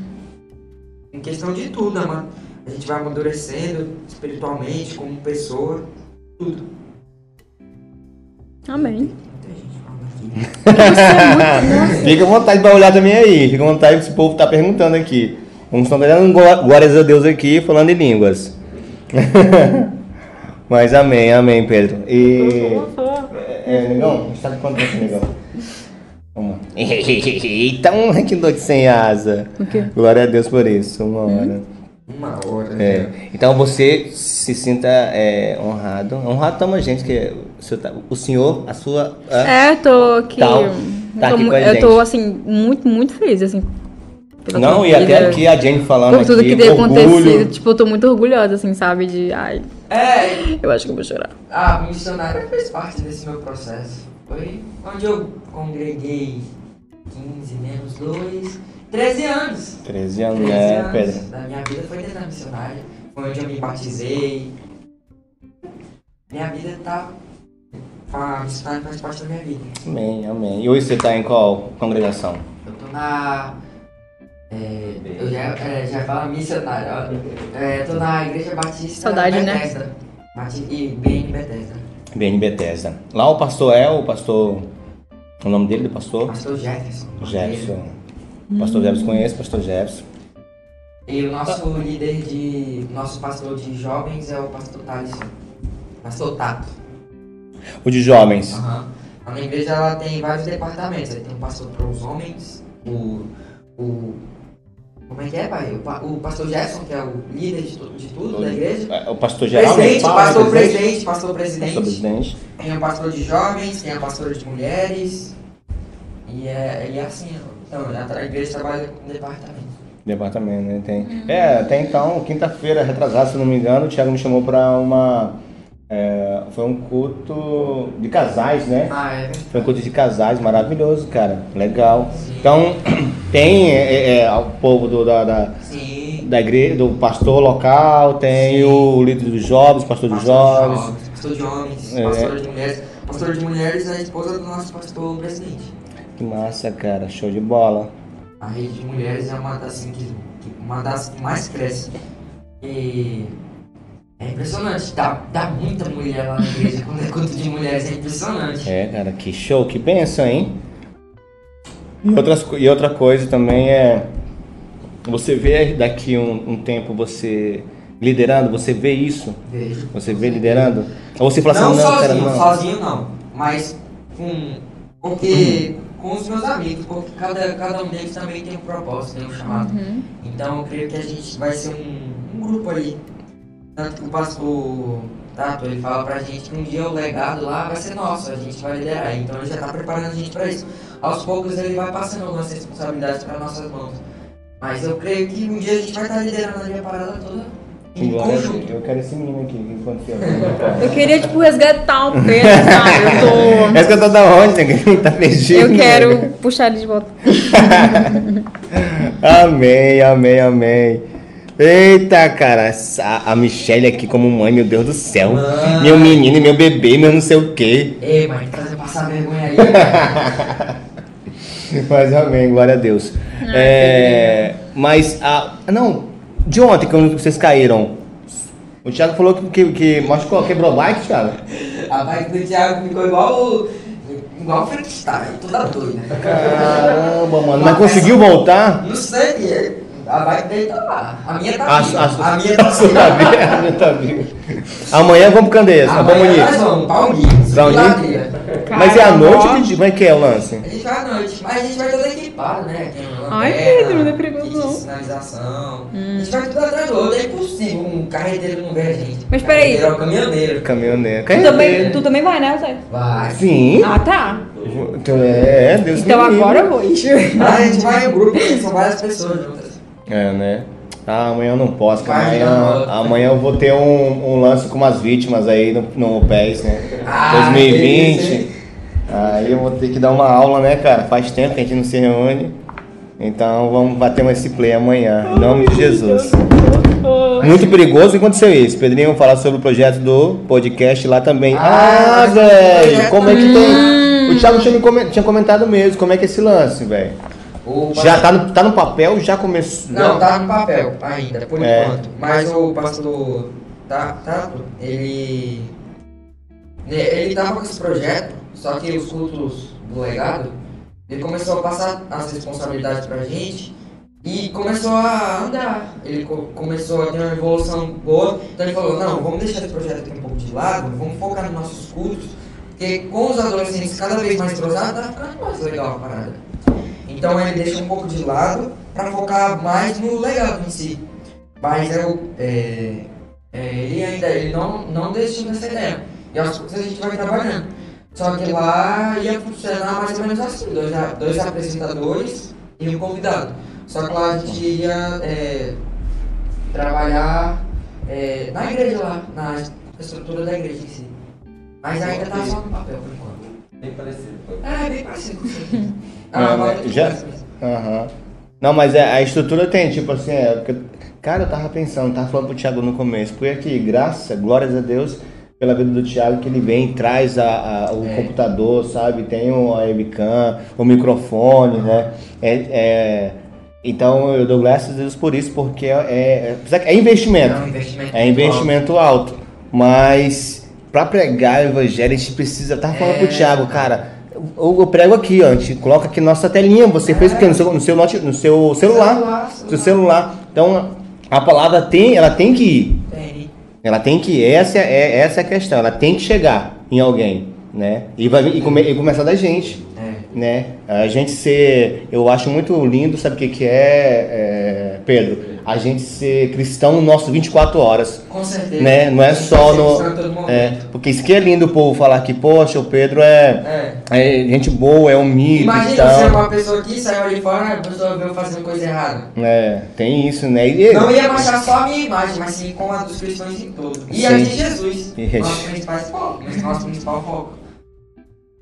[SPEAKER 3] Em questão de tudo, né, mano. A gente vai amadurecendo espiritualmente, como pessoa, tudo.
[SPEAKER 1] Amém.
[SPEAKER 3] Tem gente falando aqui. né?
[SPEAKER 2] Fica à vontade pra olhar também aí. Fica à vontade que esse povo tá perguntando aqui. Uns estão dando gló- um glórias a Deus aqui, falando em línguas. Mas amém, amém, Pedro. E. É, negão, está de quanto você, negão? Uma. Eita, um que louco sem asa. Glória a Deus por isso, uma hora.
[SPEAKER 3] Uma hora.
[SPEAKER 2] É,
[SPEAKER 3] né?
[SPEAKER 2] Então você se sinta é, honrado. Honrado tamo a gente, que o senhor, tá- o senhor, a sua. a-
[SPEAKER 1] É, tô aqui.
[SPEAKER 2] Tá,
[SPEAKER 1] eu
[SPEAKER 2] tá
[SPEAKER 1] tô,
[SPEAKER 2] aqui
[SPEAKER 1] mu-
[SPEAKER 2] com a
[SPEAKER 1] eu
[SPEAKER 2] gente.
[SPEAKER 1] tô, assim, muito, muito feliz, assim. pela
[SPEAKER 2] Não,
[SPEAKER 1] tua
[SPEAKER 2] e até
[SPEAKER 1] vida,
[SPEAKER 2] aqui a Jane falando
[SPEAKER 1] Por tudo
[SPEAKER 2] aqui,
[SPEAKER 1] que tem
[SPEAKER 2] orgulho.
[SPEAKER 1] acontecido. Tipo, eu tô muito orgulhosa, assim, sabe? De. Ai,
[SPEAKER 3] É,
[SPEAKER 1] eu acho que eu vou chorar.
[SPEAKER 3] a missionária fez parte desse meu processo. Foi onde eu congreguei 15 menos 2 13 anos.
[SPEAKER 2] 13 anos,
[SPEAKER 3] 13
[SPEAKER 2] né,
[SPEAKER 3] anos
[SPEAKER 2] Pedro?
[SPEAKER 3] da minha vida foi dentro da missionária. Foi onde eu me batizei. Minha vida tá. A missionária faz parte da minha vida.
[SPEAKER 2] Amém, amém. E hoje você tá em qual congregação?
[SPEAKER 3] Eu tô na. É, eu já, é, já falo missionário, ó. É, tô na Igreja Batista
[SPEAKER 1] Saudade, né?
[SPEAKER 3] Bethesda. Bati- e BN Bethesda.
[SPEAKER 2] BN Bethesda. Lá o pastor é o pastor. O nome dele do pastor?
[SPEAKER 3] Pastor Jefferson.
[SPEAKER 2] Jefferson.
[SPEAKER 3] Hum.
[SPEAKER 2] Pastor Jefferson conhece, pastor Jefferson.
[SPEAKER 3] E o nosso líder de. Nosso pastor de jovens é o pastor Thales. Pastor Tato.
[SPEAKER 2] O de jovens.
[SPEAKER 3] Aham. A minha igreja ela tem vários departamentos. Aí tem um pastor para os homens, o. o como é que é, pai? O, pa- o pastor Jefferson, que é o líder de, tu- de tudo da igreja.
[SPEAKER 2] É, O pastor geral.
[SPEAKER 3] Presidente,
[SPEAKER 2] né?
[SPEAKER 3] pastor presidente, pastor
[SPEAKER 2] Pastor
[SPEAKER 3] presidente.
[SPEAKER 2] presidente.
[SPEAKER 3] Tem o pastor de jovens, tem a pastora de mulheres. E é, e é assim, então, a igreja trabalha com departamento.
[SPEAKER 2] Departamento, né? Tem. É, até então, quinta-feira, retrasada, se não me engano, o Thiago me chamou pra uma. é, foi um culto de casais, né?
[SPEAKER 3] Ah, é verdade.
[SPEAKER 2] Foi um culto de casais maravilhoso, cara. Legal. Então, tem é, é, o povo do, da, da,
[SPEAKER 3] Sim.
[SPEAKER 2] da igreja, do pastor local, tem
[SPEAKER 3] Sim.
[SPEAKER 2] o líder dos jovens, pastor dos
[SPEAKER 3] Pastor de
[SPEAKER 2] jovens.
[SPEAKER 3] Pastor de homens,
[SPEAKER 2] É.
[SPEAKER 3] pastora de mulheres. Pastora de mulheres é a esposa do nosso pastor presidente.
[SPEAKER 2] Que massa, cara. Show de bola.
[SPEAKER 3] A rede de mulheres é uma das, assim, que, que- uma das que mais cresce. E é impressionante, dá, dá muita mulher lá na igreja. Quando é culto de mulheres, é impressionante.
[SPEAKER 2] É, cara, que show, que benção, hein? E, outras, co- e outra coisa também é. Você vê daqui um, um tempo você liderando, você vê isso?
[SPEAKER 3] Vejo.
[SPEAKER 2] Você vê liderando? Ou você fala
[SPEAKER 3] não,
[SPEAKER 2] assim, não, cara,
[SPEAKER 3] sozinho,
[SPEAKER 2] não.
[SPEAKER 3] sozinho não. Mas com. Porque. Com os meus amigos, porque cada, cada um deles também tem um propósito, tem um chamado. Então eu creio que a gente vai ser um, um grupo ali. Tanto que o pastor Tato ele fala pra gente que um dia o legado lá vai ser nosso, a gente vai liderar. Então ele já tá preparando a gente pra isso. Aos poucos ele vai passando algumas responsabilidades pra nossas mãos. Mas eu creio que um dia a gente vai estar liderando ali a parada toda em
[SPEAKER 2] Glória a Deus.
[SPEAKER 3] conjunto.
[SPEAKER 2] Eu quero esse menino aqui, que aconteceu?
[SPEAKER 1] Eu queria, tipo, resgatar o Pedro, sabe? Ah, Eu tô.
[SPEAKER 2] Essa É que eu tô da onde, né? que Tá perdido.
[SPEAKER 1] Eu
[SPEAKER 2] né?
[SPEAKER 1] quero puxar ele de volta.
[SPEAKER 2] Amém, amém, amém. Eita, cara, essa- a, Michelle aqui como mãe, meu Deus do céu.
[SPEAKER 3] Mãe.
[SPEAKER 2] Meu menino e meu bebê, meu não sei o quê.
[SPEAKER 3] Ei, mãe, não fazer passar vergonha aí. né?
[SPEAKER 2] Mas amém, glória a Deus.
[SPEAKER 1] Ah,
[SPEAKER 2] É, mas, a, não, de ontem quando vocês caíram, o Thiago falou que, que, que machucou, quebrou a bike, Thiago?
[SPEAKER 3] A bike do Thiago ficou igual o. igual o freestyle, toda doida.
[SPEAKER 2] Caramba, mano,
[SPEAKER 3] Uma
[SPEAKER 2] mas conseguiu voltar?
[SPEAKER 3] Não sei, é- a bike dele tá lá. A minha tá
[SPEAKER 2] A,
[SPEAKER 3] viva.
[SPEAKER 2] a, a,
[SPEAKER 3] A minha tá
[SPEAKER 2] sua tá
[SPEAKER 3] viva.
[SPEAKER 2] viva, a minha tá viva. Amanhã vamos pro Candeias, tá bom,
[SPEAKER 3] Amanhã
[SPEAKER 2] Monique?
[SPEAKER 3] nós vamos, pra Uni.
[SPEAKER 2] Pra Uni?
[SPEAKER 3] Ladeira.
[SPEAKER 2] Mas é à noite
[SPEAKER 1] Caramba.
[SPEAKER 2] ou de dia? Como é que é o lance?
[SPEAKER 3] A gente vai à noite, mas a gente vai todo equipado, né? Tem lanterna,
[SPEAKER 1] Ai, Pedro, não é perigoso,
[SPEAKER 3] kit de
[SPEAKER 1] não. Hum.
[SPEAKER 3] sinalização. A gente vai tudo atrás do outro, é impossível um carreteiro não ver a gente.
[SPEAKER 1] Mas peraí.
[SPEAKER 3] Carreteiro É o caminhoneiro.
[SPEAKER 2] Caminhoneiro.
[SPEAKER 1] Tu também, tu também vai, né, Zé?
[SPEAKER 3] Vai.
[SPEAKER 2] Sim.
[SPEAKER 1] Ah, tá.
[SPEAKER 2] Então, É, Deus
[SPEAKER 1] Então
[SPEAKER 2] me livre.
[SPEAKER 1] agora eu vou.
[SPEAKER 3] Mas a gente vai em grupo, são várias pessoas juntas.
[SPEAKER 2] É, né? Ah, amanhã eu não posso, cara.
[SPEAKER 3] Vai,
[SPEAKER 2] amanhã,
[SPEAKER 3] não.
[SPEAKER 2] amanhã eu vou ter um, um lance com umas vítimas aí no, no PES, né?
[SPEAKER 3] Ah,
[SPEAKER 2] 2020.
[SPEAKER 3] que isso, hein?
[SPEAKER 2] aí eu vou ter que dar uma aula, né, cara? Faz tempo que a gente não se reúne. Então vamos bater mais esse play amanhã, em nome de Jesus. Muito perigoso, aconteceu isso. Pedrinho falar sobre o projeto do podcast lá também. Ah,
[SPEAKER 3] Ah,
[SPEAKER 2] velho,
[SPEAKER 3] projeto.
[SPEAKER 2] como é que tem? O Thiago tinha, me comen- tinha comentado mesmo, como é que é esse lance, velho?
[SPEAKER 3] O
[SPEAKER 2] Já tá no, tá no papel, já começou.
[SPEAKER 3] Não, tá no papel ainda, por
[SPEAKER 2] É.
[SPEAKER 3] enquanto. Mas o pastor tá, tá, ele. né, Ele tava com esse projeto, só que os cultos do legado, ele começou a passar as responsabilidades pra gente e começou a andar. Ele co- começou a ter uma evolução boa. Então ele falou, não, vamos deixar esse projeto aqui um pouco de lado, vamos focar nos nossos cultos, porque com os adolescentes cada vez mais entrosados, tá ficando mais legal a parada. Então ele deixa um pouco de lado para focar mais no legado em si. Mas eu, é, é, ele ainda ele não, não desistiu dessa ideia. E aos poucos a gente vai trabalhando. Só que lá ia funcionar mais ou menos assim, dois, a- dois apresentadores e um convidado. Só que lá a gente ia é, trabalhar é, na igreja lá, na estrutura da igreja em si. Mas ainda tá só no papel por enquanto.
[SPEAKER 5] Bem parecido.
[SPEAKER 3] É, bem parecido. com isso.
[SPEAKER 2] Não,
[SPEAKER 3] agora
[SPEAKER 2] né,
[SPEAKER 3] eu tô
[SPEAKER 2] já-
[SPEAKER 3] com isso mesmo.
[SPEAKER 2] Aham. Não, mas é, a estrutura tem, tipo assim, é, porque- cara, eu tava pensando, tava falando pro Thiago no começo, porque aqui, graça, glórias a Deus pela vida do Thiago, que ele vem, traz a, a- o computador, sabe, tem o a webcam, o microfone, né, é, é, então eu dou graças a Deus por isso, porque é, é, apesar que é investimento,
[SPEAKER 4] É um investimento.
[SPEAKER 2] é investimento alto. Mas pra pregar o evangelho, a gente precisa. Eu tava falando pro Thiago, cara. Eu, eu prego aqui, ó. A gente coloca aqui nossa telinha. Você fez o quê? No seu, no seu, note- no seu celular.
[SPEAKER 3] Celular,
[SPEAKER 2] No seu celular. Então, a palavra tem, ela tem que ir.
[SPEAKER 3] Tem.
[SPEAKER 2] Ela tem que ir. Essa é, essa é a questão. Ela tem que chegar em alguém, né? E, vai, vir- e, come- e começar da gente
[SPEAKER 4] É.
[SPEAKER 2] né? A gente ser, eu acho muito lindo, sabe o que que é, é, Pedro? A gente ser cristão no nosso 24 horas,
[SPEAKER 3] Com certeza.
[SPEAKER 2] né? Não é só
[SPEAKER 3] Em todo
[SPEAKER 2] no,
[SPEAKER 3] momento.
[SPEAKER 2] é, porque isso que é lindo o povo falar que poxa, o Pedro é,
[SPEAKER 3] É.
[SPEAKER 2] é gente boa, é humilde, e
[SPEAKER 3] Imagina você é
[SPEAKER 2] tal.
[SPEAKER 3] uma pessoa que saiu ali fora, a pessoa veio fazendo coisa errada.
[SPEAKER 2] É, tem isso, né? E,
[SPEAKER 3] Não ia baixar só a minha imagem, mas sim com a dos cristãos em todo. E a
[SPEAKER 2] Sim.
[SPEAKER 3] de Jesus.
[SPEAKER 2] Yes.
[SPEAKER 3] Nosso principal foco. Nosso principal foco.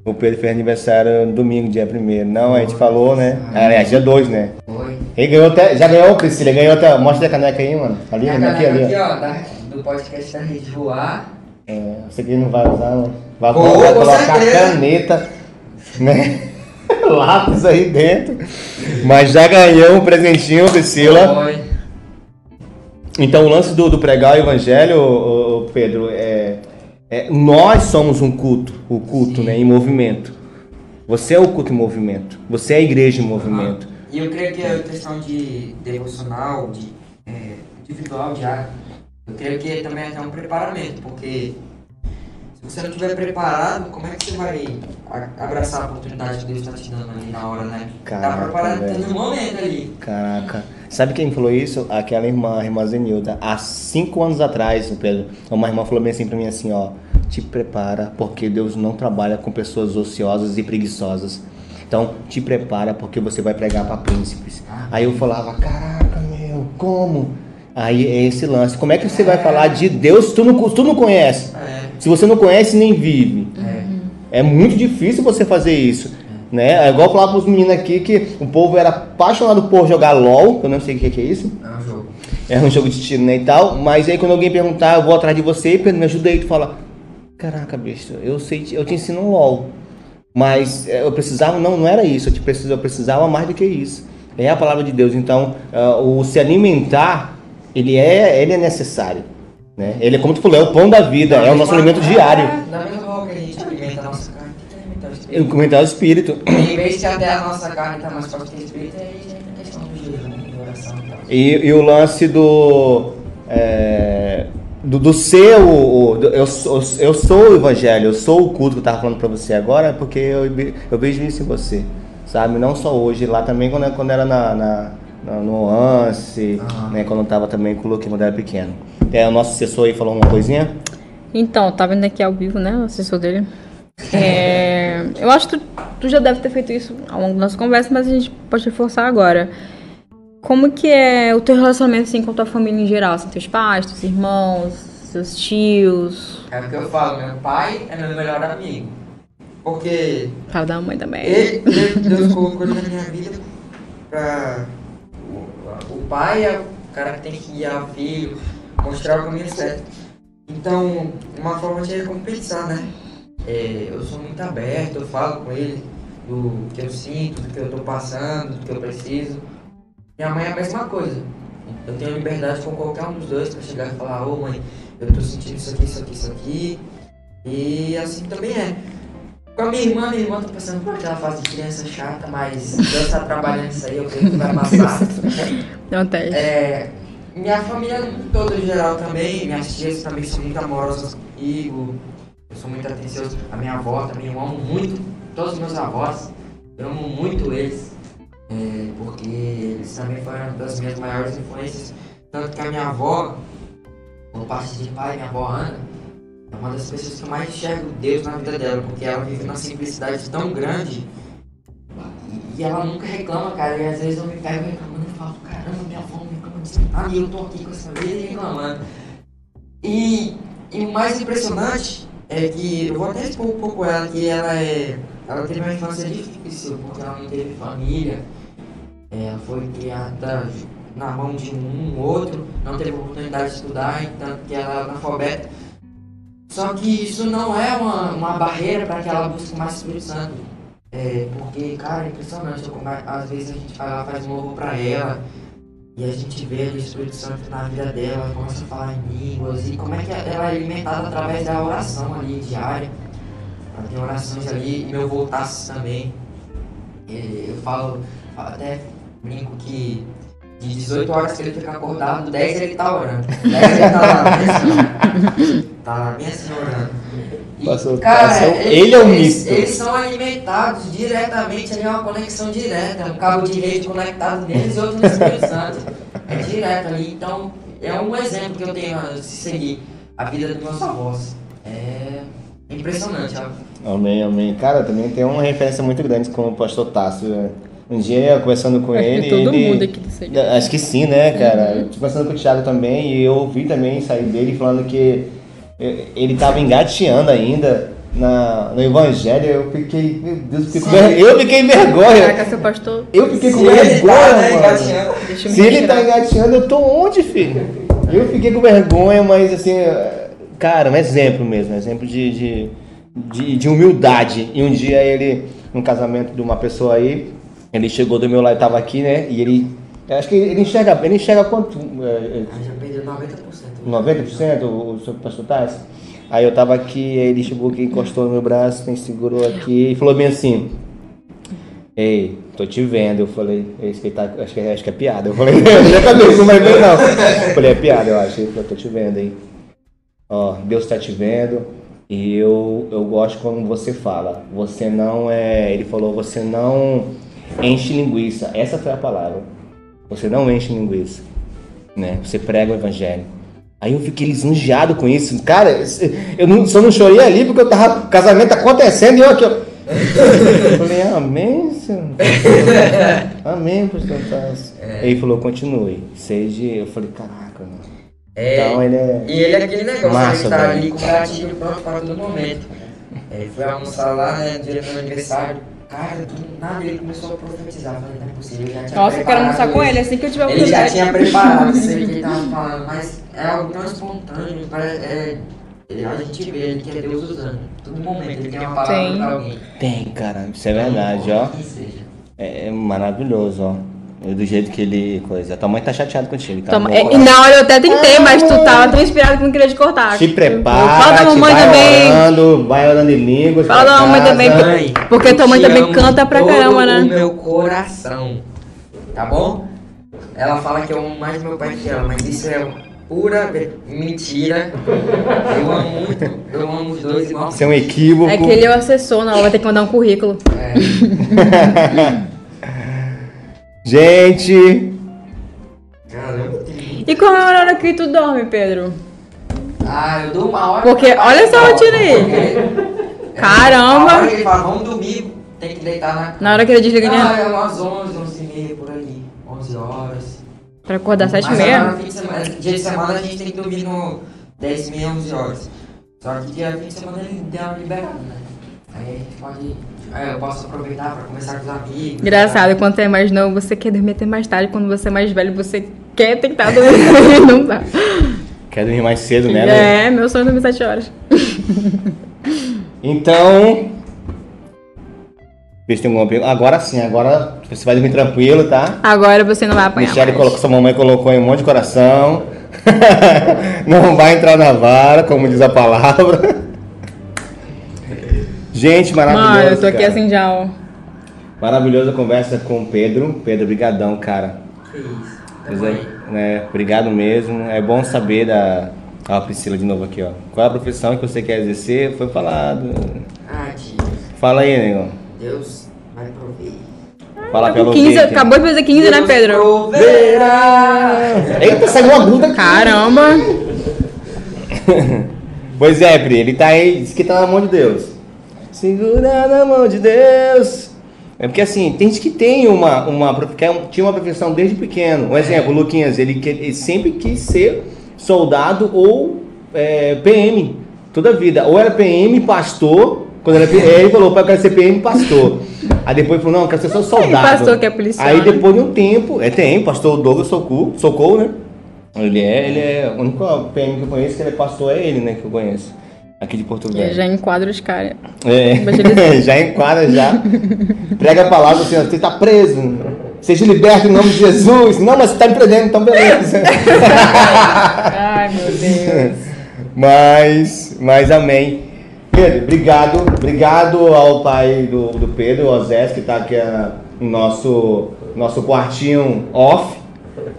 [SPEAKER 2] o Pedro fez aniversário no domingo, dia 1 Não, a gente falou, né? Aliás, dia 2, né?
[SPEAKER 4] Foi.
[SPEAKER 2] Ele ganhou até, já ganhou, Priscila, ele ganhou até, mostra a caneca aí, mano. Ali,
[SPEAKER 4] Tem a
[SPEAKER 2] né? aqui,
[SPEAKER 4] galera
[SPEAKER 2] ali. ó.
[SPEAKER 4] aqui, ó, da- do podcast da Rede Voar.
[SPEAKER 2] É, você que não vai usar, não. Vai
[SPEAKER 3] Vou,
[SPEAKER 2] colocar,
[SPEAKER 3] com
[SPEAKER 2] colocar
[SPEAKER 3] certeza.
[SPEAKER 2] caneta, né? Lápis aí dentro. Mas já ganhou um presentinho, Priscila.
[SPEAKER 4] Foi.
[SPEAKER 2] Então o lance do, do pregar o evangelho, ô- ô, Pedro, é, é- Nós somos um culto, o culto, né? Em movimento. Você é o culto em movimento. Você é a igreja em movimento.
[SPEAKER 3] E eu creio que a questão de devocional, de é, individual já, eu creio que também é até um preparamento, porque se você não estiver preparado, como é que você vai a- abraçar a oportunidade que Deus está te dando ali na hora, né?
[SPEAKER 2] Caraca,
[SPEAKER 3] tá preparado
[SPEAKER 2] velho.
[SPEAKER 3] desde o momento ali.
[SPEAKER 2] Caraca. Sabe quem falou isso? Aquela irmã, a irmã Zenilda. Há cinco anos atrás, o Pedro, uma irmã falou bem assim pra mim assim, ó. Te prepara, porque Deus não trabalha com pessoas ociosas e preguiçosas. Então, te prepara, porque você vai pregar pra príncipes. Aí eu falava, caraca, meu, como? Aí é esse lance. Como é que você vai falar de Deus se tu não, tu não conhece?
[SPEAKER 3] É,
[SPEAKER 2] Se você não conhece, nem vive.
[SPEAKER 3] é.
[SPEAKER 2] É muito difícil você fazer isso. Né? É igual eu falar pros meninos aqui que o povo era apaixonado por jogar LOL, que eu não sei o que que é isso.
[SPEAKER 4] É um jogo.
[SPEAKER 2] É um jogo de tiro, né? E tal. Mas aí quando alguém perguntar, eu vou atrás de você, e me ajuda aí, tu fala. Caraca, bicho, eu sei, te- eu te ensino um LOL. Mas é, eu precisava, não, não era isso, eu, te precisava, eu precisava mais do que isso. É a palavra de Deus. Então, ah, o se alimentar, ele é, ele é necessário. Né? Ele é como tu falou, é o pão da vida, é o nosso alimento diário.
[SPEAKER 3] Da mesma forma que a gente alimenta a nossa carne, tem que alimentar o espírito.
[SPEAKER 2] Eu comentar o espírito.
[SPEAKER 3] E em vez de até a nossa carne tá mais forte que o espírito, aí tem a é questão do jejum, da oração e tal.
[SPEAKER 2] E, e o lance do. é, do, do ser o. o- do- eu, sou- eu sou o evangelho, eu sou o culto que eu tava falando pra você agora, porque eu, ve- eu vejo isso em você, sabe? Não só hoje, lá também quando, eu- quando era na. na na- no Anse,
[SPEAKER 4] Aham.
[SPEAKER 2] né? Quando eu tava também com o Luque, quando eu era pequeno. É, o nosso assessor aí falou uma coisinha?
[SPEAKER 1] Então, tá vendo aqui ao vivo, né? O assessor dele. É, eu acho que tu, tu já deve ter feito isso ao longo da nossa conversa, mas a gente pode reforçar agora. Como que é o teu relacionamento assim, com a tua família em geral? Assim, teus pais, teus irmãos, seus tios,
[SPEAKER 3] É o que eu falo, meu pai é meu melhor amigo. Porque
[SPEAKER 1] cara da mãe também.
[SPEAKER 2] É.
[SPEAKER 3] Ele, Deus- Deus colocou ele na minha vida pra. o- O pai é o cara que tem que guiar o filho, mostrar o caminho certo. Então, uma forma de recompensar, né? É, eu sou muito aberto, eu falo com ele do que eu sinto, do que eu tô passando, do que eu preciso. Minha mãe é a mesma coisa. Eu tenho liberdade com qualquer um dos dois pra chegar e falar: Ô mãe, eu tô sentindo isso aqui, isso aqui, isso aqui. E assim também é. Com a minha irmã, minha irmã tá passando por aquela fase de criança chata, mas Deus tá trabalhando isso aí, eu creio que vai passar.
[SPEAKER 1] Não tem.
[SPEAKER 3] É, minha família toda em geral também, minhas tias também são muito amorosas comigo, eu sou muito atencioso. A minha avó também, eu amo muito todos os meus avós, eu amo muito eles, é, porque eles também foram das minhas maiores influências. Tanto que a minha avó, por parte de pai, minha avó Ana, é uma das pessoas que eu mais enxergo Deus na vida dela, porque ela vive numa simplicidade tão grande e ela nunca reclama, cara. E às vezes eu me pego reclamando e falo, caramba, minha avó não reclama disso nada. E eu tô aqui com essa vida reclamando. E, e o mais impressionante é que eu vou até expor um pouco ela, que ela é. Ela teve uma infância difícil, porque ela não teve família. é, foi criada na mão de um outro, não teve oportunidade de estudar, então que ela é analfabeta. Só que isso não é uma, uma barreira para que ela busque mais Espírito Santo. É, porque, cara, é impressionante, como a- às vezes a gente vai lá, faz um louvor para ela, e a gente vê o Espírito Santo na vida dela, começa a falar em línguas, e como é que ela é alimentada através da oração ali diária. Ela tem orações ali, e meu voltasse também. E eu falo, até brinco que de 18 horas que ele fica acordado, 10 ele tá orando. 10 ele tá lá, na mesa orando. tá na mesa orando. E,
[SPEAKER 2] Passou- passou- ele é o
[SPEAKER 3] eles,
[SPEAKER 2] misto.
[SPEAKER 3] eles são alimentados diretamente, ali é uma conexão direta, um cabo de rede conectado neles e outro no Espírito Santo. É direto ali, então é um exemplo que eu tenho a se seguir. A vida dos meus avós. É impressionante, ó.
[SPEAKER 2] Amém, amém. Cara, também tem uma referência muito grande com o pastor Tássio. né? Um dia eu conversando com
[SPEAKER 1] Acho que
[SPEAKER 2] ele.
[SPEAKER 1] todo
[SPEAKER 2] ele-
[SPEAKER 1] mundo aqui do CG.
[SPEAKER 2] Acho que sim, né, cara? Eu tô Conversando com o Thiago também e eu ouvi também sair dele falando que eh, ele tava engateando ainda na, no evangelho. Eu fiquei. Meu Deus, eu fiquei com ver- eu fiquei em vergonha.
[SPEAKER 1] Caraca, seu pastor.
[SPEAKER 2] Eu fiquei com
[SPEAKER 3] Se ele
[SPEAKER 2] vergonha,
[SPEAKER 3] tá, né,
[SPEAKER 2] mano.
[SPEAKER 3] engatinhando.
[SPEAKER 1] Deixa eu me
[SPEAKER 2] Se ele tá
[SPEAKER 1] retirar.
[SPEAKER 2] engateando, eu tô onde, filho? Eu fiquei com vergonha, mas assim, cara, um exemplo mesmo, um exemplo de, de, de, de humildade. E um dia ele, num casamento de uma pessoa aí, ele chegou do meu lado, tava aqui, né? E ele. eu Acho que ele enxerga, ele enxerga quanto. é, é,
[SPEAKER 3] Ah, já perdeu 90%.
[SPEAKER 2] 90% o, o seu pastor Tais. Aí eu tava aqui, aí ele chegou aqui, encostou no meu braço, me segurou aqui e falou bem assim. Ei, tô te vendo. Eu falei, "Esse que tá- acho, que, acho que é piada. Eu falei, não, já acabei, não vai ver não. Eu falei, é piada, eu acho. Ele falou, tô te vendo, hein. Ó, Deus tá te vendo e eu, eu gosto quando você fala. Você não é. Ele falou, você não enche linguiça. Essa foi a palavra. Você não enche linguiça né? Você prega o evangelho. Aí eu fiquei lisonjeado com isso. Cara, eu não, só não chorei ali porque eu tava. O casamento tá acontecendo e eu aqui, ó. Eu falei, amém, senhor. Amém, pastor Tassi. Aí Ele falou, continue. Seja. Eu falei, caraca, mano.
[SPEAKER 3] É,
[SPEAKER 2] Então ele é.
[SPEAKER 3] E ele é aquele negócio,
[SPEAKER 2] Massa,
[SPEAKER 3] ele tá
[SPEAKER 2] velho.
[SPEAKER 3] ali com o gatilho pronto pra todo momento. Ele foi almoçar lá, né, no dia do meu aniversário. Cara, do nada ele começou a profetizar. Eu Falei, não é possível, eu já tinha
[SPEAKER 1] Nossa, eu quero almoçar
[SPEAKER 3] preparado
[SPEAKER 1] com
[SPEAKER 3] isso.
[SPEAKER 1] ele assim que eu tiver
[SPEAKER 3] Ele já
[SPEAKER 1] oportunidade.
[SPEAKER 3] tinha preparado isso aí que ele tava falando, mas é algo tão espontâneo, parece, é, é, a gente vê ele que é Deus usando. Todo momento ele tem uma palavra
[SPEAKER 1] Tem.
[SPEAKER 3] pra alguém. Então,
[SPEAKER 2] Tem, cara. Isso é verdade, ó.
[SPEAKER 3] Que seja.
[SPEAKER 2] É, é maravilhoso, ó. É Do jeito que ele. Coisa. Tua mãe tá chateada contigo, tá?
[SPEAKER 1] Toma-
[SPEAKER 2] Vou
[SPEAKER 1] é, e
[SPEAKER 2] falar.
[SPEAKER 1] na hora eu até tentei, mas tu tava tão inspirado que não queria te cortar.
[SPEAKER 2] Te prepara,
[SPEAKER 1] Fala da mamãe
[SPEAKER 2] te vai
[SPEAKER 1] também.
[SPEAKER 2] orando, vai orando em línguas.
[SPEAKER 1] Fala
[SPEAKER 2] pra
[SPEAKER 1] da mamãe
[SPEAKER 2] casa.
[SPEAKER 1] também,
[SPEAKER 3] Mãe,
[SPEAKER 1] porque
[SPEAKER 3] eu
[SPEAKER 1] tua mãe
[SPEAKER 3] te
[SPEAKER 1] também
[SPEAKER 3] amo
[SPEAKER 1] canta pra
[SPEAKER 3] todo
[SPEAKER 1] caramba, né?
[SPEAKER 3] o meu coração, tá bom? Ela fala que eu amo mais meu pai que ela, mas isso é pura ve- mentira. Eu amo muito, eu amo os dois igual.
[SPEAKER 2] Isso é um equívoco.
[SPEAKER 1] É que ele é o assessor, não, vai ter que mandar um currículo.
[SPEAKER 3] É,
[SPEAKER 1] é-
[SPEAKER 2] Gente,
[SPEAKER 3] caramba.
[SPEAKER 1] E qual é o horário que tu dorme, Pedro?
[SPEAKER 3] Ah, eu dou uma hora.
[SPEAKER 1] Porque
[SPEAKER 3] pra-
[SPEAKER 1] olha essa rotina aí.
[SPEAKER 3] Porque-
[SPEAKER 1] Caramba.
[SPEAKER 3] A hora que ele fala, vamos dormir, tem que deitar na cama.
[SPEAKER 1] Na hora que ele né? desliga
[SPEAKER 3] Ah,
[SPEAKER 1] de...
[SPEAKER 3] é umas 11, 11 e meia por ali. 11 horas.
[SPEAKER 1] pra acordar sete e
[SPEAKER 3] Mas
[SPEAKER 1] Tá meia.
[SPEAKER 3] agora, fim de semana- Dia de semana a gente tem que dormir no 10 e meia, 11 horas. Só que dia fim de semana ele deu uma liberada, né? Aí a gente pode. é, eu posso aproveitar pra conversar com os amigos.
[SPEAKER 1] Engraçado, quando você é mais novo, você quer dormir até mais tarde. Quando você é mais velho, você quer tentar dormir. não dá.
[SPEAKER 2] quer dormir mais cedo, né? Lu?
[SPEAKER 1] É, meu sonho é dormir sete horas.
[SPEAKER 2] Então. Vê se tem alguma pergunta. Agora sim, agora você vai dormir tranquilo, tá?
[SPEAKER 1] Agora você não vai apanhar
[SPEAKER 2] Michele
[SPEAKER 1] mais.
[SPEAKER 2] colocou, sua mamãe colocou aí um monte de coração. Não vai entrar na vara, como diz a palavra. Gente, maravilhoso.
[SPEAKER 1] Mano, eu tô aqui
[SPEAKER 2] cara.
[SPEAKER 1] assim já, ó.
[SPEAKER 2] Maravilhosa conversa com o Pedro. Pedro, brigadão, cara.
[SPEAKER 3] Que isso. Tá
[SPEAKER 2] Pois
[SPEAKER 3] bom
[SPEAKER 2] é,
[SPEAKER 3] aí.
[SPEAKER 2] né, obrigado mesmo. É bom saber da. Ó, a Priscila de novo aqui, ó. Qual é a profissão que você quer exercer? Foi falado.
[SPEAKER 3] Ah, tio.
[SPEAKER 2] Fala aí, negão.
[SPEAKER 3] Deus vai prover.
[SPEAKER 2] Fala
[SPEAKER 1] Tá
[SPEAKER 2] pelo
[SPEAKER 1] com 15,
[SPEAKER 2] ouvinte.
[SPEAKER 1] acabou de fazer 15, né,
[SPEAKER 3] Deus
[SPEAKER 1] Pedro?
[SPEAKER 3] Proverá!
[SPEAKER 2] Eita, saiu uma gruda, cara.
[SPEAKER 1] Caramba!
[SPEAKER 2] Pois é, Pri, ele tá aí, diz que tá na mão de Deus. Segura na mão de Deus. É porque assim, tem gente que tem uma, uma prof- quer um- tinha uma profissão desde pequeno. Um exemplo, o Luquinhas, ele, que- ele sempre quis ser soldado ou é, PM, é, toda a vida. Ou era PM, pastor, quando era PM, ele falou, pai, eu quero ser PM, pastor. Aí depois falou, não, eu quero ser só
[SPEAKER 1] Tem
[SPEAKER 2] soldado.
[SPEAKER 1] pastor que é policial,
[SPEAKER 2] Aí
[SPEAKER 1] né?
[SPEAKER 2] depois de um tempo, é tem, pastor Douglas Socorro, Socorro, né? Ele é, ele é, o único PM que eu conheço que ele é pastor é ele, né, que eu conheço. Aqui de Porto
[SPEAKER 1] Eu
[SPEAKER 2] Velho.
[SPEAKER 1] já enquadro os caras.
[SPEAKER 2] É,
[SPEAKER 1] Evangelizando.
[SPEAKER 2] já enquadra, já. Prega a palavra assim, ó, você tá preso. Seja liberto em nome de Jesus. Não, mas você tá me prendendo, então beleza.
[SPEAKER 1] Ai, meu Deus.
[SPEAKER 2] mas, mas amém. Pedro, obrigado. Obrigado ao pai do, do Pedro, ao Zé, que tá aqui ah, no nosso, nosso quartinho off.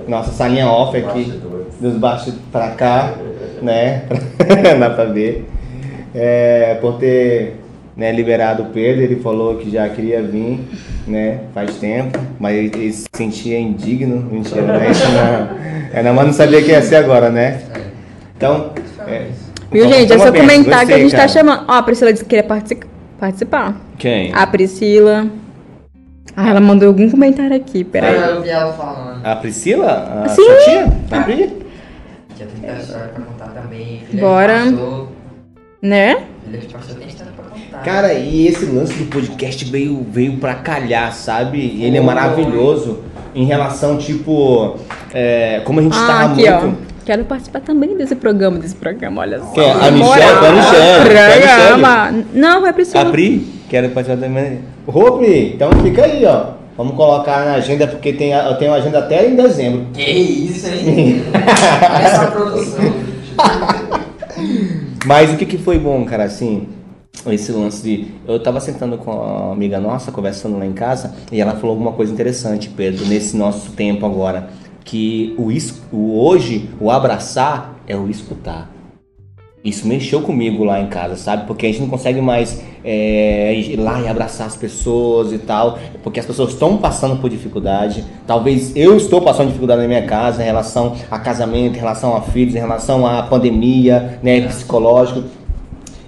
[SPEAKER 2] Nossa salinha off aqui. Dos baixos pra cá, né? Dá pra ver. É, por ter né, liberado o Pedro, ele falou que já queria vir, né? Faz tempo, mas ele, ele se sentia indigno. Mentira, não é isso não. É, não, mas não sabia que ia ser agora, né? Então. É,
[SPEAKER 1] Viu,
[SPEAKER 2] então,
[SPEAKER 1] gente? É
[SPEAKER 2] uma
[SPEAKER 1] só
[SPEAKER 2] benção.
[SPEAKER 1] comentar que a
[SPEAKER 2] Você,
[SPEAKER 1] gente tá
[SPEAKER 2] cara.
[SPEAKER 1] chamando. Ó, a Priscila disse que queria partici- participar.
[SPEAKER 2] Quem?
[SPEAKER 1] A Priscila. Ah, ela mandou algum comentário aqui, peraí.
[SPEAKER 2] É.
[SPEAKER 4] Eu ouvi ela falando.
[SPEAKER 2] A Priscila? A
[SPEAKER 1] Sim.
[SPEAKER 2] sua tia? A Pri?
[SPEAKER 4] Tinha tanta história pra contar também. Filha
[SPEAKER 1] Bora.
[SPEAKER 4] de pastor.
[SPEAKER 1] Né?
[SPEAKER 4] Filha de pastor tem história pra contar.
[SPEAKER 2] Cara, e esse lance do podcast veio, veio pra calhar, sabe? E Ele é
[SPEAKER 4] Foi.
[SPEAKER 2] maravilhoso em relação, tipo, é, como a gente
[SPEAKER 1] Ah,
[SPEAKER 2] tava
[SPEAKER 1] aqui,
[SPEAKER 2] muito.
[SPEAKER 1] ó. Quero participar também desse programa, desse programa, olha só.
[SPEAKER 2] Quem é?
[SPEAKER 1] Moral.
[SPEAKER 2] A Michelle? Foi a Michelle, foi a Michelle.
[SPEAKER 1] Programa. Não, vai a Priscila.
[SPEAKER 2] A Pri, quero participar também. Ô, Pri, então fica aí, ó. Vamos colocar na agenda, porque tem, a- eu tenho agenda até em dezembro.
[SPEAKER 4] Que isso, hein? Essa produção.
[SPEAKER 2] Mas o que, que foi bom, cara, assim, esse lance de. Eu tava sentando com uma amiga nossa, conversando lá em casa, e ela falou alguma coisa interessante, Pedro, nesse nosso tempo agora. Que o, es- o hoje, o abraçar é o escutar. Isso mexeu comigo lá em casa, sabe? Porque a gente não consegue mais é, ir lá e abraçar as pessoas e tal, porque as pessoas estão passando por dificuldade. Talvez eu estou passando dificuldade na minha casa em relação a casamento, em relação a filhos, em relação à pandemia, né, psicológico.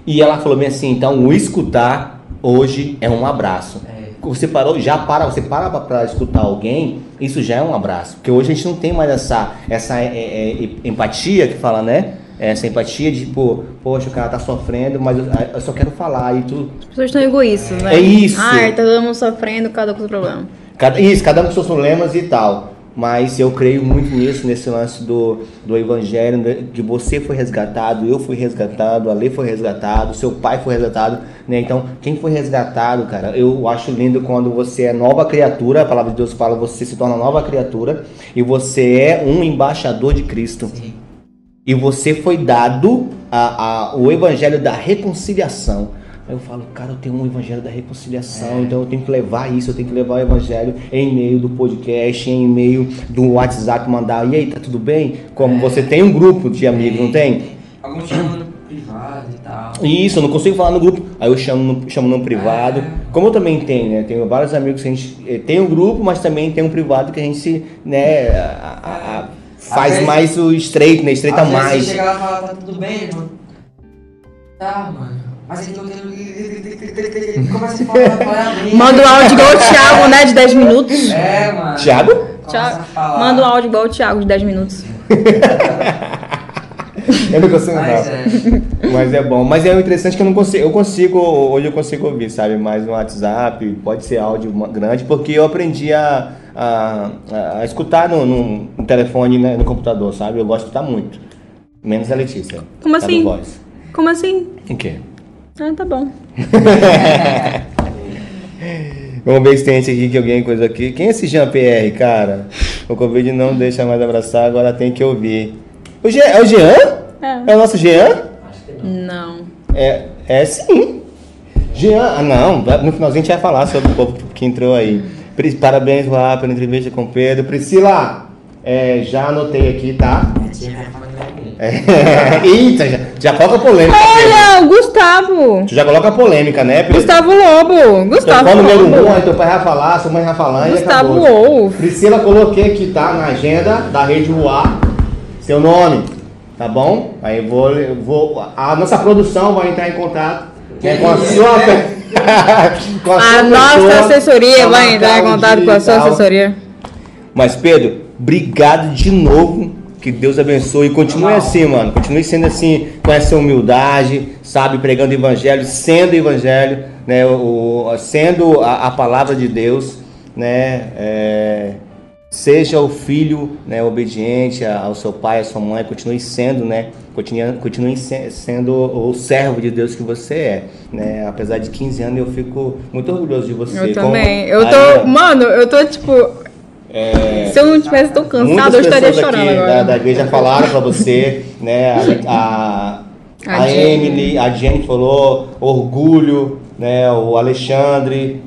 [SPEAKER 2] E ela falou bem assim, então o escutar hoje é um abraço.
[SPEAKER 4] É.
[SPEAKER 2] Você parou, já para, você para pra- pra escutar alguém, isso já é um abraço. Porque hoje a gente não tem mais essa, essa é, é, é, empatia que fala, né? Essa empatia de, pô, poxa, o cara tá sofrendo, mas eu, eu só quero falar e tudo.
[SPEAKER 1] As pessoas estão egoístas, né?
[SPEAKER 2] É isso.
[SPEAKER 1] Ai, tá todo mundo sofrendo, cada um com seu problema.
[SPEAKER 2] Cada- isso, cada um com seus problemas e tal. Mas eu creio muito nisso, nesse lance do, do evangelho, né, de você foi resgatado, eu fui resgatado, a lei foi resgatado, seu pai foi resgatado, né? Então, quem foi resgatado, cara, eu acho lindo quando você é nova criatura, a palavra de Deus fala, você se torna nova criatura e você é um embaixador de Cristo.
[SPEAKER 4] Sim.
[SPEAKER 2] E você foi dado a, a- o evangelho da reconciliação. Aí eu falo, cara, eu tenho um evangelho da reconciliação,
[SPEAKER 3] É.
[SPEAKER 2] então eu tenho que levar isso, eu tenho que levar o evangelho em meio do podcast, em meio do WhatsApp, mandar, e aí, tá tudo bem?
[SPEAKER 3] É.
[SPEAKER 2] Como você tem um grupo de amigos, não tem?
[SPEAKER 4] Alguns chamam no privado e tal.
[SPEAKER 2] Isso, eu não consigo falar no grupo. Aí eu chamo no, chamo no
[SPEAKER 3] É.
[SPEAKER 2] privado. Como eu também tenho, né? Tenho vários amigos que a gente eh, tem um grupo, mas também tem um privado que a gente, se, né, a- a- a- faz
[SPEAKER 3] Às vezes-
[SPEAKER 2] mais o estreito, né? Estreita
[SPEAKER 3] Às vezes
[SPEAKER 2] mais.
[SPEAKER 3] Você chega lá e fala, tá tudo bem, irmão?
[SPEAKER 4] Tá, mano.
[SPEAKER 3] Mas ele não tem. Começa a falar, fala, amém.
[SPEAKER 1] Manda um áudio igual o Thiago, né? De 10 minutos.
[SPEAKER 3] É, mano.
[SPEAKER 2] Thiago?
[SPEAKER 3] Começa a
[SPEAKER 1] Thiago,
[SPEAKER 3] falar.
[SPEAKER 1] Manda um áudio igual o Thiago de 10 minutos.
[SPEAKER 2] Eu não consigo
[SPEAKER 4] Mas
[SPEAKER 2] não.
[SPEAKER 4] é.
[SPEAKER 2] Mas é bom. Mas é interessante que eu não consigo. Eu consigo, hoje eu consigo ouvir, sabe? Mas no WhatsApp, pode ser áudio ma- grande, porque eu aprendi a, a, a- a escutar no, no- no telefone, né, no computador, sabe? Eu gosto de escutar muito. Menos a Letícia. Tá
[SPEAKER 1] Como
[SPEAKER 2] a do
[SPEAKER 1] assim?
[SPEAKER 2] Voz.
[SPEAKER 1] Como assim?
[SPEAKER 2] O quê?
[SPEAKER 1] Ah, tá bom.
[SPEAKER 2] Vamos ver se tem esse aqui que alguém coisa aqui. Quem é esse Jean Pierre, cara? O Covid não deixa mais abraçar, agora tem que ouvir. O Jean, é o Jean?
[SPEAKER 1] É.
[SPEAKER 2] É o nosso Jean?
[SPEAKER 1] Não.
[SPEAKER 2] É, é sim. Jean, ah, não, vai- no finalzinho a gente vai falar sobre o povo que entrou aí. Pri- Parabéns, Juá, pela entrevista com o Pedro. Priscila, é, já anotei aqui, tá? É, Eita, já, já coloca polêmica. Pedro.
[SPEAKER 1] Olha, o Gustavo.
[SPEAKER 2] Tu já coloca polêmica, né, Pedro?
[SPEAKER 1] Gustavo Lobo. Gustavo
[SPEAKER 2] Telefone número um, aí
[SPEAKER 1] Lobo.
[SPEAKER 2] teu pai vai falar, sua mãe vai falar
[SPEAKER 1] Gustavo
[SPEAKER 2] e acabou.
[SPEAKER 1] Wolff.
[SPEAKER 2] Priscila, coloquei aqui, tá? Na agenda da Rede UA, seu nome, tá bom? Aí eu vou, eu vou... A nossa produção vai entrar em contato né, com a sua... pe- com sua
[SPEAKER 1] A
[SPEAKER 2] pessoa, tá
[SPEAKER 1] nossa assessoria
[SPEAKER 2] pra
[SPEAKER 1] vai entrar
[SPEAKER 2] marcar
[SPEAKER 1] em
[SPEAKER 2] o
[SPEAKER 1] contato
[SPEAKER 2] dia
[SPEAKER 1] com a
[SPEAKER 2] e
[SPEAKER 1] sua
[SPEAKER 2] tal.
[SPEAKER 1] assessoria.
[SPEAKER 2] Mas, Pedro, obrigado de novo Que Deus abençoe. E continue assim, mano. Continue sendo assim, com essa humildade, sabe? Pregando evangelho, sendo evangelho, né? O, o- sendo a, a palavra de Deus, né? É, seja o filho né, obediente a- ao seu pai, à sua mãe, continue sendo, né? Continue, continue se- sendo o servo de Deus que você é, né? Apesar de 15 anos, eu fico muito orgulhoso de você.
[SPEAKER 1] Eu
[SPEAKER 2] Como-
[SPEAKER 1] também. Eu
[SPEAKER 2] Aí, ó.
[SPEAKER 1] tô. Mano, eu tô tipo. Se eu não tivesse tão cansado, eu
[SPEAKER 2] É, Muitas
[SPEAKER 1] estaria
[SPEAKER 2] pessoas
[SPEAKER 1] chorando
[SPEAKER 2] aqui né, da,
[SPEAKER 1] agora.
[SPEAKER 2] da igreja falaram pra você, né? A, a,
[SPEAKER 1] A
[SPEAKER 2] a
[SPEAKER 1] Jenny.
[SPEAKER 2] Emily, a Jenny falou, orgulho, né? O Alexandre,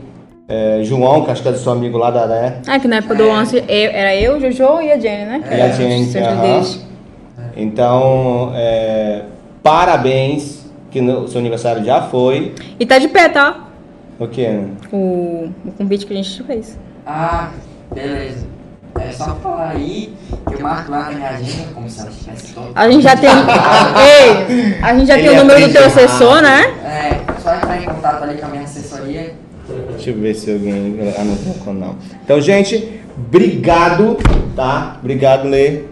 [SPEAKER 2] eh, João, que acho que é do seu amigo lá da. Né?
[SPEAKER 1] Ah, que na época do lance eu- era eu, Jojo e a Jenny, né?
[SPEAKER 2] E a Jenny.
[SPEAKER 1] Sempre
[SPEAKER 2] aham.
[SPEAKER 1] deixo.
[SPEAKER 2] Então, eh, parabéns, que no- seu aniversário já foi.
[SPEAKER 1] E tá de pé, tá?
[SPEAKER 2] O que?
[SPEAKER 1] O, o convite que a gente fez.
[SPEAKER 4] Ah, beleza. É só falar aí que eu marco lá na minha agenda, como se ela estivesse toda.
[SPEAKER 1] A gente já tem. Ei! A gente já
[SPEAKER 2] Ele
[SPEAKER 1] tem o número do teu
[SPEAKER 2] aprende
[SPEAKER 1] assessor, né?
[SPEAKER 4] É, só entrar em contato ali com a minha assessoria.
[SPEAKER 2] Deixa eu ver se alguém. Ah, não colocou não. Então, gente, obrigado, tá? Obrigado, Lê, por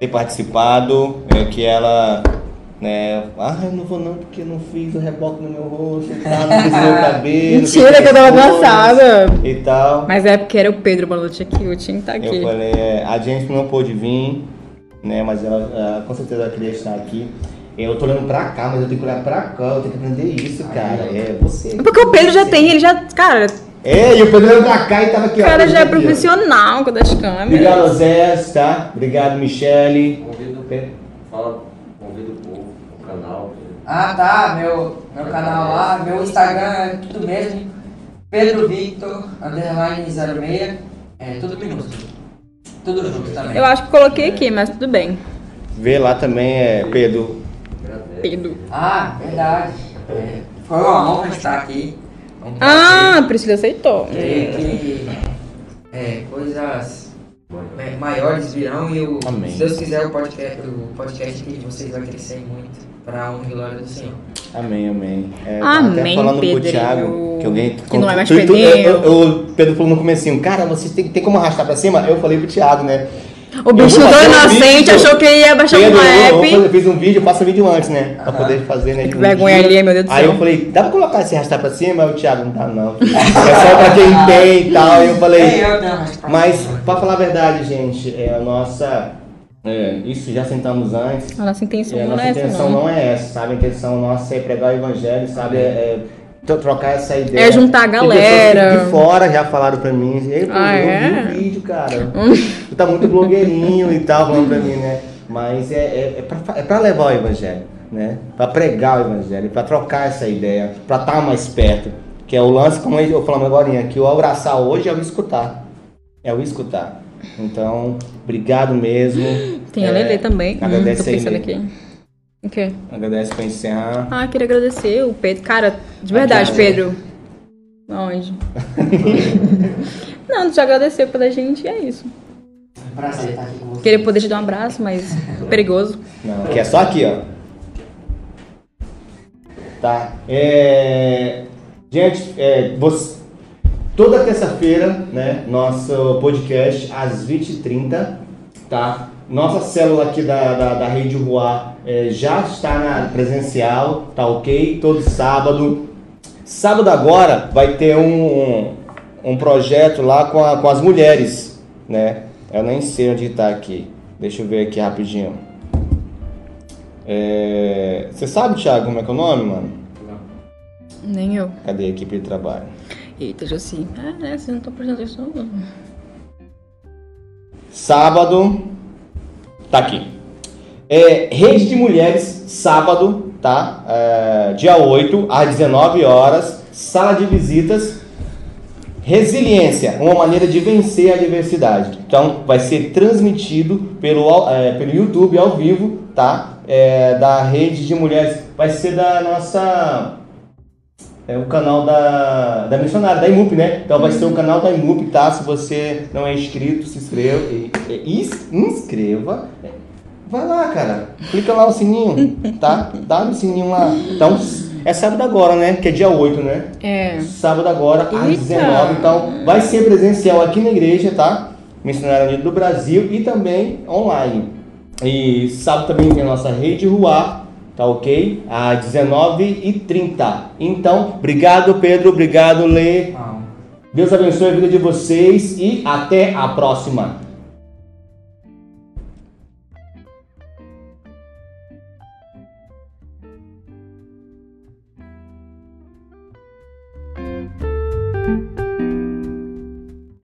[SPEAKER 2] ter participado. É que ela. Né, ah, eu não vou não porque eu não fiz o reboque no meu rosto, tá? não fiz o meu cabelo.
[SPEAKER 1] Mentira,
[SPEAKER 2] fiz
[SPEAKER 1] que eu tava
[SPEAKER 2] as cores
[SPEAKER 1] cansada.
[SPEAKER 2] E tal.
[SPEAKER 1] Mas é porque era o Pedro Balucci aqui, o Tim tá
[SPEAKER 2] Eu
[SPEAKER 1] aqui.
[SPEAKER 2] falei, é, a gente não pôde vir, né? Mas ela, ela, com certeza ela queria estar aqui. Eu tô olhando pra cá, mas eu tenho que olhar pra cá, eu tenho que aprender isso, cara. É você.
[SPEAKER 1] Porque o Pedro já tem, ele já. Cara,
[SPEAKER 2] É, e o Pedro olhando pra cá e tava aqui,
[SPEAKER 1] o cara já é
[SPEAKER 2] aqui, ó.
[SPEAKER 1] profissional com as câmeras.
[SPEAKER 2] Obrigado, Zé, tá? Obrigado, Michele.
[SPEAKER 5] Convido o Pedro. Fala, convido o povo, o canal. Pedro.
[SPEAKER 4] Ah, tá, meu, meu canal lá, meu Instagram é tudo mesmo. Pedro Victor, underline 06. É, tudo minúsculo. Tudo junto também.
[SPEAKER 1] Eu acho que coloquei aqui, mas tudo bem.
[SPEAKER 2] Vê lá também, é, Pedro.
[SPEAKER 5] Agradeço.
[SPEAKER 1] Pedro.
[SPEAKER 4] Ah, verdade. É, foi uma honra estar aqui. Um
[SPEAKER 1] Ah, a Priscila aceitou.
[SPEAKER 4] Creio que é, coisas ma- maiores virão e, o,
[SPEAKER 2] Amém.
[SPEAKER 4] se Deus quiser, o podcast, o podcast aqui de vocês vai crescer muito para a honra e glória do Senhor.
[SPEAKER 2] Amém, amém. É,
[SPEAKER 1] Amém,
[SPEAKER 2] falando com o
[SPEAKER 1] Pedrinho.
[SPEAKER 2] Thiago, que alguém...
[SPEAKER 1] Que não é mais
[SPEAKER 2] tu- tu-
[SPEAKER 1] Pedrinho.
[SPEAKER 2] eu- eu- O Pedro falou no comecinho, cara, você tem, tem como arrastar pra cima? Eu falei pro Thiago, né?
[SPEAKER 1] O bicho
[SPEAKER 2] Eu vou
[SPEAKER 1] tão
[SPEAKER 2] fazer um
[SPEAKER 1] inocente
[SPEAKER 2] vídeo.
[SPEAKER 1] achou que ia baixar
[SPEAKER 2] Pedro,
[SPEAKER 1] uma
[SPEAKER 2] eu, eu,
[SPEAKER 1] app.
[SPEAKER 2] eu fiz um vídeo, eu faço vídeo antes, né? Pra poder fazer, né?
[SPEAKER 1] Que vergonha ali, meu Deus do
[SPEAKER 2] Aí
[SPEAKER 1] céu.
[SPEAKER 2] eu falei, dá pra colocar esse arrastar pra cima? Aí o Thiago, não dá não. É só pra quem tem e tal. Aí eu falei...
[SPEAKER 4] Nem eu tenho mais pra
[SPEAKER 2] Mas,
[SPEAKER 4] falar.
[SPEAKER 2] pra falar a verdade, gente, é a nossa. é, isso já sentamos antes.
[SPEAKER 1] A nossa intenção
[SPEAKER 2] É, a
[SPEAKER 1] não
[SPEAKER 2] nossa
[SPEAKER 1] é essa,
[SPEAKER 2] intenção
[SPEAKER 1] não.
[SPEAKER 2] não é essa, sabe? A intenção nossa é pregar o evangelho, sabe? É, é tro- trocar essa ideia.
[SPEAKER 1] É juntar a
[SPEAKER 2] Tem
[SPEAKER 1] galera.
[SPEAKER 2] pessoas De fora já falaram pra mim. assim, Ei, pô,
[SPEAKER 1] Ah,
[SPEAKER 2] eu
[SPEAKER 1] é?
[SPEAKER 2] vi o vídeo, cara. tu tá muito blogueirinho e tal, falando pra mim, né? Mas é, é, é, pra, fa- é pra levar o evangelho, né? Pra pregar o evangelho, pra trocar essa ideia, pra estar mais perto. Que é o lance, como eu falando agora, que o abraçar hoje é o escutar. É o escutar. Então, obrigado mesmo.
[SPEAKER 1] Tem a
[SPEAKER 2] É,
[SPEAKER 1] Lele também. Hum,
[SPEAKER 2] Agradece
[SPEAKER 1] tô pensando
[SPEAKER 2] aí, Lele.
[SPEAKER 1] aqui. O quê?
[SPEAKER 2] Agradece pra encerrar.
[SPEAKER 1] Ah, queria agradecer o Pedro. Cara, de verdade,
[SPEAKER 2] Aqui, ó.
[SPEAKER 1] Pedro. Onde? não, te agradecer pela gente e é isso.
[SPEAKER 4] um Prazer estar aqui com vocês.
[SPEAKER 1] Queria poder te dar um abraço, mas perigoso.
[SPEAKER 2] Não, que é só aqui, ó. Tá. É... Gente, é, você- toda terça-feira, né? Nosso podcast às 20h30, tá? Nossa célula aqui da, da, da Rede Ruá é, já está na presencial, tá ok? Todo sábado. Sábado agora vai ter um, um, um projeto lá com, a- com as mulheres, né? Eu nem sei onde tá aqui. Deixa eu ver aqui rapidinho. É, Você sabe, Thiago, como é que é o nome, mano?
[SPEAKER 1] Nem eu.
[SPEAKER 2] Cadê a equipe de trabalho?
[SPEAKER 1] Eita, Josi. Ah, né? Você não tá prestando atenção.
[SPEAKER 2] Sábado. Tá aqui. É, Rede de Mulheres, sábado, tá? É, dia 8, às 19 horas. Sala de visitas. Resiliência, uma maneira de vencer a adversidade. Então, vai ser transmitido pelo, ao- é, pelo YouTube ao vivo, tá? É, da Rede de Mulheres. Vai ser da nossa. É o canal da, da missionária, da IMUP, né? Então vai ser o canal da IMUP, tá? Se você não é inscrito, se inscreva. e- e ins- inscreva. Vai lá, cara. Clica lá no sininho, tá? Dá no sininho lá. Então, é sábado agora, né? Que é dia 8, né?
[SPEAKER 1] É.
[SPEAKER 2] Sábado agora, às
[SPEAKER 1] Eita!
[SPEAKER 2] 19 Então, vai ser presencial aqui na igreja, tá? Missionária Unida do Brasil e também online. E sábado também tem a nossa rede Ruar, tá ok? Às 19h30. Então, obrigado Pedro, obrigado Lê.
[SPEAKER 4] Não.
[SPEAKER 2] Deus abençoe a vida de vocês e até a próxima.